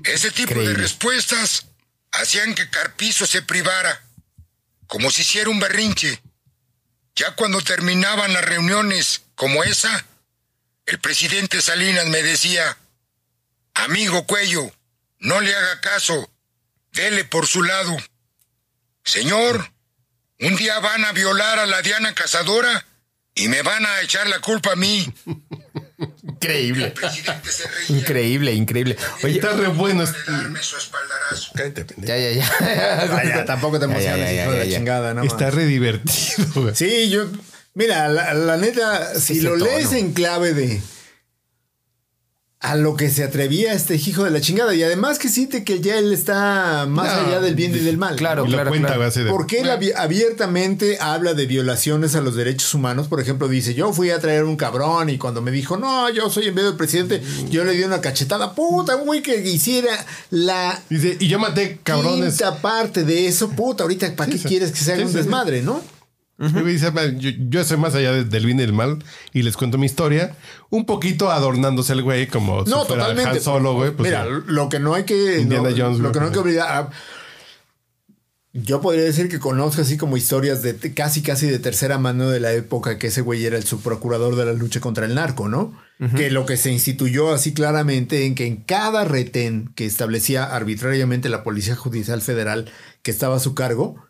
Speaker 11: Ese tipo de respuestas hacían que Carpizo se privara, como si hiciera un berrinche. Ya cuando terminaban las reuniones como esa, El presidente Salinas me decía, amigo Cuello, no le haga caso, dele por su lado. Señor, un día van a violar a la Diana Cazadora y me van a echar la culpa a mí.
Speaker 2: Increíble. Increíble, increíble. Oye,
Speaker 1: Está re bueno.
Speaker 3: este.
Speaker 2: Ya, ya, ya.
Speaker 3: Ay, Ah, ya, tampoco te
Speaker 2: Ya, ya,
Speaker 3: emociones,
Speaker 2: ya, ya,
Speaker 3: hijo de la
Speaker 2: ya.
Speaker 3: chingada, no
Speaker 1: Está
Speaker 3: mames.
Speaker 1: re divertido, güey.
Speaker 3: Sí, yo. Mira, la, la neta, si
Speaker 2: ese
Speaker 3: lo
Speaker 2: tono.
Speaker 3: lees en clave de. A lo que se atrevía este hijo de la chingada. Y además que siente que ya él está más
Speaker 1: No,
Speaker 3: allá del bien y del mal.
Speaker 2: Claro,
Speaker 1: Y lo
Speaker 2: claro,
Speaker 1: cuenta,
Speaker 2: claro.
Speaker 1: güey, así de-
Speaker 3: Porque él abi- abiertamente habla de violaciones a los derechos humanos. Por ejemplo, dice, yo fui a traer un cabrón y cuando me dijo, no, yo soy en vez del presidente, yo le di una cachetada. Puta, un güey que hiciera la
Speaker 1: Dice, y yo maté cabrones.
Speaker 3: quinta parte de eso. Puta, ahorita, ¿para qué
Speaker 1: sí.
Speaker 3: quieres que se haga
Speaker 1: Sí,
Speaker 3: un
Speaker 1: sí, sí.
Speaker 3: desmadre, no?
Speaker 1: Y dice, yo, yo soy más allá de- del bien y del mal y les cuento mi historia. Un poquito adornándose el güey como
Speaker 3: No,
Speaker 1: si fuera
Speaker 3: totalmente.
Speaker 1: Han Solo, güey. pues,
Speaker 3: Mira,
Speaker 1: sí.
Speaker 3: lo que no hay que.
Speaker 1: Indiana
Speaker 3: no,
Speaker 1: Jones,
Speaker 3: Lo
Speaker 1: güey. pues
Speaker 3: que no hay que olvidar. ah, Yo podría decir que conozco así como historias de te- casi, casi de tercera mano de la época que ese güey era el subprocurador de la lucha contra el narco, ¿no? Que lo que se instituyó así claramente en que en cada retén que establecía arbitrariamente la Policía Judicial Federal que estaba a su cargo,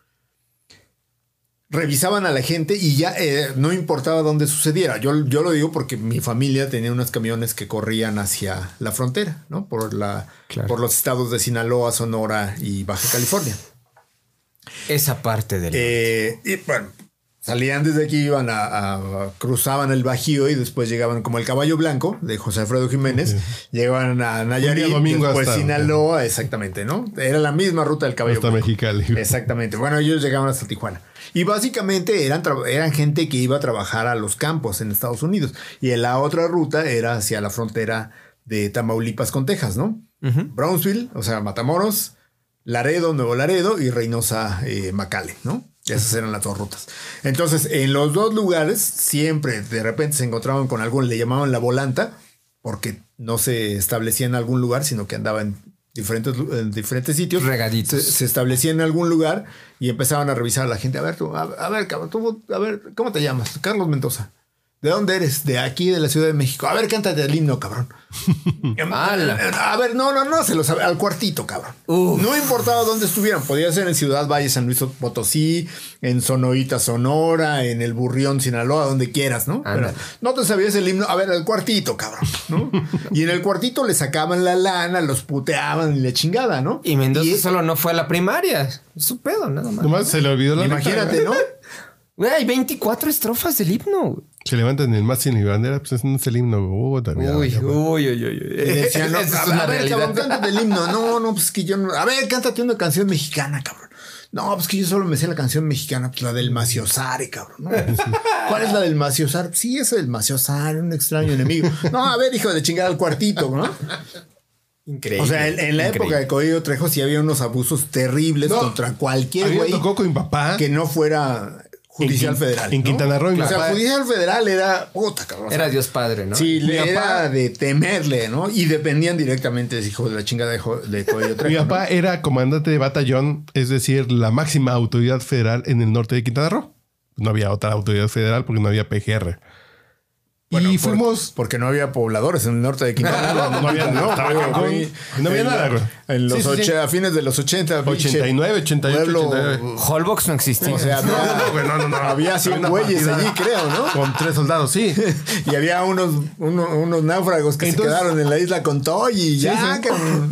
Speaker 3: revisaban a la gente y ya eh, no importaba dónde sucediera. Yo, yo lo digo porque mi familia tenía unos camiones que corrían hacia la frontera, ¿no? Por, la,
Speaker 2: Claro.
Speaker 3: por los estados de Sinaloa, Sonora y Baja California.
Speaker 2: <laughs> Esa parte del.
Speaker 3: Eh, y bueno, salían desde aquí, iban a, a- cruzaban el Bajío y después llegaban como el Caballo Blanco de José Alfredo Jiménez, llegaban a Nayarit,
Speaker 1: domingo
Speaker 3: después
Speaker 1: hasta-
Speaker 3: Sinaloa, exactamente, ¿no? Era la misma ruta del Caballo
Speaker 1: hasta
Speaker 3: Blanco.
Speaker 1: Mexicali. güey.
Speaker 3: Exactamente. Bueno, ellos llegaban hasta Tijuana. Y básicamente eran, tra- eran gente que iba a trabajar a los campos en Estados Unidos. Y en la otra ruta era hacia la frontera de Tamaulipas con Texas, ¿no? Brownsville, o sea, Matamoros, Laredo, Nuevo Laredo y Reynosa, eh, Macale, ¿no? Esas eran las dos rutas. Entonces, en los dos lugares siempre de repente se encontraban con algún, le llamaban la volanta, porque no se establecía en algún lugar, sino que andaba en diferentes, lu- en diferentes sitios.
Speaker 2: Regaditos.
Speaker 3: Se, se establecía en algún lugar y empezaban a revisar a la gente. A ver, tú, a, a ver, cabrón, tú, a ver, ¿cómo te llamas? Carlos Mendoza. ¿De dónde eres? De aquí, de la Ciudad de México. A ver, cántate el himno, cabrón.
Speaker 2: <laughs> Ala.
Speaker 3: A ver, no, no, no, se lo sabe. Al cuartito, cabrón.
Speaker 2: Uf.
Speaker 3: No importaba dónde estuvieran. Podía ser en Ciudad Valle, San Luis Potosí, en Sonoita, Sonora, en el Burrión, Sinaloa, donde quieras, ¿no? Pero
Speaker 2: Ándale.
Speaker 3: no te sabías el himno. A ver, al cuartito, cabrón,
Speaker 2: <laughs>
Speaker 3: ¿no? y en el cuartito le sacaban la lana, los puteaban y la chingada, ¿no?
Speaker 2: Y Mendoza
Speaker 3: Y-
Speaker 2: solo no fue a la primaria. Es su pedo, nada más.
Speaker 1: Nomás se le olvidó la letra,
Speaker 3: Imagínate,
Speaker 1: güey.
Speaker 3: ¿no?
Speaker 2: Güey, hay 24 estrofas del himno.
Speaker 1: Se levantan el más sin mi bandera, pues ese no es el himno. güey. Puta, mira,
Speaker 2: Uy, uy,
Speaker 1: ya, güey.
Speaker 2: uy, uy, uy.
Speaker 1: <laughs>
Speaker 2: <laughs>
Speaker 3: Y decían, no,
Speaker 2: Esa es
Speaker 3: cabrón,
Speaker 2: una
Speaker 3: a ver,
Speaker 2: realidad.
Speaker 3: cabrón, cántate el himno. No, no, pues que yo no. A ver, cántate una canción mexicana, cabrón. No, pues que yo solo me sé la canción mexicana, pues la del Maciosare, cabrón. ¿no? ¿Cuál es la del Maciosare? Sí, esa del Maciosare, un extraño enemigo. No, a ver, hijo de chingada, al cuartito, ¿no?
Speaker 2: Increíble.
Speaker 3: O sea, en, en la
Speaker 2: increíble.
Speaker 3: época de Coello Trejo sí había unos abusos terribles
Speaker 1: No.
Speaker 3: contra cualquier
Speaker 1: Había
Speaker 3: güey
Speaker 1: tocó con mi papá.
Speaker 3: que no fuera judicial
Speaker 1: Quin-
Speaker 3: federal.
Speaker 1: en
Speaker 3: ¿no?
Speaker 1: Quintana Roo, mi
Speaker 3: O sea,
Speaker 1: papá-
Speaker 3: judicial federal era puta, cabrón.
Speaker 2: Era Dios Padre, ¿no?
Speaker 3: Sí,
Speaker 1: Mi
Speaker 3: le
Speaker 1: papá-
Speaker 3: era de temerle, ¿no? Y dependían directamente de ese hijo de la chinga de, jo- de
Speaker 1: <laughs>
Speaker 3: Coello
Speaker 1: Mi
Speaker 3: Trejo.
Speaker 1: papá era comandante de batallón, es decir, la máxima autoridad federal en el norte de Quintana Roo. No había otra autoridad federal porque no había PGR.
Speaker 3: Bueno,
Speaker 1: y
Speaker 3: por-
Speaker 1: fuimos.
Speaker 3: Porque no había pobladores en el norte de Quintana Roo.
Speaker 1: No había- estaba
Speaker 3: güey,
Speaker 1: Cancún.
Speaker 3: güey.
Speaker 1: No había
Speaker 3: En la-
Speaker 1: nada, güey.
Speaker 3: En los
Speaker 1: Sí, sí,
Speaker 3: oche-
Speaker 1: sí.
Speaker 3: A fines de los 80, pinche
Speaker 1: 89, 88,
Speaker 3: pueblo-
Speaker 1: 89.
Speaker 2: Holbox no existía.
Speaker 3: O sea,
Speaker 1: No, no,
Speaker 3: había,
Speaker 1: Ah, güey, no, no, no.
Speaker 3: había 100
Speaker 1: Una
Speaker 3: güeyes
Speaker 1: partida
Speaker 3: allí, creo, ¿no?
Speaker 1: Con tres soldados, sí.
Speaker 3: <laughs> Y había unos, uno- unos náufragos que
Speaker 1: Entonces-
Speaker 3: se quedaron en la isla con Toy y ya.
Speaker 1: sí.
Speaker 3: cabrón.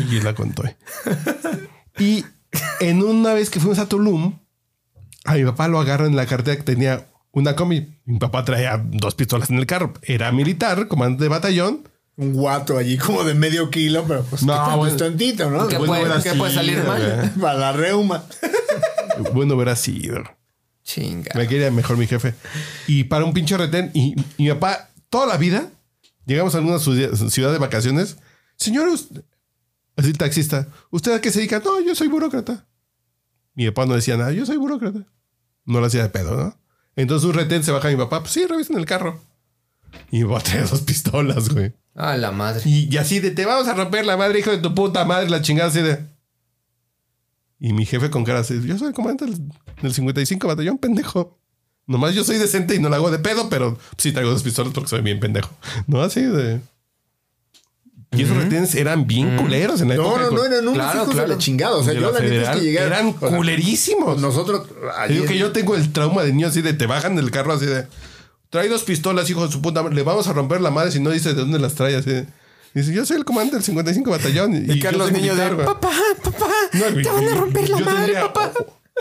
Speaker 1: Oye, la contó. eh. Y en una vez que fuimos a Tulum, a mi papá lo agarran en la cartera que tenía una combi. Mi papá traía dos pistolas en el carro. Era militar, comandante de batallón.
Speaker 3: Un guato allí como de medio kilo, pero pues
Speaker 1: No,
Speaker 3: no,
Speaker 1: bueno.
Speaker 3: tantito, ¿no?
Speaker 2: ¿Qué
Speaker 1: Bueno,
Speaker 2: puede-
Speaker 1: hubiera
Speaker 2: qué puede
Speaker 1: sido,
Speaker 2: salir mal?
Speaker 1: güey.
Speaker 3: <laughs> Para la reuma.
Speaker 1: Bueno, hubiera sido.
Speaker 2: Chinga.
Speaker 1: Me quería mejor mi jefe. Y para un pinche retén. Y, y mi papá, toda la vida, llegamos a alguna ciudad ciudad de vacaciones. Señor, usted- así el taxista, ¿usted a qué se dedica? No, yo soy burócrata. Mi papá no decía nada, yo soy burócrata. No lo hacía de pedo, ¿no? Entonces un retén se baja mi papá, pues sí, revisen el carro. Y mi papá traía dos pistolas, güey.
Speaker 2: A la madre.
Speaker 1: Y, y así de, te vamos a romper la madre, hijo de tu puta madre, la chingada así de... Y mi jefe con cara así, yo soy el comandante del, del 55 batallón, pendejo. Nomás yo soy decente y no la hago de pedo, pero sí traigo dos pistolas porque soy bien pendejo. No así de. Y esos retenes eran bien culeros en la
Speaker 3: No,
Speaker 1: época.
Speaker 3: no, no, eran unos hijos de la chingada. O sea,
Speaker 1: De
Speaker 3: yo
Speaker 1: la
Speaker 3: la neta es
Speaker 1: federal,
Speaker 3: que llegué.
Speaker 1: Eran
Speaker 3: o sea,
Speaker 1: culerísimos.
Speaker 3: Nosotros.
Speaker 1: Te digo que yo tengo el trauma de niño así de te bajan del carro así de trae dos pistolas, hijo de su puta madre, le vamos a romper la madre si no dice de dónde las trae así. de- Dice, yo soy el comandante del 55
Speaker 2: <laughs>
Speaker 1: batallón.
Speaker 2: Y, Carlos Niño de
Speaker 1: papá,
Speaker 2: papá, papá, te van a romper la madre, papá.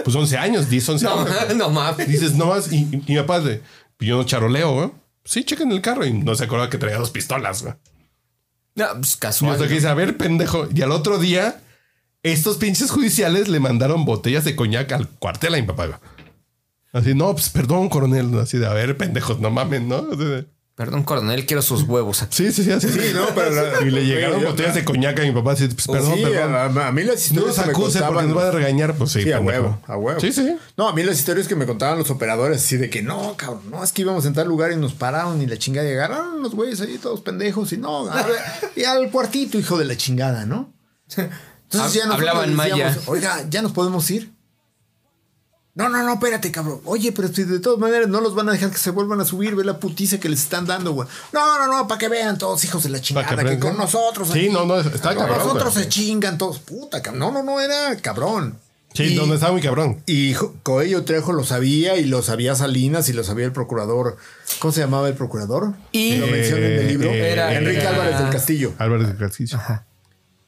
Speaker 1: Pues 11 años, 10, 11
Speaker 2: No,
Speaker 1: años.
Speaker 2: <laughs> no mames.
Speaker 1: Dices, no más. Y, y mi papá de, "Pues yo no charoleo, güey. Sí, chequen el carro. Y no se acordaba que traía dos pistolas, güey.
Speaker 2: No, pues
Speaker 1: Y
Speaker 2: casual.
Speaker 1: hasta que dice, a ver, pendejo. Y al otro día, estos pinches judiciales le mandaron botellas de coñac al cuartel a mi papá. güey. Así, no, pues perdón, coronel. Así de, a ver, pendejos, no mamen, ¿no? Así de,
Speaker 2: Perdón, coronel, quiero sus huevos.
Speaker 1: sí, sí, sí, así.
Speaker 3: Sí, no, pero la-
Speaker 1: y le llegaron
Speaker 3: Oye, yo-
Speaker 1: botellas de coñac a mi papá. Así, pues perdón,
Speaker 3: sí,
Speaker 1: perdón.
Speaker 3: A, a mí las
Speaker 1: no
Speaker 3: historias.
Speaker 1: nos
Speaker 3: que me
Speaker 1: acuse porque
Speaker 3: contaban-
Speaker 1: nos van a regañar. Pues sí,
Speaker 3: Sí, a
Speaker 1: pendejo.
Speaker 3: huevo, a huevo.
Speaker 1: Sí, sí.
Speaker 3: No, a mí las historias que me contaban los operadores, así de que no, cabrón, no, es que íbamos en tal lugar y nos pararon y la chingada llegaron los güeyes ahí todos pendejos y no,
Speaker 1: <laughs>
Speaker 3: a ver, y al cuartito, hijo de la chingada, ¿no? <laughs> Entonces ya
Speaker 2: Hab-
Speaker 3: nos
Speaker 2: hablaba en maya.
Speaker 3: Oiga, ya nos podemos ir. No, no, no, espérate, cabrón. Oye, pero si de todas maneras no los van a dejar que se vuelvan a subir, ve la putiza que les están dando, güey. No, no, no, para que vean todos hijos de la
Speaker 1: Para
Speaker 3: chingada,
Speaker 1: que
Speaker 3: que,
Speaker 1: aprendan.
Speaker 3: con nosotros.
Speaker 1: Sí, no, no, está
Speaker 3: con
Speaker 1: cabrón,
Speaker 3: nosotros
Speaker 1: güey.
Speaker 3: se chingan todos. Puta, cabrón. No, no, no, era cabrón.
Speaker 1: Sí,
Speaker 3: Y-
Speaker 1: donde estaba muy cabrón.
Speaker 3: y Jo- Coello Trejo lo sabía y lo sabía Salinas y lo sabía el procurador. ¿Cómo se llamaba el procurador?
Speaker 2: Y-
Speaker 3: lo menciona en el libro.
Speaker 1: Eh,
Speaker 2: era-
Speaker 3: Enrique
Speaker 2: era-
Speaker 3: Álvarez del Castillo.
Speaker 1: Álvarez del Castillo.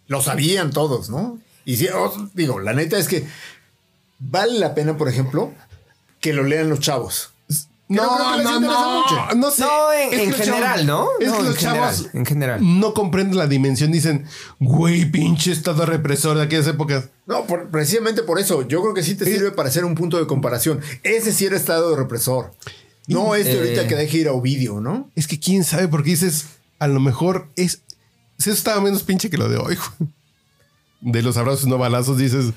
Speaker 3: Lo sabían todos, ¿no? Y sí, oh, digo, la neta es que vale la pena, por ejemplo, que lo lean los chavos.
Speaker 1: No,
Speaker 3: creo que les
Speaker 1: no,
Speaker 3: interesa
Speaker 1: no,
Speaker 3: mucho.
Speaker 1: no sé.
Speaker 2: No, en-
Speaker 1: Es que
Speaker 2: en
Speaker 1: los
Speaker 2: general,
Speaker 1: chavos-
Speaker 2: ¿no?
Speaker 1: Es
Speaker 2: No,
Speaker 1: que
Speaker 2: en
Speaker 1: los
Speaker 2: general,
Speaker 1: chavos
Speaker 2: en general.
Speaker 1: no comprenden la dimensión. Dicen, güey, pinche estado represor de aquellas épocas.
Speaker 3: No, por- precisamente por eso. Yo creo que sí te sirve para hacer un punto de comparación. Ese sí era estado de represor. No este
Speaker 2: Eh.
Speaker 3: ahorita que deje ir a Ovidio, ¿no?
Speaker 1: Es que quién sabe, porque dices, a lo mejor es. si eso estaba menos pinche que lo de hoy. güey. De los abrazos no balazos, dices,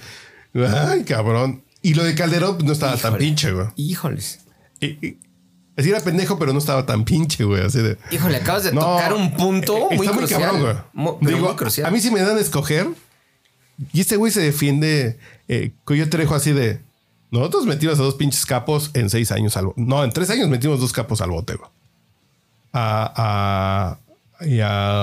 Speaker 1: ay, cabrón. Y lo de Calderón pues, no estaba tan
Speaker 2: Híjole.
Speaker 1: pinche, güey.
Speaker 2: Híjoles.
Speaker 1: Y- y- Así era pendejo, pero no estaba tan pinche, güey. Así de.
Speaker 2: Híjole, acabas de
Speaker 1: No,
Speaker 2: tocar un punto
Speaker 1: eh,
Speaker 2: muy
Speaker 1: está muy
Speaker 2: crucial.
Speaker 1: cabrón, güey.
Speaker 2: Mu- pero
Speaker 1: Digo,
Speaker 2: muy crucial.
Speaker 1: A mí si me dan a escoger, y este güey se defiende, eh, Coyo Trejo así de, nosotros metimos a dos pinches capos en seis años al bote. No, en tres años metimos dos capos al bote, güey. A, a, y a,
Speaker 3: A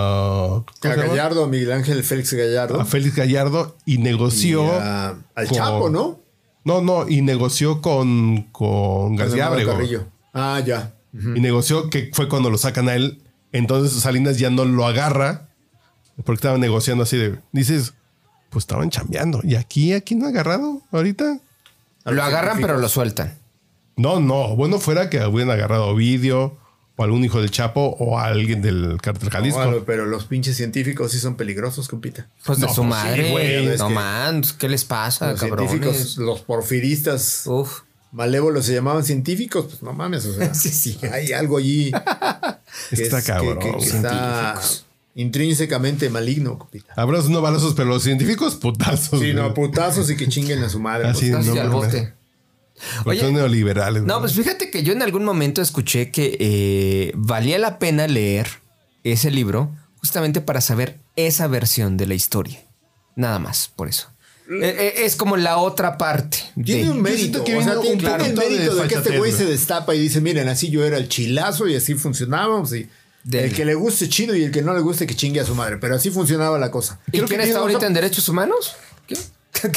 Speaker 1: ¿cómo se llama?
Speaker 3: Gallardo, a Miguel Ángel Félix Gallardo.
Speaker 1: a Félix Gallardo y
Speaker 3: y
Speaker 1: negoció.
Speaker 3: a- al
Speaker 1: con-
Speaker 3: Chapo, ¿no?
Speaker 1: No, no, y negoció con, con García Abrego.
Speaker 3: Fernando Carrillo. Ah, ya.
Speaker 1: y negoció que fue cuando lo sacan a él. Entonces Salinas ya no lo agarra porque estaban negociando así de dices, pues estaban chambeando y aquí aquí no ha agarrado ahorita.
Speaker 2: Lo agarran, pero lo sueltan.
Speaker 1: No, no, bueno fuera que hubieran agarrado a Ovidio o algún hijo del Chapo o a alguien del cártel Jalisco.
Speaker 3: No, pero los pinches científicos sí son peligrosos, compita.
Speaker 2: Pues de
Speaker 1: No,
Speaker 2: su
Speaker 1: pues sí,
Speaker 2: madre.
Speaker 1: güey, es
Speaker 2: no
Speaker 1: que-
Speaker 2: man, ¿qué les pasa,
Speaker 3: los científicos,
Speaker 2: Ah, cabrones?
Speaker 3: los porfiristas
Speaker 2: Uf.
Speaker 3: malévolos se llamaban científicos, pues no mames, o
Speaker 2: <laughs>
Speaker 3: sea,
Speaker 2: Sí, sí.
Speaker 3: hay algo allí que
Speaker 1: Está
Speaker 3: es- que-
Speaker 1: cabrón,
Speaker 3: que- que
Speaker 1: güey.
Speaker 3: está intrínsecamente maligno, compita.
Speaker 1: Abrazos no balazos, pero los científicos putazos.
Speaker 3: Sí, no,
Speaker 1: güey.
Speaker 3: putazos y que chinguen a su madre.
Speaker 1: Pues <laughs> Así
Speaker 3: pues.
Speaker 2: Estás
Speaker 1: no
Speaker 2: al
Speaker 1: mames.
Speaker 2: bote.
Speaker 1: Porque
Speaker 2: Oye,
Speaker 1: son neoliberales.
Speaker 2: No,
Speaker 1: güey.
Speaker 2: pues fíjate que yo en algún momento escuché que eh, valía la pena leer ese libro justamente para saber esa versión de la historia. Nada más, por eso. Eh, eh, es como la otra parte.
Speaker 3: Tiene
Speaker 2: de-
Speaker 3: un
Speaker 1: siento
Speaker 3: mérito,
Speaker 1: que
Speaker 3: o
Speaker 1: viene
Speaker 3: sea,
Speaker 1: un
Speaker 3: tiene
Speaker 1: claro
Speaker 3: el
Speaker 1: punto de
Speaker 3: mérito de, que este
Speaker 1: fachatez, güey.
Speaker 3: güey se destapa y dice, miren, así yo era el chilazo y así funcionábamos y
Speaker 2: Del-
Speaker 3: el que le guste chido y el que no le guste que chingue a su madre, pero así funcionaba la cosa.
Speaker 2: ¿Y
Speaker 1: creo
Speaker 2: quién
Speaker 1: que
Speaker 2: está
Speaker 1: tiene
Speaker 2: ahorita
Speaker 1: otra-
Speaker 2: en derechos humanos? ¿Qué?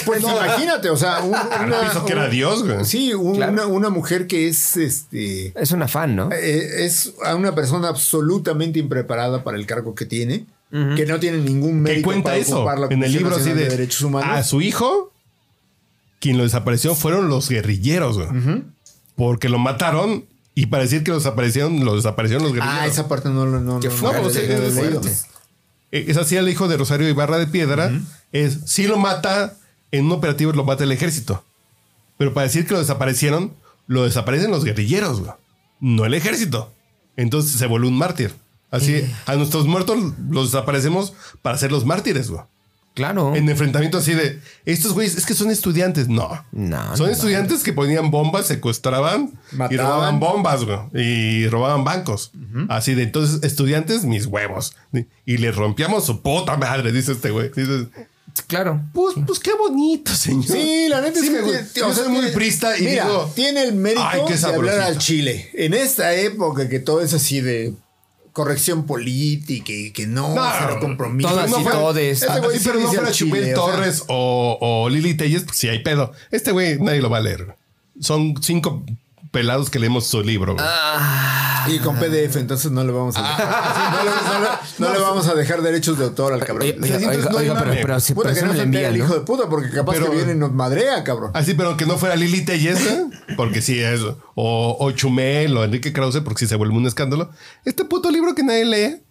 Speaker 3: Pues imagínate, o sea, un- una,
Speaker 1: pienso que era Dios, güey.
Speaker 3: Sí, un-
Speaker 2: Claro.
Speaker 3: una, una mujer que es este
Speaker 2: Es un afán, ¿no?
Speaker 3: eh, es a una persona absolutamente impreparada para el cargo que tiene, que no tiene ningún
Speaker 1: que
Speaker 3: mérito
Speaker 1: cuenta
Speaker 3: para
Speaker 1: eso
Speaker 3: ocupar la
Speaker 1: en el
Speaker 3: Comisión
Speaker 1: libro así
Speaker 3: Nacional
Speaker 1: de,
Speaker 3: derechos
Speaker 1: a
Speaker 3: humanos.
Speaker 1: su hijo quien lo desapareció fueron los guerrilleros güey. porque lo mataron y para decir que lo desaparecieron lo desaparecieron los guerrilleros
Speaker 3: Ah, esa parte no lo no, no,
Speaker 2: Qué
Speaker 3: no,
Speaker 2: fuerte,
Speaker 3: no,
Speaker 1: qué
Speaker 3: no, no, no, no.
Speaker 2: fuerte.
Speaker 1: Eh, es así el hijo de Rosario Ibarra de Piedra es si lo mata en un operativo lo mata el ejército pero para decir que lo desaparecieron lo desaparecen los guerrilleros güey, no el ejército entonces se volvió un mártir así
Speaker 3: Eh.
Speaker 1: a nuestros muertos los desaparecemos para ser los mártires güey.
Speaker 2: Claro.
Speaker 1: en enfrentamiento así de estos güeyes es que son estudiantes. No,
Speaker 2: No,
Speaker 1: son
Speaker 2: no,
Speaker 1: estudiantes que ponían bombas, secuestraban y
Speaker 3: Mataban.
Speaker 1: robaban bombas güey, y robaban bancos. Así de entonces, estudiantes, mis huevos y les rompíamos su puta madre, dice este güey. Dices,
Speaker 2: Claro.
Speaker 1: Pues, pues qué bonito, señor.
Speaker 3: Sí, la neta es
Speaker 1: Sí,
Speaker 3: que
Speaker 1: me gusta.
Speaker 3: tiene-
Speaker 1: Yo
Speaker 3: o sea,
Speaker 1: soy muy
Speaker 3: tiene-
Speaker 1: prista y
Speaker 3: mira,
Speaker 1: digo.
Speaker 3: tiene el mérito
Speaker 1: Ay, qué
Speaker 3: de hablar
Speaker 1: sabrosito.
Speaker 3: al Chile. En esta época que todo es así de corrección política y que no,
Speaker 1: No,
Speaker 3: cero compromiso.
Speaker 1: todas
Speaker 3: No
Speaker 1: y
Speaker 3: fue-
Speaker 1: todes.
Speaker 3: Este güey
Speaker 1: Así, pero
Speaker 3: sí
Speaker 1: no
Speaker 3: dice
Speaker 1: fuera
Speaker 3: al Chile,
Speaker 1: Chubel
Speaker 3: o sea,
Speaker 1: Torres o, o Lili Telles, pues sí hay pedo. Este güey nadie lo va a leer. Son cinco pelados que leemos su libro. güey.
Speaker 2: Ah.
Speaker 3: Y
Speaker 1: Ah.
Speaker 3: con PDF, entonces no le vamos a dejar. Sí, no le- no le- no le vamos a dejar derechos de autor al cabrón.
Speaker 1: Eh,
Speaker 2: Oye, Eh, oiga,
Speaker 3: entonces
Speaker 2: oiga,
Speaker 3: no hay
Speaker 2: oiga,
Speaker 3: mame.
Speaker 2: pero- pero si-
Speaker 3: Puta,
Speaker 2: pero
Speaker 3: que
Speaker 2: eso
Speaker 3: no
Speaker 2: me lo
Speaker 3: se entere
Speaker 2: envían,
Speaker 3: el
Speaker 2: ¿no?
Speaker 3: hijo de puta, porque capaz
Speaker 1: Pero-
Speaker 3: que viene y nos madrea, cabrón.
Speaker 1: Así, Ah, pero que no fuera Lili Telles, ¿eh? porque sí es. O, o Chumel o Enrique Krause, porque si se vuelve un escándalo. Este puto libro que nadie lee,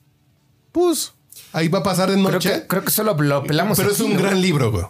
Speaker 1: pues ahí va a pasar de
Speaker 2: Creo
Speaker 1: noche.
Speaker 2: que, creo que solo lo pelamos.
Speaker 1: Pero es
Speaker 2: aquí,
Speaker 1: un
Speaker 2: ¿no?
Speaker 1: gran libro, güey.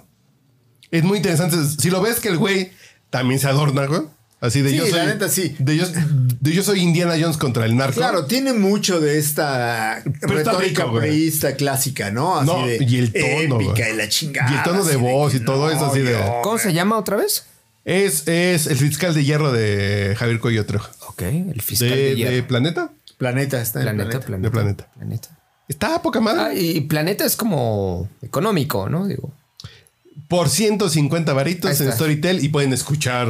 Speaker 1: Es muy interesante. Si lo ves que el güey también se adorna, güey. Así de
Speaker 3: Sí,
Speaker 1: yo soy.
Speaker 3: la neta, sí.
Speaker 1: De yo, de yo soy Indiana Jones contra el narco.
Speaker 3: Claro, tiene mucho de esta
Speaker 1: Pero está
Speaker 3: retórica
Speaker 1: rico, güey.
Speaker 3: priista clásica, ¿no? Así
Speaker 1: No,
Speaker 3: de
Speaker 1: y el tono,
Speaker 3: épica
Speaker 1: güey.
Speaker 3: y la chingada.
Speaker 1: Y el tono de voz y todo eso, así de-
Speaker 2: ¿Cómo se llama otra vez?
Speaker 1: Es, es el fiscal de hierro de Javier Coyo Trejo.
Speaker 2: Ok, el fiscal
Speaker 1: De,
Speaker 2: de, hierro.
Speaker 1: de Planeta.
Speaker 3: Planeta está en
Speaker 2: planeta,
Speaker 3: planeta.
Speaker 2: planeta,
Speaker 1: De Planeta.
Speaker 2: planeta.
Speaker 1: Está a poca madre.
Speaker 2: Ah, y planeta es como económico, ¿no? Digo.
Speaker 1: Por 150
Speaker 2: Ahí
Speaker 1: varitos en
Speaker 2: está.
Speaker 1: Storytel y pueden escuchar.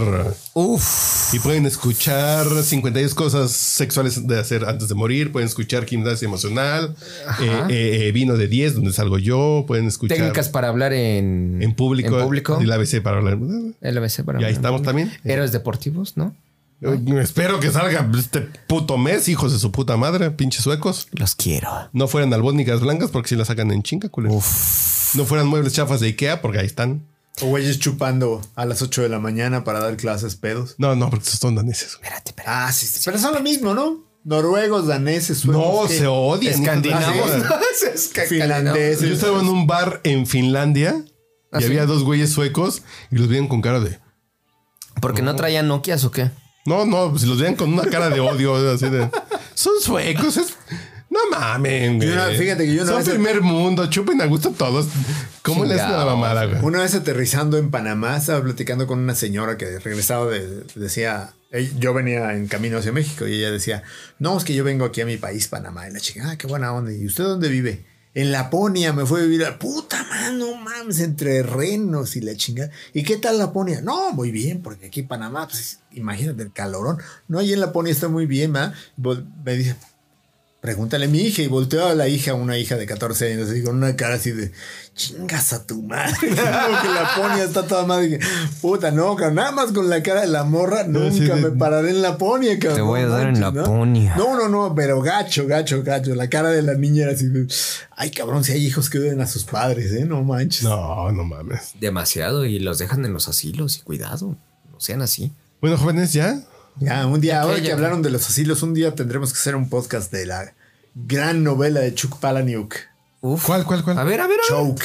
Speaker 2: Uf.
Speaker 1: Y pueden escuchar 52 cosas sexuales de hacer antes de morir. Pueden escuchar gimnasia emocional, eh, eh, eh, vino de 10, donde salgo yo. Pueden escuchar
Speaker 2: Técnicas para hablar en,
Speaker 1: en público,
Speaker 2: En público.
Speaker 1: el ABC para hablar.
Speaker 2: LBC
Speaker 1: Y
Speaker 2: para hablar
Speaker 1: ahí
Speaker 2: en
Speaker 1: estamos
Speaker 2: público.
Speaker 1: también.
Speaker 2: Héroes deportivos, ¿no?
Speaker 3: Ah.
Speaker 1: Eh, Espero que salga este puto mes, hijos de su puta madre, pinches suecos.
Speaker 2: Los quiero.
Speaker 1: No fueran albónicas blancas porque si las sacan en chinga, culero. No fueran muebles chafas de Ikea porque ahí están.
Speaker 3: O güeyes chupando a las 8 de la mañana para dar clases pedos.
Speaker 1: No, no, porque esos son daneses. güey.
Speaker 2: Espérate, espérate.
Speaker 3: Ah, sí, sí. Pero son lo mismo, ¿no? Noruegos, daneses, suecos.
Speaker 1: No,
Speaker 3: ¿qué?
Speaker 1: se odian. hijos de la
Speaker 3: Escandinavos.
Speaker 1: chingada.
Speaker 3: <laughs> Finlandeses.
Speaker 1: Yo estaba en un bar en Finlandia y
Speaker 3: ¿Ah,
Speaker 2: ¿sí?
Speaker 1: había dos güeyes suecos y los veían con cara de.
Speaker 2: ¿Porque no traían Nokias o qué?
Speaker 1: No, no, pues los veían con una cara de odio, así de. Son suecos, es. No mamen, güey.
Speaker 3: Yo una- fíjate que yo una
Speaker 1: Son
Speaker 3: vez-
Speaker 1: primer mundo, chupen a gusto todos. ¿Cómo les hace la
Speaker 2: Chingados,
Speaker 1: mamada, güey?
Speaker 3: Una vez aterrizando en Panamá, estaba platicando con una señora que regresaba de, decía, "Ey, yo venía en camino hacia México y ella decía, no, es que yo vengo aquí a mi país, Panamá. Y la chica, ah, qué buena onda. ¿Y usted dónde vive? En Laponia me fue a vivir a puta mano, mames, entre renos y la chingada. ¿Y qué tal Laponia? No, muy bien, porque aquí Panamá, pues imagínate el calorón. No, ahí en Laponia está muy bien, ¿verdad? Vol- Me dice, Pregúntale a mi hija y volteó a la hija, una hija de 14 años, así con una cara así de chingas a tu madre. <laughs> Como que la Laponia está toda madre. Dije, Puta, no, cabrón, nada más con la cara de la morra,
Speaker 1: sí,
Speaker 3: nunca
Speaker 1: de-
Speaker 3: me pararé en Laponia, cabrón.
Speaker 2: Te voy a
Speaker 3: No
Speaker 2: dar en
Speaker 3: manches, ¿no?
Speaker 2: Laponia.
Speaker 3: No, no, no, pero gacho, gacho, gacho. La cara de la niña era así de, ay, cabrón, si hay hijos que odian a sus padres, ¿eh? No manches.
Speaker 1: No, no mames.
Speaker 2: Demasiado y los dejan en los asilos y cuidado. No sean así.
Speaker 1: Bueno, jóvenes, ya.
Speaker 3: Ya, un día,
Speaker 2: Ya que
Speaker 3: ahora
Speaker 2: ya-
Speaker 3: que hablaron de los asilos, un día tendremos que hacer un podcast de la gran novela de Chuck Palahniuk,
Speaker 2: Uf.
Speaker 1: ¿Cuál, cuál, cuál?
Speaker 2: A ver, a ver, a ver.
Speaker 3: Choke.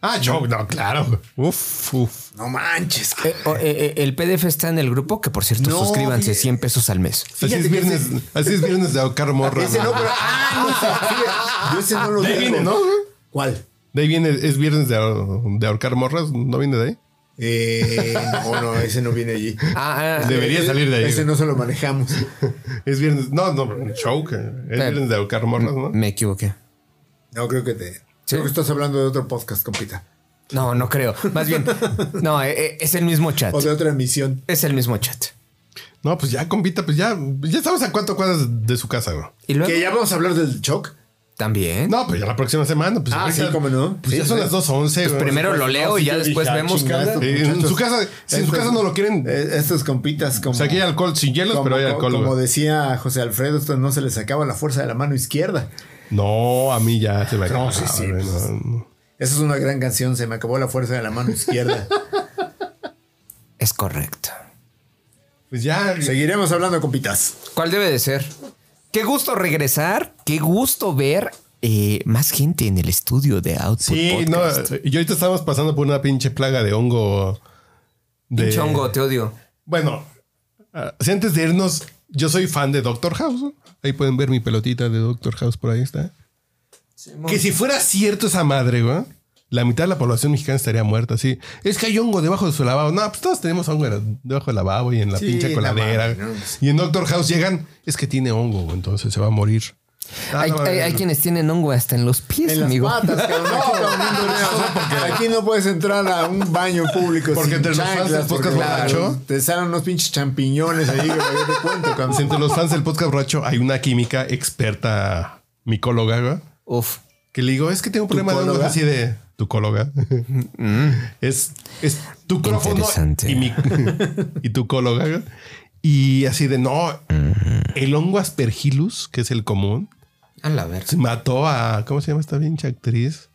Speaker 1: Ah, yo, no, claro. Uf, uf.
Speaker 3: No manches,
Speaker 2: Eh,
Speaker 3: cabrón.
Speaker 2: oh, eh, eh, el PDF está en el grupo, que por cierto,
Speaker 3: No,
Speaker 2: suscríbanse,
Speaker 3: fíjate.
Speaker 2: 100 pesos al mes.
Speaker 1: Así
Speaker 3: Fíjate
Speaker 1: es,
Speaker 3: que
Speaker 1: viernes, así es viernes de ahorcar morra.
Speaker 3: <laughs> Ese no,
Speaker 1: güey.
Speaker 3: pero. Ah, no, sí, fíjate, yo ese no lo
Speaker 1: De ahí
Speaker 3: digo.
Speaker 1: viene, ¿no?
Speaker 3: ¿Cuál?
Speaker 1: De ahí viene, es viernes de, ahor- de ahorcar morras, ¿no viene de ahí? <laughs>
Speaker 3: Eh, no, no, ese no viene allí. Eh,
Speaker 2: Ah, ah,
Speaker 1: Debería salir de ahí.
Speaker 3: Ese
Speaker 1: güey.
Speaker 3: no se lo manejamos.
Speaker 1: Es viernes, no, no, choke. Es viernes de ahorcar morras, ¿no?
Speaker 3: Mm,
Speaker 2: me equivoqué.
Speaker 3: No, creo que te.
Speaker 2: Sí.
Speaker 3: Creo que estás hablando de otro podcast, compita.
Speaker 2: No, no creo. Más bien, no, eh, eh, es el mismo chat.
Speaker 3: O de otra emisión.
Speaker 2: Es el mismo chat.
Speaker 1: No, pues ya, compita, pues ya, ya estamos a cuatro cuadras de su casa, güey.
Speaker 2: Y luego
Speaker 3: Que ya vamos a hablar del shock.
Speaker 2: también.
Speaker 1: No, pues ya la próxima semana. Pues
Speaker 3: ¿Eh? Ah,
Speaker 1: ahorita-
Speaker 3: sí, cómo no.
Speaker 1: Pues
Speaker 3: Sí,
Speaker 1: ya son
Speaker 3: sí.
Speaker 1: las 2.11. güey.
Speaker 2: primero
Speaker 1: Sí,
Speaker 2: lo leo y ya después vemos.
Speaker 1: eh, en su casa, si en su casa no lo quieren,
Speaker 3: Estos compitas, como.
Speaker 1: o sea, aquí hay alcohol sin hielos,
Speaker 3: eh, como-
Speaker 1: pero hay alcohol.
Speaker 3: Como
Speaker 1: güey.
Speaker 3: decía José Alfredo, esto no se les acaba la fuerza de la mano izquierda.
Speaker 1: No, a mí ya se me acaba.
Speaker 3: No, sí, sí,
Speaker 1: güey,
Speaker 3: pues.
Speaker 1: no.
Speaker 3: Esa es una gran canción. Se me acabó la fuerza de la mano
Speaker 1: <laughs>
Speaker 3: izquierda.
Speaker 2: Es correcto.
Speaker 1: Pues ya,
Speaker 3: Seguiremos hablando, compitas.
Speaker 2: ¿Cuál debe de ser? Qué gusto regresar. Qué gusto ver eh, más gente en el estudio de Output
Speaker 1: sí, no,
Speaker 2: Podcast.
Speaker 3: eh,
Speaker 1: y ahorita estamos pasando por una pinche plaga de hongo. De,
Speaker 2: Pinche hongo, te odio.
Speaker 1: Bueno, ah, si antes de irnos, yo soy fan de Doctor House. ¿no? Ahí pueden ver mi pelotita de Doctor House, por ahí está. Que si fuera cierto esa madre, güey, la mitad de la población mexicana estaría muerta. Así es que hay hongo debajo de su lavabo. No, pues todos tenemos hongo en- debajo del lavabo y en la
Speaker 3: Sí,
Speaker 1: pinche
Speaker 3: no
Speaker 1: coladera.
Speaker 3: mames, no.
Speaker 1: Y en Doctor House llegan, es que tiene hongo, güey, entonces se va a morir.
Speaker 2: hay,
Speaker 3: Ah, no,
Speaker 2: hay-
Speaker 3: no.
Speaker 2: hay quienes tienen hongo hasta en los pies,
Speaker 3: En las
Speaker 2: amigo.
Speaker 3: patas, cabrón. Aquí, todo el mundo le- o sea, porque aquí no puedes entrar a un baño público
Speaker 1: Porque
Speaker 3: sin
Speaker 1: entre los fans del
Speaker 3: chanclas,
Speaker 1: podcast
Speaker 3: porque, claro,
Speaker 1: borracho-
Speaker 3: Te salen unos pinches champiñones ahí, güey, yo te cuento, <laughs> cabrón.
Speaker 1: Entre los fans del podcast borracho hay una química experta micóloga, güey. Que le digo, es que tengo un problema de hongos",
Speaker 3: ¿Tucóloga?
Speaker 1: así de tucóloga. es, es tucrófono
Speaker 2: Interesante.
Speaker 1: y, mi, <laughs> y tucóloga. güey. Y así de no, el hongo aspergillus, que es el común,
Speaker 2: A la verga.
Speaker 1: se mató a ¿cómo se llama esta pinche actriz?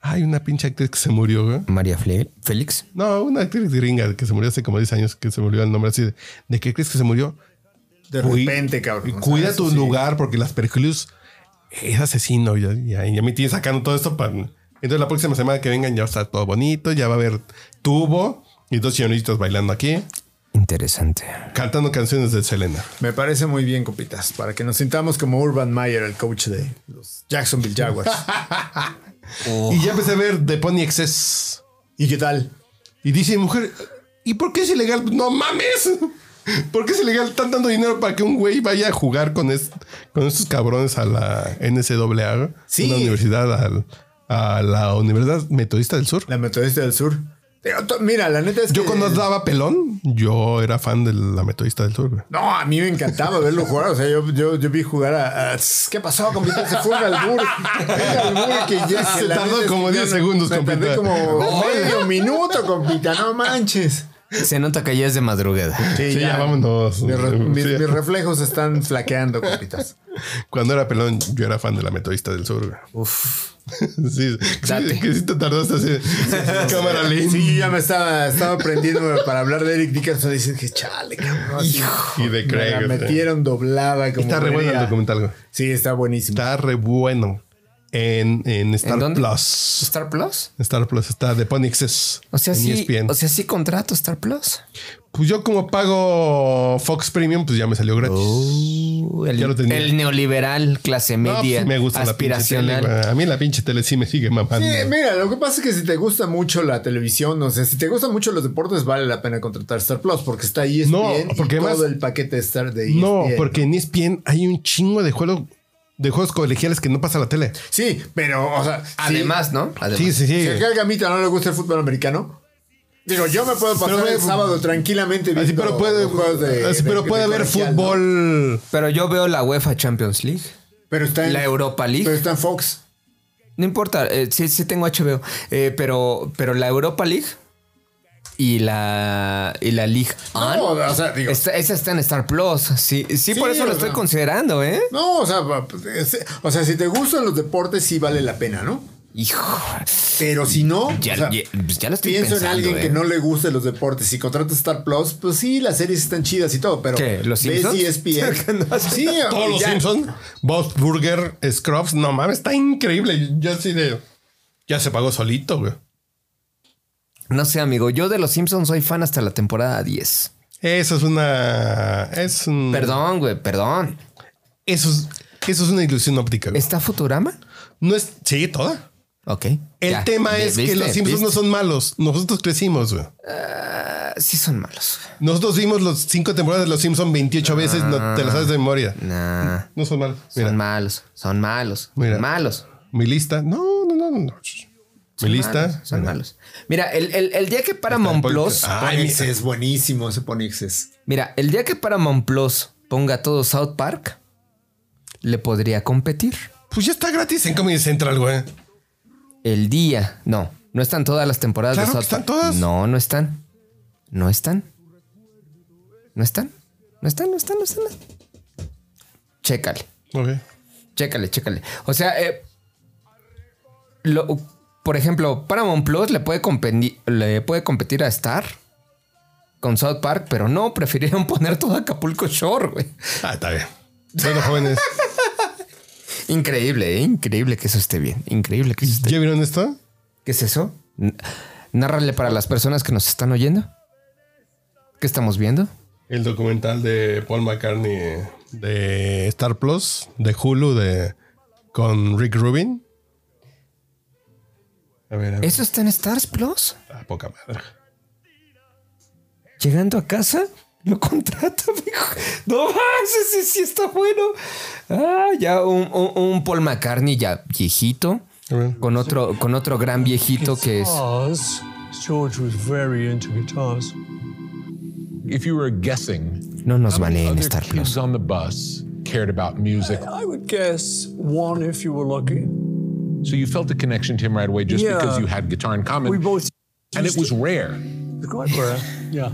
Speaker 1: Hay una pinche actriz que se murió, güey.
Speaker 2: María Fle- Félix.
Speaker 1: No, una actriz gringa que se murió hace como 10 años, que se murió el nombre así de, ¿de qué crees que se murió?
Speaker 3: De
Speaker 1: Cui-
Speaker 3: repente, cabrón. o sea,
Speaker 1: Cuida
Speaker 3: eso
Speaker 1: tu
Speaker 3: sí.
Speaker 1: lugar porque las Perclius es asesino. Ya, ya, ya me tienes sacando todo esto para. Entonces la próxima semana que vengan ya va a estar todo bonito, ya va a haber tubo y dos señoritos bailando aquí,
Speaker 2: Interesante.
Speaker 1: cantando canciones de Selena.
Speaker 3: Me parece muy bien, copitas, para que nos sintamos como Urban Meyer, el coach de los Jacksonville <laughs> Jaguars.
Speaker 1: Y ya empecé a ver The Pony Excess.
Speaker 3: ¿Y qué tal?
Speaker 1: Y dice mi mujer, ¿y por qué es ilegal? No mames. <laughs> ¿Por qué es ilegal? Están dando dinero para que un güey vaya a jugar con, es- con estos cabrones a la NCAA,
Speaker 3: Sí.
Speaker 1: una universidad, al- a la Universidad Metodista del Sur.
Speaker 3: La Metodista del Sur. Digo, to- Mira, la neta es
Speaker 1: Yo
Speaker 3: que-
Speaker 1: cuando daba pelón, yo era fan de la metodista del sur. güey.
Speaker 3: No, a mí me encantaba verlo jugar. O sea, yo, yo, yo vi jugar a, a- ¿Qué pasó, compita? Se fue un albur. Un albur que ya
Speaker 1: Se
Speaker 3: que la
Speaker 1: tardó
Speaker 3: neta es
Speaker 1: como
Speaker 3: que
Speaker 1: 10
Speaker 3: yo no-
Speaker 1: segundos,
Speaker 3: me
Speaker 1: compita. <laughs>
Speaker 3: tardé como medio minuto, compita. No manches.
Speaker 2: Se nota que ya es de madrugada.
Speaker 3: Sí,
Speaker 1: Sí, ya vámonos.
Speaker 3: Mis, re-
Speaker 1: Sí.
Speaker 3: mis- mis reflejos están flaqueando, compitas.
Speaker 1: Cuando era pelón, yo era fan de la metodista del sur. güey.
Speaker 2: Uf.
Speaker 1: <laughs> Sí,
Speaker 2: Date.
Speaker 1: sí, que sí te tardaste así. Cámara lenta.
Speaker 3: Sí, yo ya me estaba, estaba aprendiendo para hablar de Eric Dickerson. Dicen que chale, cabrón. así,
Speaker 1: Y de
Speaker 3: me la
Speaker 1: Craig. güey.
Speaker 3: metieron doblada. Como
Speaker 1: Está re bueno el
Speaker 3: venía.
Speaker 1: documental. güey.
Speaker 3: Sí, está buenísimo.
Speaker 1: Está re bueno. En, en Star
Speaker 2: ¿En dónde?
Speaker 1: Plus.
Speaker 2: ¿Star Plus?
Speaker 1: Star Plus está de Ponixes.
Speaker 2: O sea,
Speaker 1: en E
Speaker 2: sí.
Speaker 1: ESPN.
Speaker 2: O sea, sí contrato Star Plus.
Speaker 1: pues yo como pago Fox Premium, pues ya me salió gratis.
Speaker 2: Uh, el,
Speaker 1: Ya lo tenía.
Speaker 2: el neoliberal, clase
Speaker 1: No,
Speaker 2: media,
Speaker 1: pues me gusta la pinche tele,
Speaker 2: aspiracional.
Speaker 1: güey. A mí la pinche tele sí me sigue mamando.
Speaker 3: Sí, mira, lo que pasa es que si te gusta mucho la televisión, o sea, si te gustan mucho los deportes, vale la pena contratar Star Plus porque está ahí E
Speaker 1: No, porque
Speaker 3: y todo
Speaker 1: además-
Speaker 3: el paquete de Star de E ESPN.
Speaker 1: No,
Speaker 2: este,
Speaker 1: porque en E ESPN hay un chingo de juegos de juegos colegiales que no pasa a la tele.
Speaker 3: Sí, pero, o sea... sí,
Speaker 2: Ah, Además, ¿no? Además.
Speaker 1: Sí, sí, sí.
Speaker 3: si acá al Gamita no le gusta el fútbol americano, digo, yo me puedo pasar
Speaker 1: Pero,
Speaker 3: el
Speaker 1: güey,
Speaker 3: sábado tranquilamente
Speaker 1: Así,
Speaker 3: viendo
Speaker 1: pero puede,
Speaker 3: los juegos de-
Speaker 1: así,
Speaker 3: de-
Speaker 1: pero
Speaker 3: de
Speaker 1: puede haber
Speaker 3: colegial, ¿no?
Speaker 1: fútbol.
Speaker 2: Pero yo veo la UEFA Champions League.
Speaker 3: Pero está en...
Speaker 2: La Europa League.
Speaker 3: Pero está en Fox.
Speaker 2: No importa, eh, sí, sí tengo HBO, eh, pero, pero la Europa League y la, y la League On,
Speaker 3: No, o sea, digo...
Speaker 2: Ah, está- esa está en Star Plus. Sí, sí, por
Speaker 3: Sí,
Speaker 2: eso lo
Speaker 3: o
Speaker 2: estoy
Speaker 3: sea.
Speaker 2: considerando, ¿eh?
Speaker 3: No, o sea, va, pues, es- o sea, si te gustan los deportes, sí vale la pena, ¿no?
Speaker 2: Hijo,
Speaker 3: Pero si no,
Speaker 2: ya,
Speaker 3: o sea,
Speaker 2: ya- pues ya lo estoy
Speaker 3: Pienso en
Speaker 2: pensando,
Speaker 3: alguien
Speaker 2: ¿eh?
Speaker 3: que no le guste los deportes. Si contratas Star Plus, pues sí, las series están chidas y todo, pero
Speaker 2: ¿Qué? ¿Los
Speaker 3: ves E
Speaker 2: Simpsons? <laughs>
Speaker 3: ESPN. sí,
Speaker 1: Todos los
Speaker 3: ya.
Speaker 1: Simpsons, Bob Burger, Scrubs, no mames, está increíble. Yo así de. Ya se pagó solito, güey.
Speaker 2: No sé, amigo, yo de los Simpsons soy fan hasta la temporada 10.
Speaker 1: Eso es una. Es un.
Speaker 2: Perdón, güey, perdón.
Speaker 1: Eso es, eso es una ilusión óptica. güey.
Speaker 2: ¿Está Futurama?
Speaker 1: No es. Sí, toda.
Speaker 2: Ok.
Speaker 1: El
Speaker 2: ya.
Speaker 1: tema
Speaker 2: ¿Ves-
Speaker 1: es que
Speaker 2: viste?
Speaker 1: los Simpsons no
Speaker 2: ¿Viste?
Speaker 1: son malos. Nosotros crecimos, güey.
Speaker 2: Ah, sí son malos.
Speaker 1: Nosotros vimos los cinco temporadas de los Simpsons 28 veces, no te las sabes de memoria.
Speaker 2: Nah,
Speaker 1: No son malos. Mira.
Speaker 2: son malos, son malos,
Speaker 1: Mira.
Speaker 2: malos.
Speaker 1: Mi lista. No, no, no, no. no. Mi
Speaker 2: Son
Speaker 1: lista.
Speaker 2: malos, son
Speaker 1: Mira.
Speaker 2: malos. Mira, el, el- el día que Paramount
Speaker 1: Está en
Speaker 2: Plus.
Speaker 1: podcast.
Speaker 3: Ay, ese es buenísimo, ese Ponixes.
Speaker 2: Mira, el día que Paramount Plus ponga todo South Park, le podría competir.
Speaker 1: Pues ya está gratis en Comedy Central, güey.
Speaker 2: El día. No, no están todas las temporadas
Speaker 1: Claro
Speaker 2: de
Speaker 1: que
Speaker 2: South
Speaker 1: están
Speaker 2: Park.
Speaker 1: todas.
Speaker 2: No, no están. No están. No están. No están, no están, no están. Chécale.
Speaker 1: Ok.
Speaker 2: Chécale, chécale. O sea, eh, lo- por ejemplo, Paramount Plus le puede, compendi- le puede competir a Star con South Park, pero no, prefirieron <laughs> poner todo Acapulco Shore, güey.
Speaker 1: Ah, está bien. Bueno,
Speaker 2: <laughs>
Speaker 1: jóvenes,
Speaker 2: Increíble, eh, increíble que eso esté bien. Increíble que eso esté
Speaker 1: ¿ya vieron esto?
Speaker 2: ¿Qué es eso? N- Nárrale para las personas que nos están oyendo. ¿Qué estamos viendo?
Speaker 1: El documental de Paul McCartney de Star Plus, de Hulu, de con Rick Rubin. A ver, a ver.
Speaker 2: ¿Eso está en Stars Plus?
Speaker 1: Ah, poca madre.
Speaker 2: ¿Llegando a casa? Lo contrata, <laughs> mijo. No más, ese sí está bueno. Ah, ya un, un- un Paul McCartney ya viejito. Con otro, con otro gran viejito que es.
Speaker 12: Guitars. George was very into guitars. If you were guessing,
Speaker 2: No nos baneen
Speaker 12: other
Speaker 2: Star Plus.
Speaker 12: kids on the bus cared about music. I would guess one if you were lucky. So you felt a connection to him right away just
Speaker 13: Yeah.
Speaker 12: because you had guitar in common.
Speaker 13: We both
Speaker 12: and it
Speaker 13: used
Speaker 12: was
Speaker 13: it.
Speaker 12: rare.
Speaker 13: It's quite rare, yeah.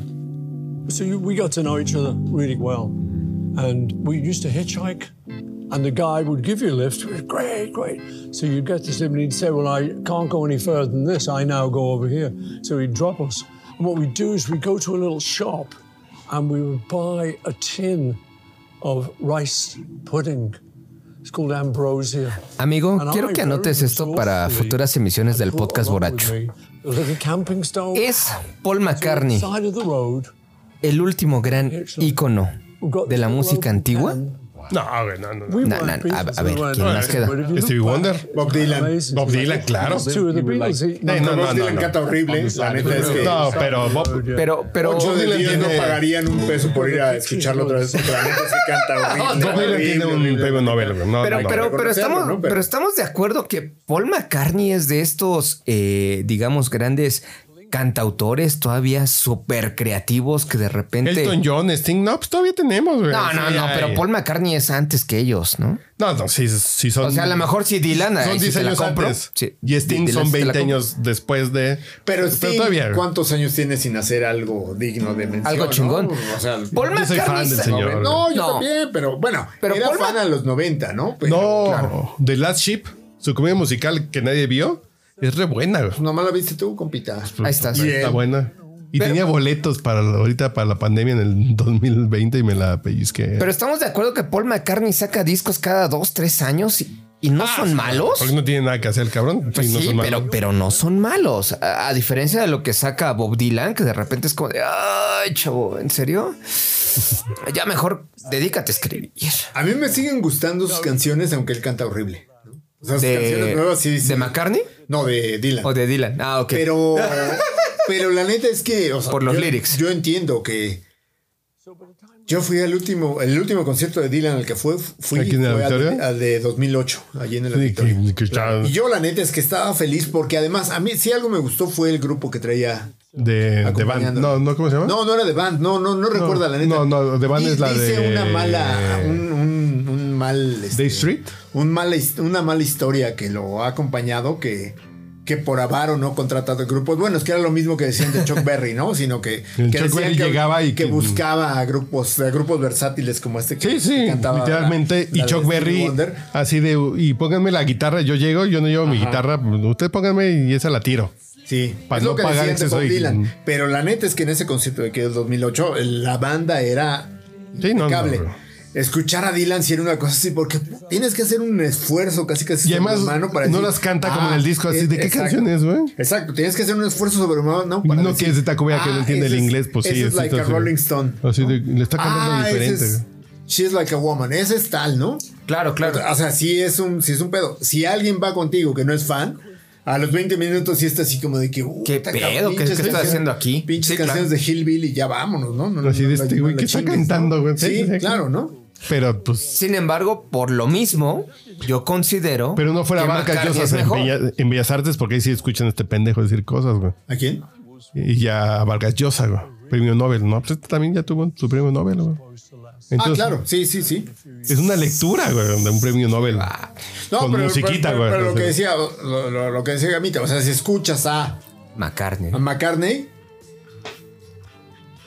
Speaker 13: So you, we got to know each other really well. And we used to hitchhike, and the guy would give you a lift. It was great, great. So you'd get to him, and he'd say, Well, I can't go any further than this. I now go over here. So he'd drop us. And what we'd do is we'd go to a little shop, and we would buy a tin of rice pudding. It's called ambrosia.
Speaker 2: Amigo,
Speaker 13: And
Speaker 2: quiero
Speaker 13: I
Speaker 2: que
Speaker 13: very
Speaker 2: anotes esto para
Speaker 13: resourcefully
Speaker 2: futuras emisiones del podcast borracho.
Speaker 13: Es
Speaker 2: Paul McCartney. El último gran ícono de la música antigua.
Speaker 1: No, güey, no, no. no.
Speaker 2: Na- na- a, a ver, ¿quién más queda?
Speaker 1: Stevie Wonder. Bob Dylan. Bob Dylan, claro.
Speaker 13: Those two of the Beatles,
Speaker 1: Sí,
Speaker 13: no,
Speaker 1: no,
Speaker 13: Bob
Speaker 1: no, no,
Speaker 13: Dylan
Speaker 1: no.
Speaker 13: canta horrible,
Speaker 3: la neta es que-
Speaker 1: No, pero Bob.
Speaker 2: Pero, pero.
Speaker 3: Ocho de
Speaker 1: Bob Dylan
Speaker 3: diez no
Speaker 1: tiene-
Speaker 3: pagarían un peso por ir a escucharlo otra vez. porque La neta sí canta
Speaker 1: <laughs>
Speaker 3: horrible.
Speaker 1: Bob Dylan tiene un premio Nobel, güey. No,
Speaker 2: Pero,
Speaker 1: no, no.
Speaker 2: pero, pero, estamos,
Speaker 3: ¿no?
Speaker 2: pero... estamos de acuerdo que Paul McCartney es de estos, eh, digamos, grandes cantautores todavía súper creativos que de repente.
Speaker 1: Elton John, Sting, no, pues todavía tenemos, güey.
Speaker 2: No,
Speaker 1: Sí,
Speaker 2: no, no,
Speaker 1: hay.
Speaker 2: pero Paul McCartney es antes que ellos, ¿no?
Speaker 1: No, no, sí, sí son.
Speaker 2: O sea, a lo mejor eh, si Dylan, ahí
Speaker 1: Son
Speaker 2: sí
Speaker 1: 10
Speaker 2: te la
Speaker 1: años
Speaker 2: compro.
Speaker 1: antes.
Speaker 2: Sí.
Speaker 1: Y Sting
Speaker 2: Dylan
Speaker 1: son
Speaker 2: sí te la
Speaker 1: 20
Speaker 2: compro.
Speaker 1: años después de.
Speaker 3: Pero Sting,
Speaker 1: todavía. güey.
Speaker 3: ¿cuántos años tiene sin hacer algo digno de mención?
Speaker 2: Algo
Speaker 3: no?
Speaker 2: chingón.
Speaker 3: O sea,
Speaker 2: Paul Yo soy McCartney fan del
Speaker 3: No,
Speaker 1: señor.
Speaker 3: No, yo
Speaker 2: No.
Speaker 3: también, pero bueno,
Speaker 2: Pero
Speaker 3: era
Speaker 2: Paul
Speaker 3: fan a los 90, ¿no? Pero,
Speaker 1: no,
Speaker 3: claro.
Speaker 1: The Last Ship, su comedia musical que nadie vio, es re buena, güey.
Speaker 3: Nomás la viste tú, compita.
Speaker 1: Pues,
Speaker 2: Ahí estás.
Speaker 1: Está
Speaker 3: Bien.
Speaker 1: buena. Y tenía boletos para la- ahorita para la pandemia en el 2020 y me la pellizqué.
Speaker 2: Pero estamos de acuerdo que Paul McCartney saca discos cada dos, tres años y, y no son malos.
Speaker 1: Porque no tiene nada que hacer el cabrón.
Speaker 2: Pues
Speaker 1: no
Speaker 2: sí,
Speaker 1: son malos.
Speaker 2: pero, pero no son malos. A, a diferencia de lo que saca Bob Dylan, que de repente es como de, ay, chavo, ¿en serio? ya mejor dedícate a escribir.
Speaker 3: A mí me siguen gustando sus canciones, aunque él canta horrible. ¿no? O sea, sus canciones nuevas sí. sí.
Speaker 2: ¿De McCartney?
Speaker 3: No, de Dylan.
Speaker 2: O de Dylan. Ah, ok. <laughs>
Speaker 3: Pero, pero la neta es que. o sea,
Speaker 2: Por los
Speaker 3: yo-
Speaker 2: lyrics.
Speaker 3: Yo entiendo que. Yo fui al último, el último concierto de Dylan al que fue, fui
Speaker 1: ¿Aquí en el
Speaker 3: fue al-
Speaker 1: auditorio?
Speaker 3: al de 2008, allí en el
Speaker 1: Sí,
Speaker 3: auditorio.
Speaker 1: que- que está
Speaker 3: Y yo la neta es que estaba feliz porque además a mí si algo me gustó fue el grupo que traía.
Speaker 1: de, de band.
Speaker 3: Acompañándolo.
Speaker 1: No, no, ¿cómo se llama?
Speaker 3: No, no era de band, no, no, no recuerda la neta.
Speaker 1: No, no, de band
Speaker 3: Di-
Speaker 1: es la
Speaker 3: dice
Speaker 1: de.
Speaker 3: una mala, un, un- un mal, este,
Speaker 1: Day Street.
Speaker 3: un mala his- una mala historia que lo ha acompañado que que por avaro no contratado grupos. Bueno, es que era lo mismo que decían
Speaker 1: <laughs>
Speaker 3: de Chuck Berry, ¿no? Sino que,
Speaker 1: El
Speaker 3: que
Speaker 1: Chuck
Speaker 3: decían
Speaker 1: Berry
Speaker 3: que-
Speaker 1: llegaba y
Speaker 3: que,
Speaker 1: que-
Speaker 3: buscaba a grupos, a grupos versátiles como este que,
Speaker 1: Sí, sí,
Speaker 3: que cantaba la-
Speaker 1: literalmente.
Speaker 3: la
Speaker 1: y
Speaker 3: de
Speaker 1: Chuck
Speaker 3: Stevie
Speaker 1: Berry,
Speaker 3: Wonder.
Speaker 1: así de, y pónganme la guitarra, yo llego, yo no llevo mi
Speaker 3: Ajá.
Speaker 1: guitarra, ustedes pónganme y esa la tiro.
Speaker 3: Sí,
Speaker 1: Para
Speaker 3: es
Speaker 1: no
Speaker 3: lo que
Speaker 1: pagar
Speaker 3: decían de
Speaker 1: exceso
Speaker 3: Bob
Speaker 1: de-
Speaker 3: Dylan. Pero la neta es que en ese concierto de que del 2008, la banda era
Speaker 1: Sí, no, no,
Speaker 3: impecable.
Speaker 1: no.
Speaker 3: Escuchar a Dylan si era una cosa así, porque tienes que hacer un esfuerzo casi casi
Speaker 1: Y además,
Speaker 3: sobrehumano para
Speaker 1: no
Speaker 3: decir,
Speaker 1: las canta como en el disco, así,
Speaker 3: eh,
Speaker 1: ¿de qué canciones, güey?
Speaker 3: Exacto, tienes que hacer un esfuerzo sobrehumano ¿no? para
Speaker 1: no
Speaker 3: decir,
Speaker 1: que es de Tacubaya que no entiende
Speaker 3: Ah, ese
Speaker 1: el
Speaker 3: es-
Speaker 1: inglés, pues sí.
Speaker 3: ese es
Speaker 1: sí,
Speaker 3: like a
Speaker 1: entonces,
Speaker 3: Rolling Stone.
Speaker 1: Así de, le está cantando
Speaker 3: Ah, ese
Speaker 1: diferente.
Speaker 3: es-
Speaker 1: güey.
Speaker 3: She's like a woman, ese es tal, ¿no?
Speaker 2: Claro, claro.
Speaker 3: O sea, sí es un, sí es un pedo. Si alguien va contigo que no es fan, a los 20 minutos sí está así como de que.
Speaker 2: ¿Qué
Speaker 3: puta,
Speaker 2: pedo?
Speaker 3: cabrón,
Speaker 2: ¿Qué-
Speaker 3: pinches
Speaker 2: qué estás
Speaker 3: canciones-
Speaker 2: haciendo aquí?
Speaker 3: Pinches
Speaker 2: Sí, claro.
Speaker 3: canciones de Hillbilly, ya vámonos, ¿no? No, no,
Speaker 1: Así
Speaker 3: no
Speaker 1: de
Speaker 3: la-
Speaker 1: este
Speaker 3: no
Speaker 1: güey,
Speaker 3: la
Speaker 1: ¿qué está
Speaker 3: chingues,
Speaker 1: cantando,
Speaker 3: ¿no?
Speaker 1: güey? Sí, sí,
Speaker 3: Sí,
Speaker 1: sí.
Speaker 3: claro, ¿no?
Speaker 1: Pero pues.
Speaker 2: Sin embargo, por lo mismo, yo considero.
Speaker 1: Pero no fuera
Speaker 2: que
Speaker 1: barca
Speaker 2: McCartney es
Speaker 1: Llosas en,
Speaker 2: mejor.
Speaker 1: Bella- en Bellas Artes, porque ahí sí escuchan a este pendejo decir cosas, güey.
Speaker 3: ¿A quién? Ah,
Speaker 1: Y ya Vargas Llosa, güey. Premio Nobel, ¿no? Pues este también ya tuvo su premio Nobel, güey.
Speaker 3: ah,
Speaker 1: Entonces,
Speaker 3: claro, sí, sí, sí.
Speaker 1: Es una lectura, güey, de un premio Nobel.
Speaker 3: No,
Speaker 1: con
Speaker 3: pero,
Speaker 1: musiquita,
Speaker 3: pero-
Speaker 1: güey.
Speaker 3: pero lo que
Speaker 1: Entonces,
Speaker 3: decía, lo, lo- lo que decía Gamita, o sea, si escuchas a,
Speaker 2: McCartney.
Speaker 3: a McCartney,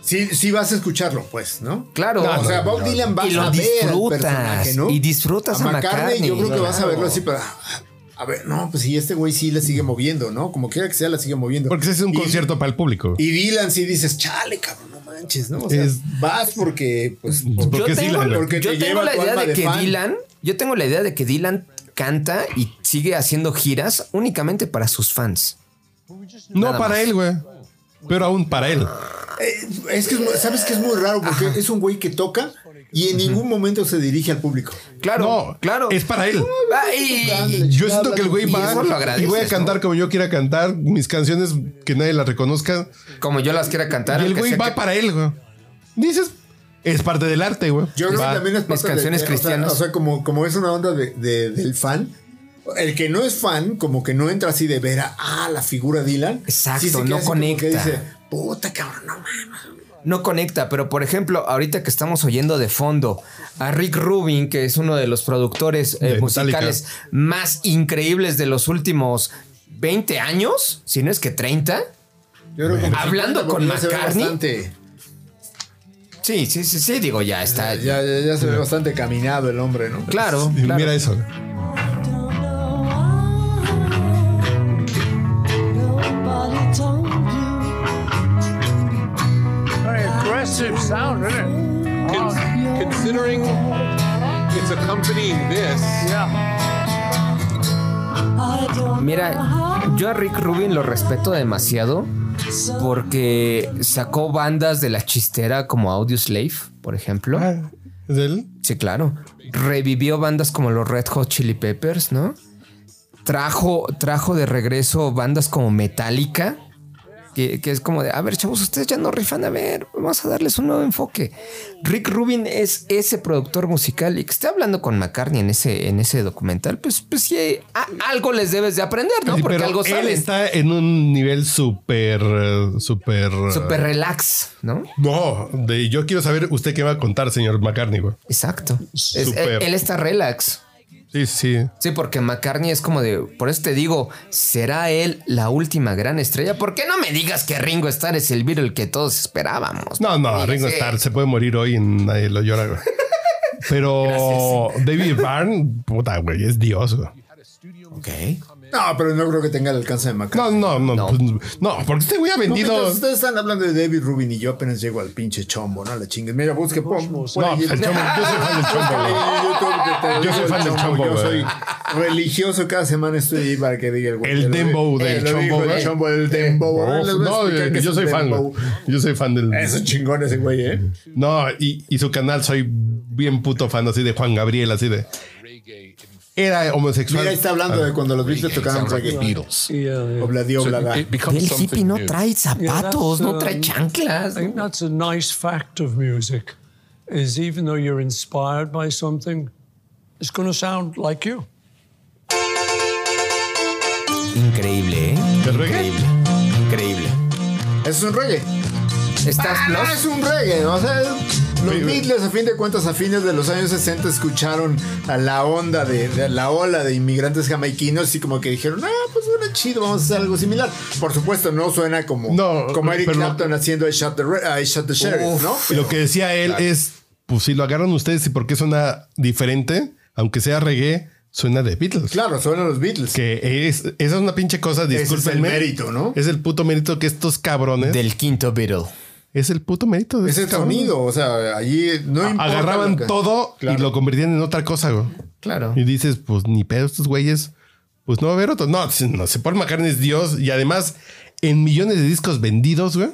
Speaker 3: sí, sí vas a escucharlo, pues, ¿no?
Speaker 2: Claro.
Speaker 3: o sea, Bob
Speaker 2: Claro.
Speaker 3: Dylan vas
Speaker 2: Y lo
Speaker 3: a ver al
Speaker 2: disfrutas,
Speaker 3: personaje, ¿no?
Speaker 2: Y disfrutas a, McCartney.
Speaker 3: Yo creo que vas a
Speaker 2: claro.
Speaker 3: verlo así, pero. A ver, no, pues si este güey sí la sigue moviendo, ¿no? Como quiera que sea, la sigue moviendo.
Speaker 1: Porque ese es un
Speaker 3: Y-
Speaker 1: concierto para el público. güey.
Speaker 3: Y Dylan sí dices, chale, cabrón, no manches, ¿no? O sea,
Speaker 1: Es-
Speaker 3: vas porque, pues,
Speaker 1: Porque
Speaker 2: yo
Speaker 1: es
Speaker 2: tengo,
Speaker 1: Dylan, güey.
Speaker 3: porque
Speaker 2: yo
Speaker 3: te
Speaker 2: tengo
Speaker 3: lleva
Speaker 2: la
Speaker 3: tu
Speaker 2: idea
Speaker 3: alma
Speaker 2: de,
Speaker 3: de
Speaker 2: que
Speaker 3: fan.
Speaker 2: Dylan, yo tengo la idea de que Dylan canta y sigue haciendo giras únicamente para sus fans.
Speaker 1: No
Speaker 2: Nada
Speaker 1: para
Speaker 2: más.
Speaker 1: él, güey. Pero aún para él.
Speaker 3: eh, es que es muy- sabes que es muy raro porque es un güey que toca y en ningún momento se dirige al público.
Speaker 2: Claro,
Speaker 1: No,
Speaker 2: claro.
Speaker 1: Es para él.
Speaker 2: Ah, y-
Speaker 1: Yo siento que el güey
Speaker 2: y eso lo
Speaker 1: va y
Speaker 2: agradeces,
Speaker 1: voy a cantar como yo quiera cantar mis canciones que nadie las reconozca.
Speaker 2: como yo las quiera cantar.
Speaker 1: Y el
Speaker 2: aunque
Speaker 1: güey
Speaker 2: sea
Speaker 1: va
Speaker 2: que-
Speaker 1: para él, güey. dices, es parte del arte, güey.
Speaker 3: Yo creo
Speaker 1: Va.
Speaker 3: que también es parte de- o sea, O sea, como, como es una onda de, de- del fan. El que no es fan, como que no entra así de ver a ah, la figura Dylan.
Speaker 2: Exacto,
Speaker 3: Sí se queda
Speaker 2: no
Speaker 3: así como que
Speaker 2: conecta.
Speaker 3: dice, puta cabrón, no mames.
Speaker 2: no conecta, pero por ejemplo, ahorita que estamos oyendo de fondo a Rick Rubin, que es uno de los productores eh,
Speaker 1: De
Speaker 2: musicales
Speaker 1: Metallica.
Speaker 2: más increíbles de los últimos 20 años, si no es que 30.
Speaker 3: Yo creo que como
Speaker 2: Hablando
Speaker 3: 50,
Speaker 2: con
Speaker 3: porque ya se ve
Speaker 2: McCartney.
Speaker 3: bastante.
Speaker 2: Sí, sí, sí, sí, digo, ya está.
Speaker 3: Ya, ya, ya se ve bastante caminado el hombre, ¿no?
Speaker 2: Claro,
Speaker 1: Y Mira eso.
Speaker 4: Nobody told
Speaker 13: Very aggressive sound, isn't it?
Speaker 6: considering it's accompanying this.
Speaker 2: Mira, yo a Rick Rubin lo respeto demasiado porque sacó bandas de la chistera como Audio Slave, por ejemplo.
Speaker 1: ¿Es él?
Speaker 2: Sí, claro. Revivió bandas como los Red Hot Chili Peppers, ¿no? Trajo, trajo de regreso bandas como Metallica, que, que es como de, a ver, chavos, ustedes ya no rifan, a ver, vamos a darles un nuevo enfoque. Rick Rubin es ese productor musical y que está hablando con McCartney en ese, en ese documental, pues, pues sí, a- algo les debes de aprender, ¿no?
Speaker 1: Sí,
Speaker 2: Porque
Speaker 1: pero
Speaker 2: algo
Speaker 1: él
Speaker 2: sabes.
Speaker 1: está en un nivel súper, eh, súper... eh,
Speaker 2: Súper relax, ¿no?
Speaker 1: No, de yo quiero saber usted qué va a contar, señor McCartney, güey.
Speaker 2: Exacto. Es-
Speaker 1: Súper.
Speaker 2: él, él está relax.
Speaker 1: Sí, sí.
Speaker 2: Sí, porque McCartney es como de. Por eso te digo, ¿será él la última gran estrella? ¿Por qué no me digas que Ringo Starr es el Beatle que todos esperábamos?
Speaker 1: No, no, Ringo
Speaker 2: Sí.
Speaker 1: Starr se puede morir hoy y nadie lo llora, güey. Pero David Byrne, puta, güey, es Dios, güey.
Speaker 2: Ok.
Speaker 3: No, pero no creo que tenga el alcance de McCartney.
Speaker 1: No, no, no. pues, no, porque este güey ha vendido.
Speaker 3: mientras ustedes están hablando de David Rubin y yo apenas llego al pinche chombo, no la chingues. Mira, busque pon, pon
Speaker 1: No,
Speaker 3: ahí-
Speaker 1: el chombo, yo soy
Speaker 3: <laughs>
Speaker 1: fan del chombo, güey.
Speaker 3: Búscale en YouTube que te
Speaker 1: Yo soy
Speaker 3: digo
Speaker 1: fan
Speaker 3: el
Speaker 1: del chombo,
Speaker 3: Yo
Speaker 1: güey.
Speaker 3: soy religioso cada semana estoy ahí para que diga el güey.
Speaker 1: El
Speaker 3: Te eh, lo digo.
Speaker 1: dembow
Speaker 3: Te
Speaker 1: del
Speaker 3: lo digo,
Speaker 1: chombo,
Speaker 3: El
Speaker 1: güey.
Speaker 3: chombo, el dembow. Ahora les voy a
Speaker 1: No, eh,
Speaker 3: explicar qué
Speaker 1: yo,
Speaker 3: es
Speaker 1: yo
Speaker 3: el
Speaker 1: soy fan,
Speaker 3: dembow.
Speaker 1: güey. Yo soy fan del.
Speaker 3: Eso chingón ese güey, ¿eh?
Speaker 1: No, y, y su canal soy bien puto fan así de Juan Gabriel, así de. Era homosexual.
Speaker 3: Mira, ahí está hablando de cuando los Beatles tocaban
Speaker 1: Sounds like
Speaker 3: reggae.
Speaker 1: the Beatles.
Speaker 3: Obladi, oblada.
Speaker 1: eh,
Speaker 2: El hippie no trae zapatos, no trae
Speaker 13: um, I
Speaker 2: chanclas.
Speaker 13: think that's a nice fact of music, is even though you're inspired by something, it's going to sound like you.
Speaker 2: Increíble, ¿eh? Increíble. Increíble.
Speaker 3: Es un reggae.
Speaker 2: Estás
Speaker 3: Ah,
Speaker 2: plus.
Speaker 3: es un reggae, ¿no? O sea, los Beatles a fin de cuentas a fines de los años 60 escucharon a la onda de, de la ola de inmigrantes jamaiquinos y como que dijeron, ah, pues bueno, chido, vamos a hacer algo similar. Por supuesto, no suena como, como Eric
Speaker 1: pero-
Speaker 3: Clapton haciendo I Shot the, Re- I Shot the Sheriff,
Speaker 1: Uf,
Speaker 3: ¿no?
Speaker 1: y lo que decía él es: pues si lo agarran ustedes y por qué suena diferente, aunque sea reggae, suena de Beatles.
Speaker 3: Claro, suenan los Beatles.
Speaker 1: Que es, esa es una pinche cosa,
Speaker 3: Ese es el
Speaker 1: discúlpenme.
Speaker 3: mérito, ¿no?
Speaker 1: Es el puto mérito que estos cabrones.
Speaker 2: Del quinto Beatle.
Speaker 1: Es el puto mérito de
Speaker 3: Es el
Speaker 1: estos cabrones.
Speaker 3: sonido, o sea, allí no importa.
Speaker 1: Agarraban
Speaker 3: lo que-
Speaker 1: todo
Speaker 3: Claro.
Speaker 1: y lo convertían en otra cosa, güey.
Speaker 2: Claro.
Speaker 1: Y dices, pues ni pedo estos güeyes. Pues no va a haber otro. No, si- no sé, Paul McCartney es Dios. Y además, en millones de discos vendidos, güey.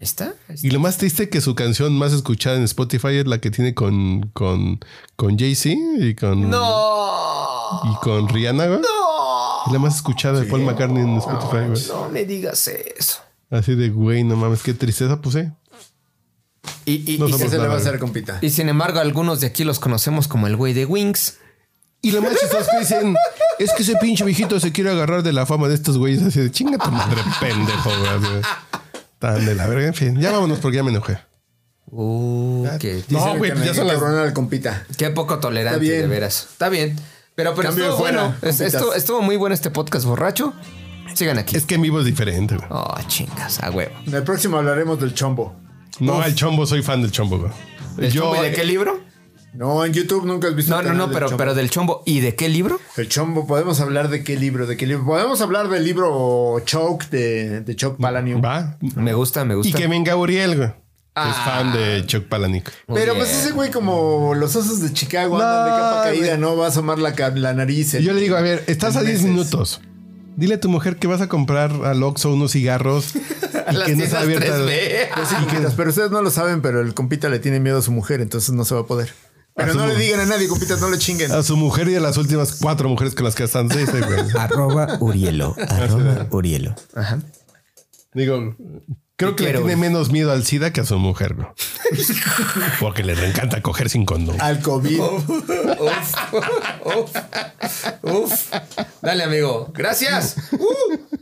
Speaker 2: ¿Está?
Speaker 1: Y lo más triste que su canción más escuchada en Spotify es la que tiene con, con, con Jay-Z y
Speaker 2: Mm.
Speaker 1: con.
Speaker 2: No.
Speaker 1: Y con Rihanna, güey.
Speaker 2: No.
Speaker 1: Es la más escuchada de Paul McCartney en Spotify, güey.
Speaker 2: No me digas eso.
Speaker 1: Así de, güey, no mames, qué tristeza, pues sí.
Speaker 2: Y, y-
Speaker 1: No
Speaker 2: y-
Speaker 1: somos
Speaker 2: y-
Speaker 1: nada, güey.
Speaker 3: compita?
Speaker 2: y sin embargo, algunos de aquí los conocemos como el güey de Wings.
Speaker 1: Y lo más chistoso es que dicen, es que ese pinche viejito se quiere agarrar de la fama de estos güeyes así de chinga tu madre, pendejo, güey. así de, Tan de la verga, en fin. Ya vámonos porque ya me enojé.
Speaker 2: Uh, qué,
Speaker 1: No, güey, ya son las...
Speaker 3: Ronald compita.
Speaker 2: qué poco tolerante,
Speaker 3: Está bien.
Speaker 2: de veras. Está bien. Pero, pero
Speaker 3: Cambio de
Speaker 2: estuvo
Speaker 3: fuera,
Speaker 2: bueno. Es-
Speaker 3: compitas.
Speaker 2: estuvo, estuvo muy bueno este podcast borracho. Sigan aquí.
Speaker 1: Es que en vivo es diferente, güey.
Speaker 2: Oh, chingas, a huevo.
Speaker 3: En el próximo hablaremos del chombo.
Speaker 1: No, el chombo, soy fan del chombo, güey.
Speaker 2: ¿Del chombo y de qué libro?
Speaker 3: No, en YouTube nunca has visto.
Speaker 2: No,
Speaker 3: eh,
Speaker 2: no,
Speaker 3: un canal
Speaker 2: no,
Speaker 3: del
Speaker 2: pero,
Speaker 3: Chombo.
Speaker 2: pero del chombo. ¿Y de qué libro?
Speaker 3: El chombo, podemos hablar de qué libro, de qué libro. Podemos hablar del libro Choke de, de Choke Palaniuk.
Speaker 1: eh, Va.
Speaker 2: Me gusta, me
Speaker 1: Y
Speaker 2: gusta.
Speaker 1: que venga Uriel, güey. que Es
Speaker 2: Ah.
Speaker 1: fan de Chuck Palanick.
Speaker 3: Pero
Speaker 2: Muy
Speaker 3: pues
Speaker 2: bien.
Speaker 3: ese güey como los osos de Chicago andan de capa caída, ¿no? Va a asomar la, ca- la nariz.
Speaker 1: Y yo le digo, a ver, estás a 10 minutos. Dile a tu mujer que vas a comprar al Oxxo unos cigarros
Speaker 2: <laughs>
Speaker 1: y que no está abierta. <laughs>
Speaker 3: Pues sí, compitas, pero ustedes no lo saben, pero el compita le tiene miedo a su mujer, entonces no se va a poder. Pero
Speaker 1: su
Speaker 3: no le
Speaker 1: mujer.
Speaker 3: digan a nadie, compitas, no le chinguen.
Speaker 1: A su mujer y a las últimas cuatro mujeres con las que están. Sí,
Speaker 2: <laughs>
Speaker 1: sí, güey.
Speaker 3: <laughs>
Speaker 2: Arroba Urielo. Arroba Urielo. Ajá.
Speaker 1: Digo, Creo que le
Speaker 2: Quiero,
Speaker 1: tiene
Speaker 2: güey.
Speaker 1: menos miedo al SIDA que a su mujer,
Speaker 2: <laughs>
Speaker 1: bro. Porque le encanta coger sin condón.
Speaker 3: Al COVID.
Speaker 2: Uf, uf, uf. Dale, amigo. Gracias. Uh.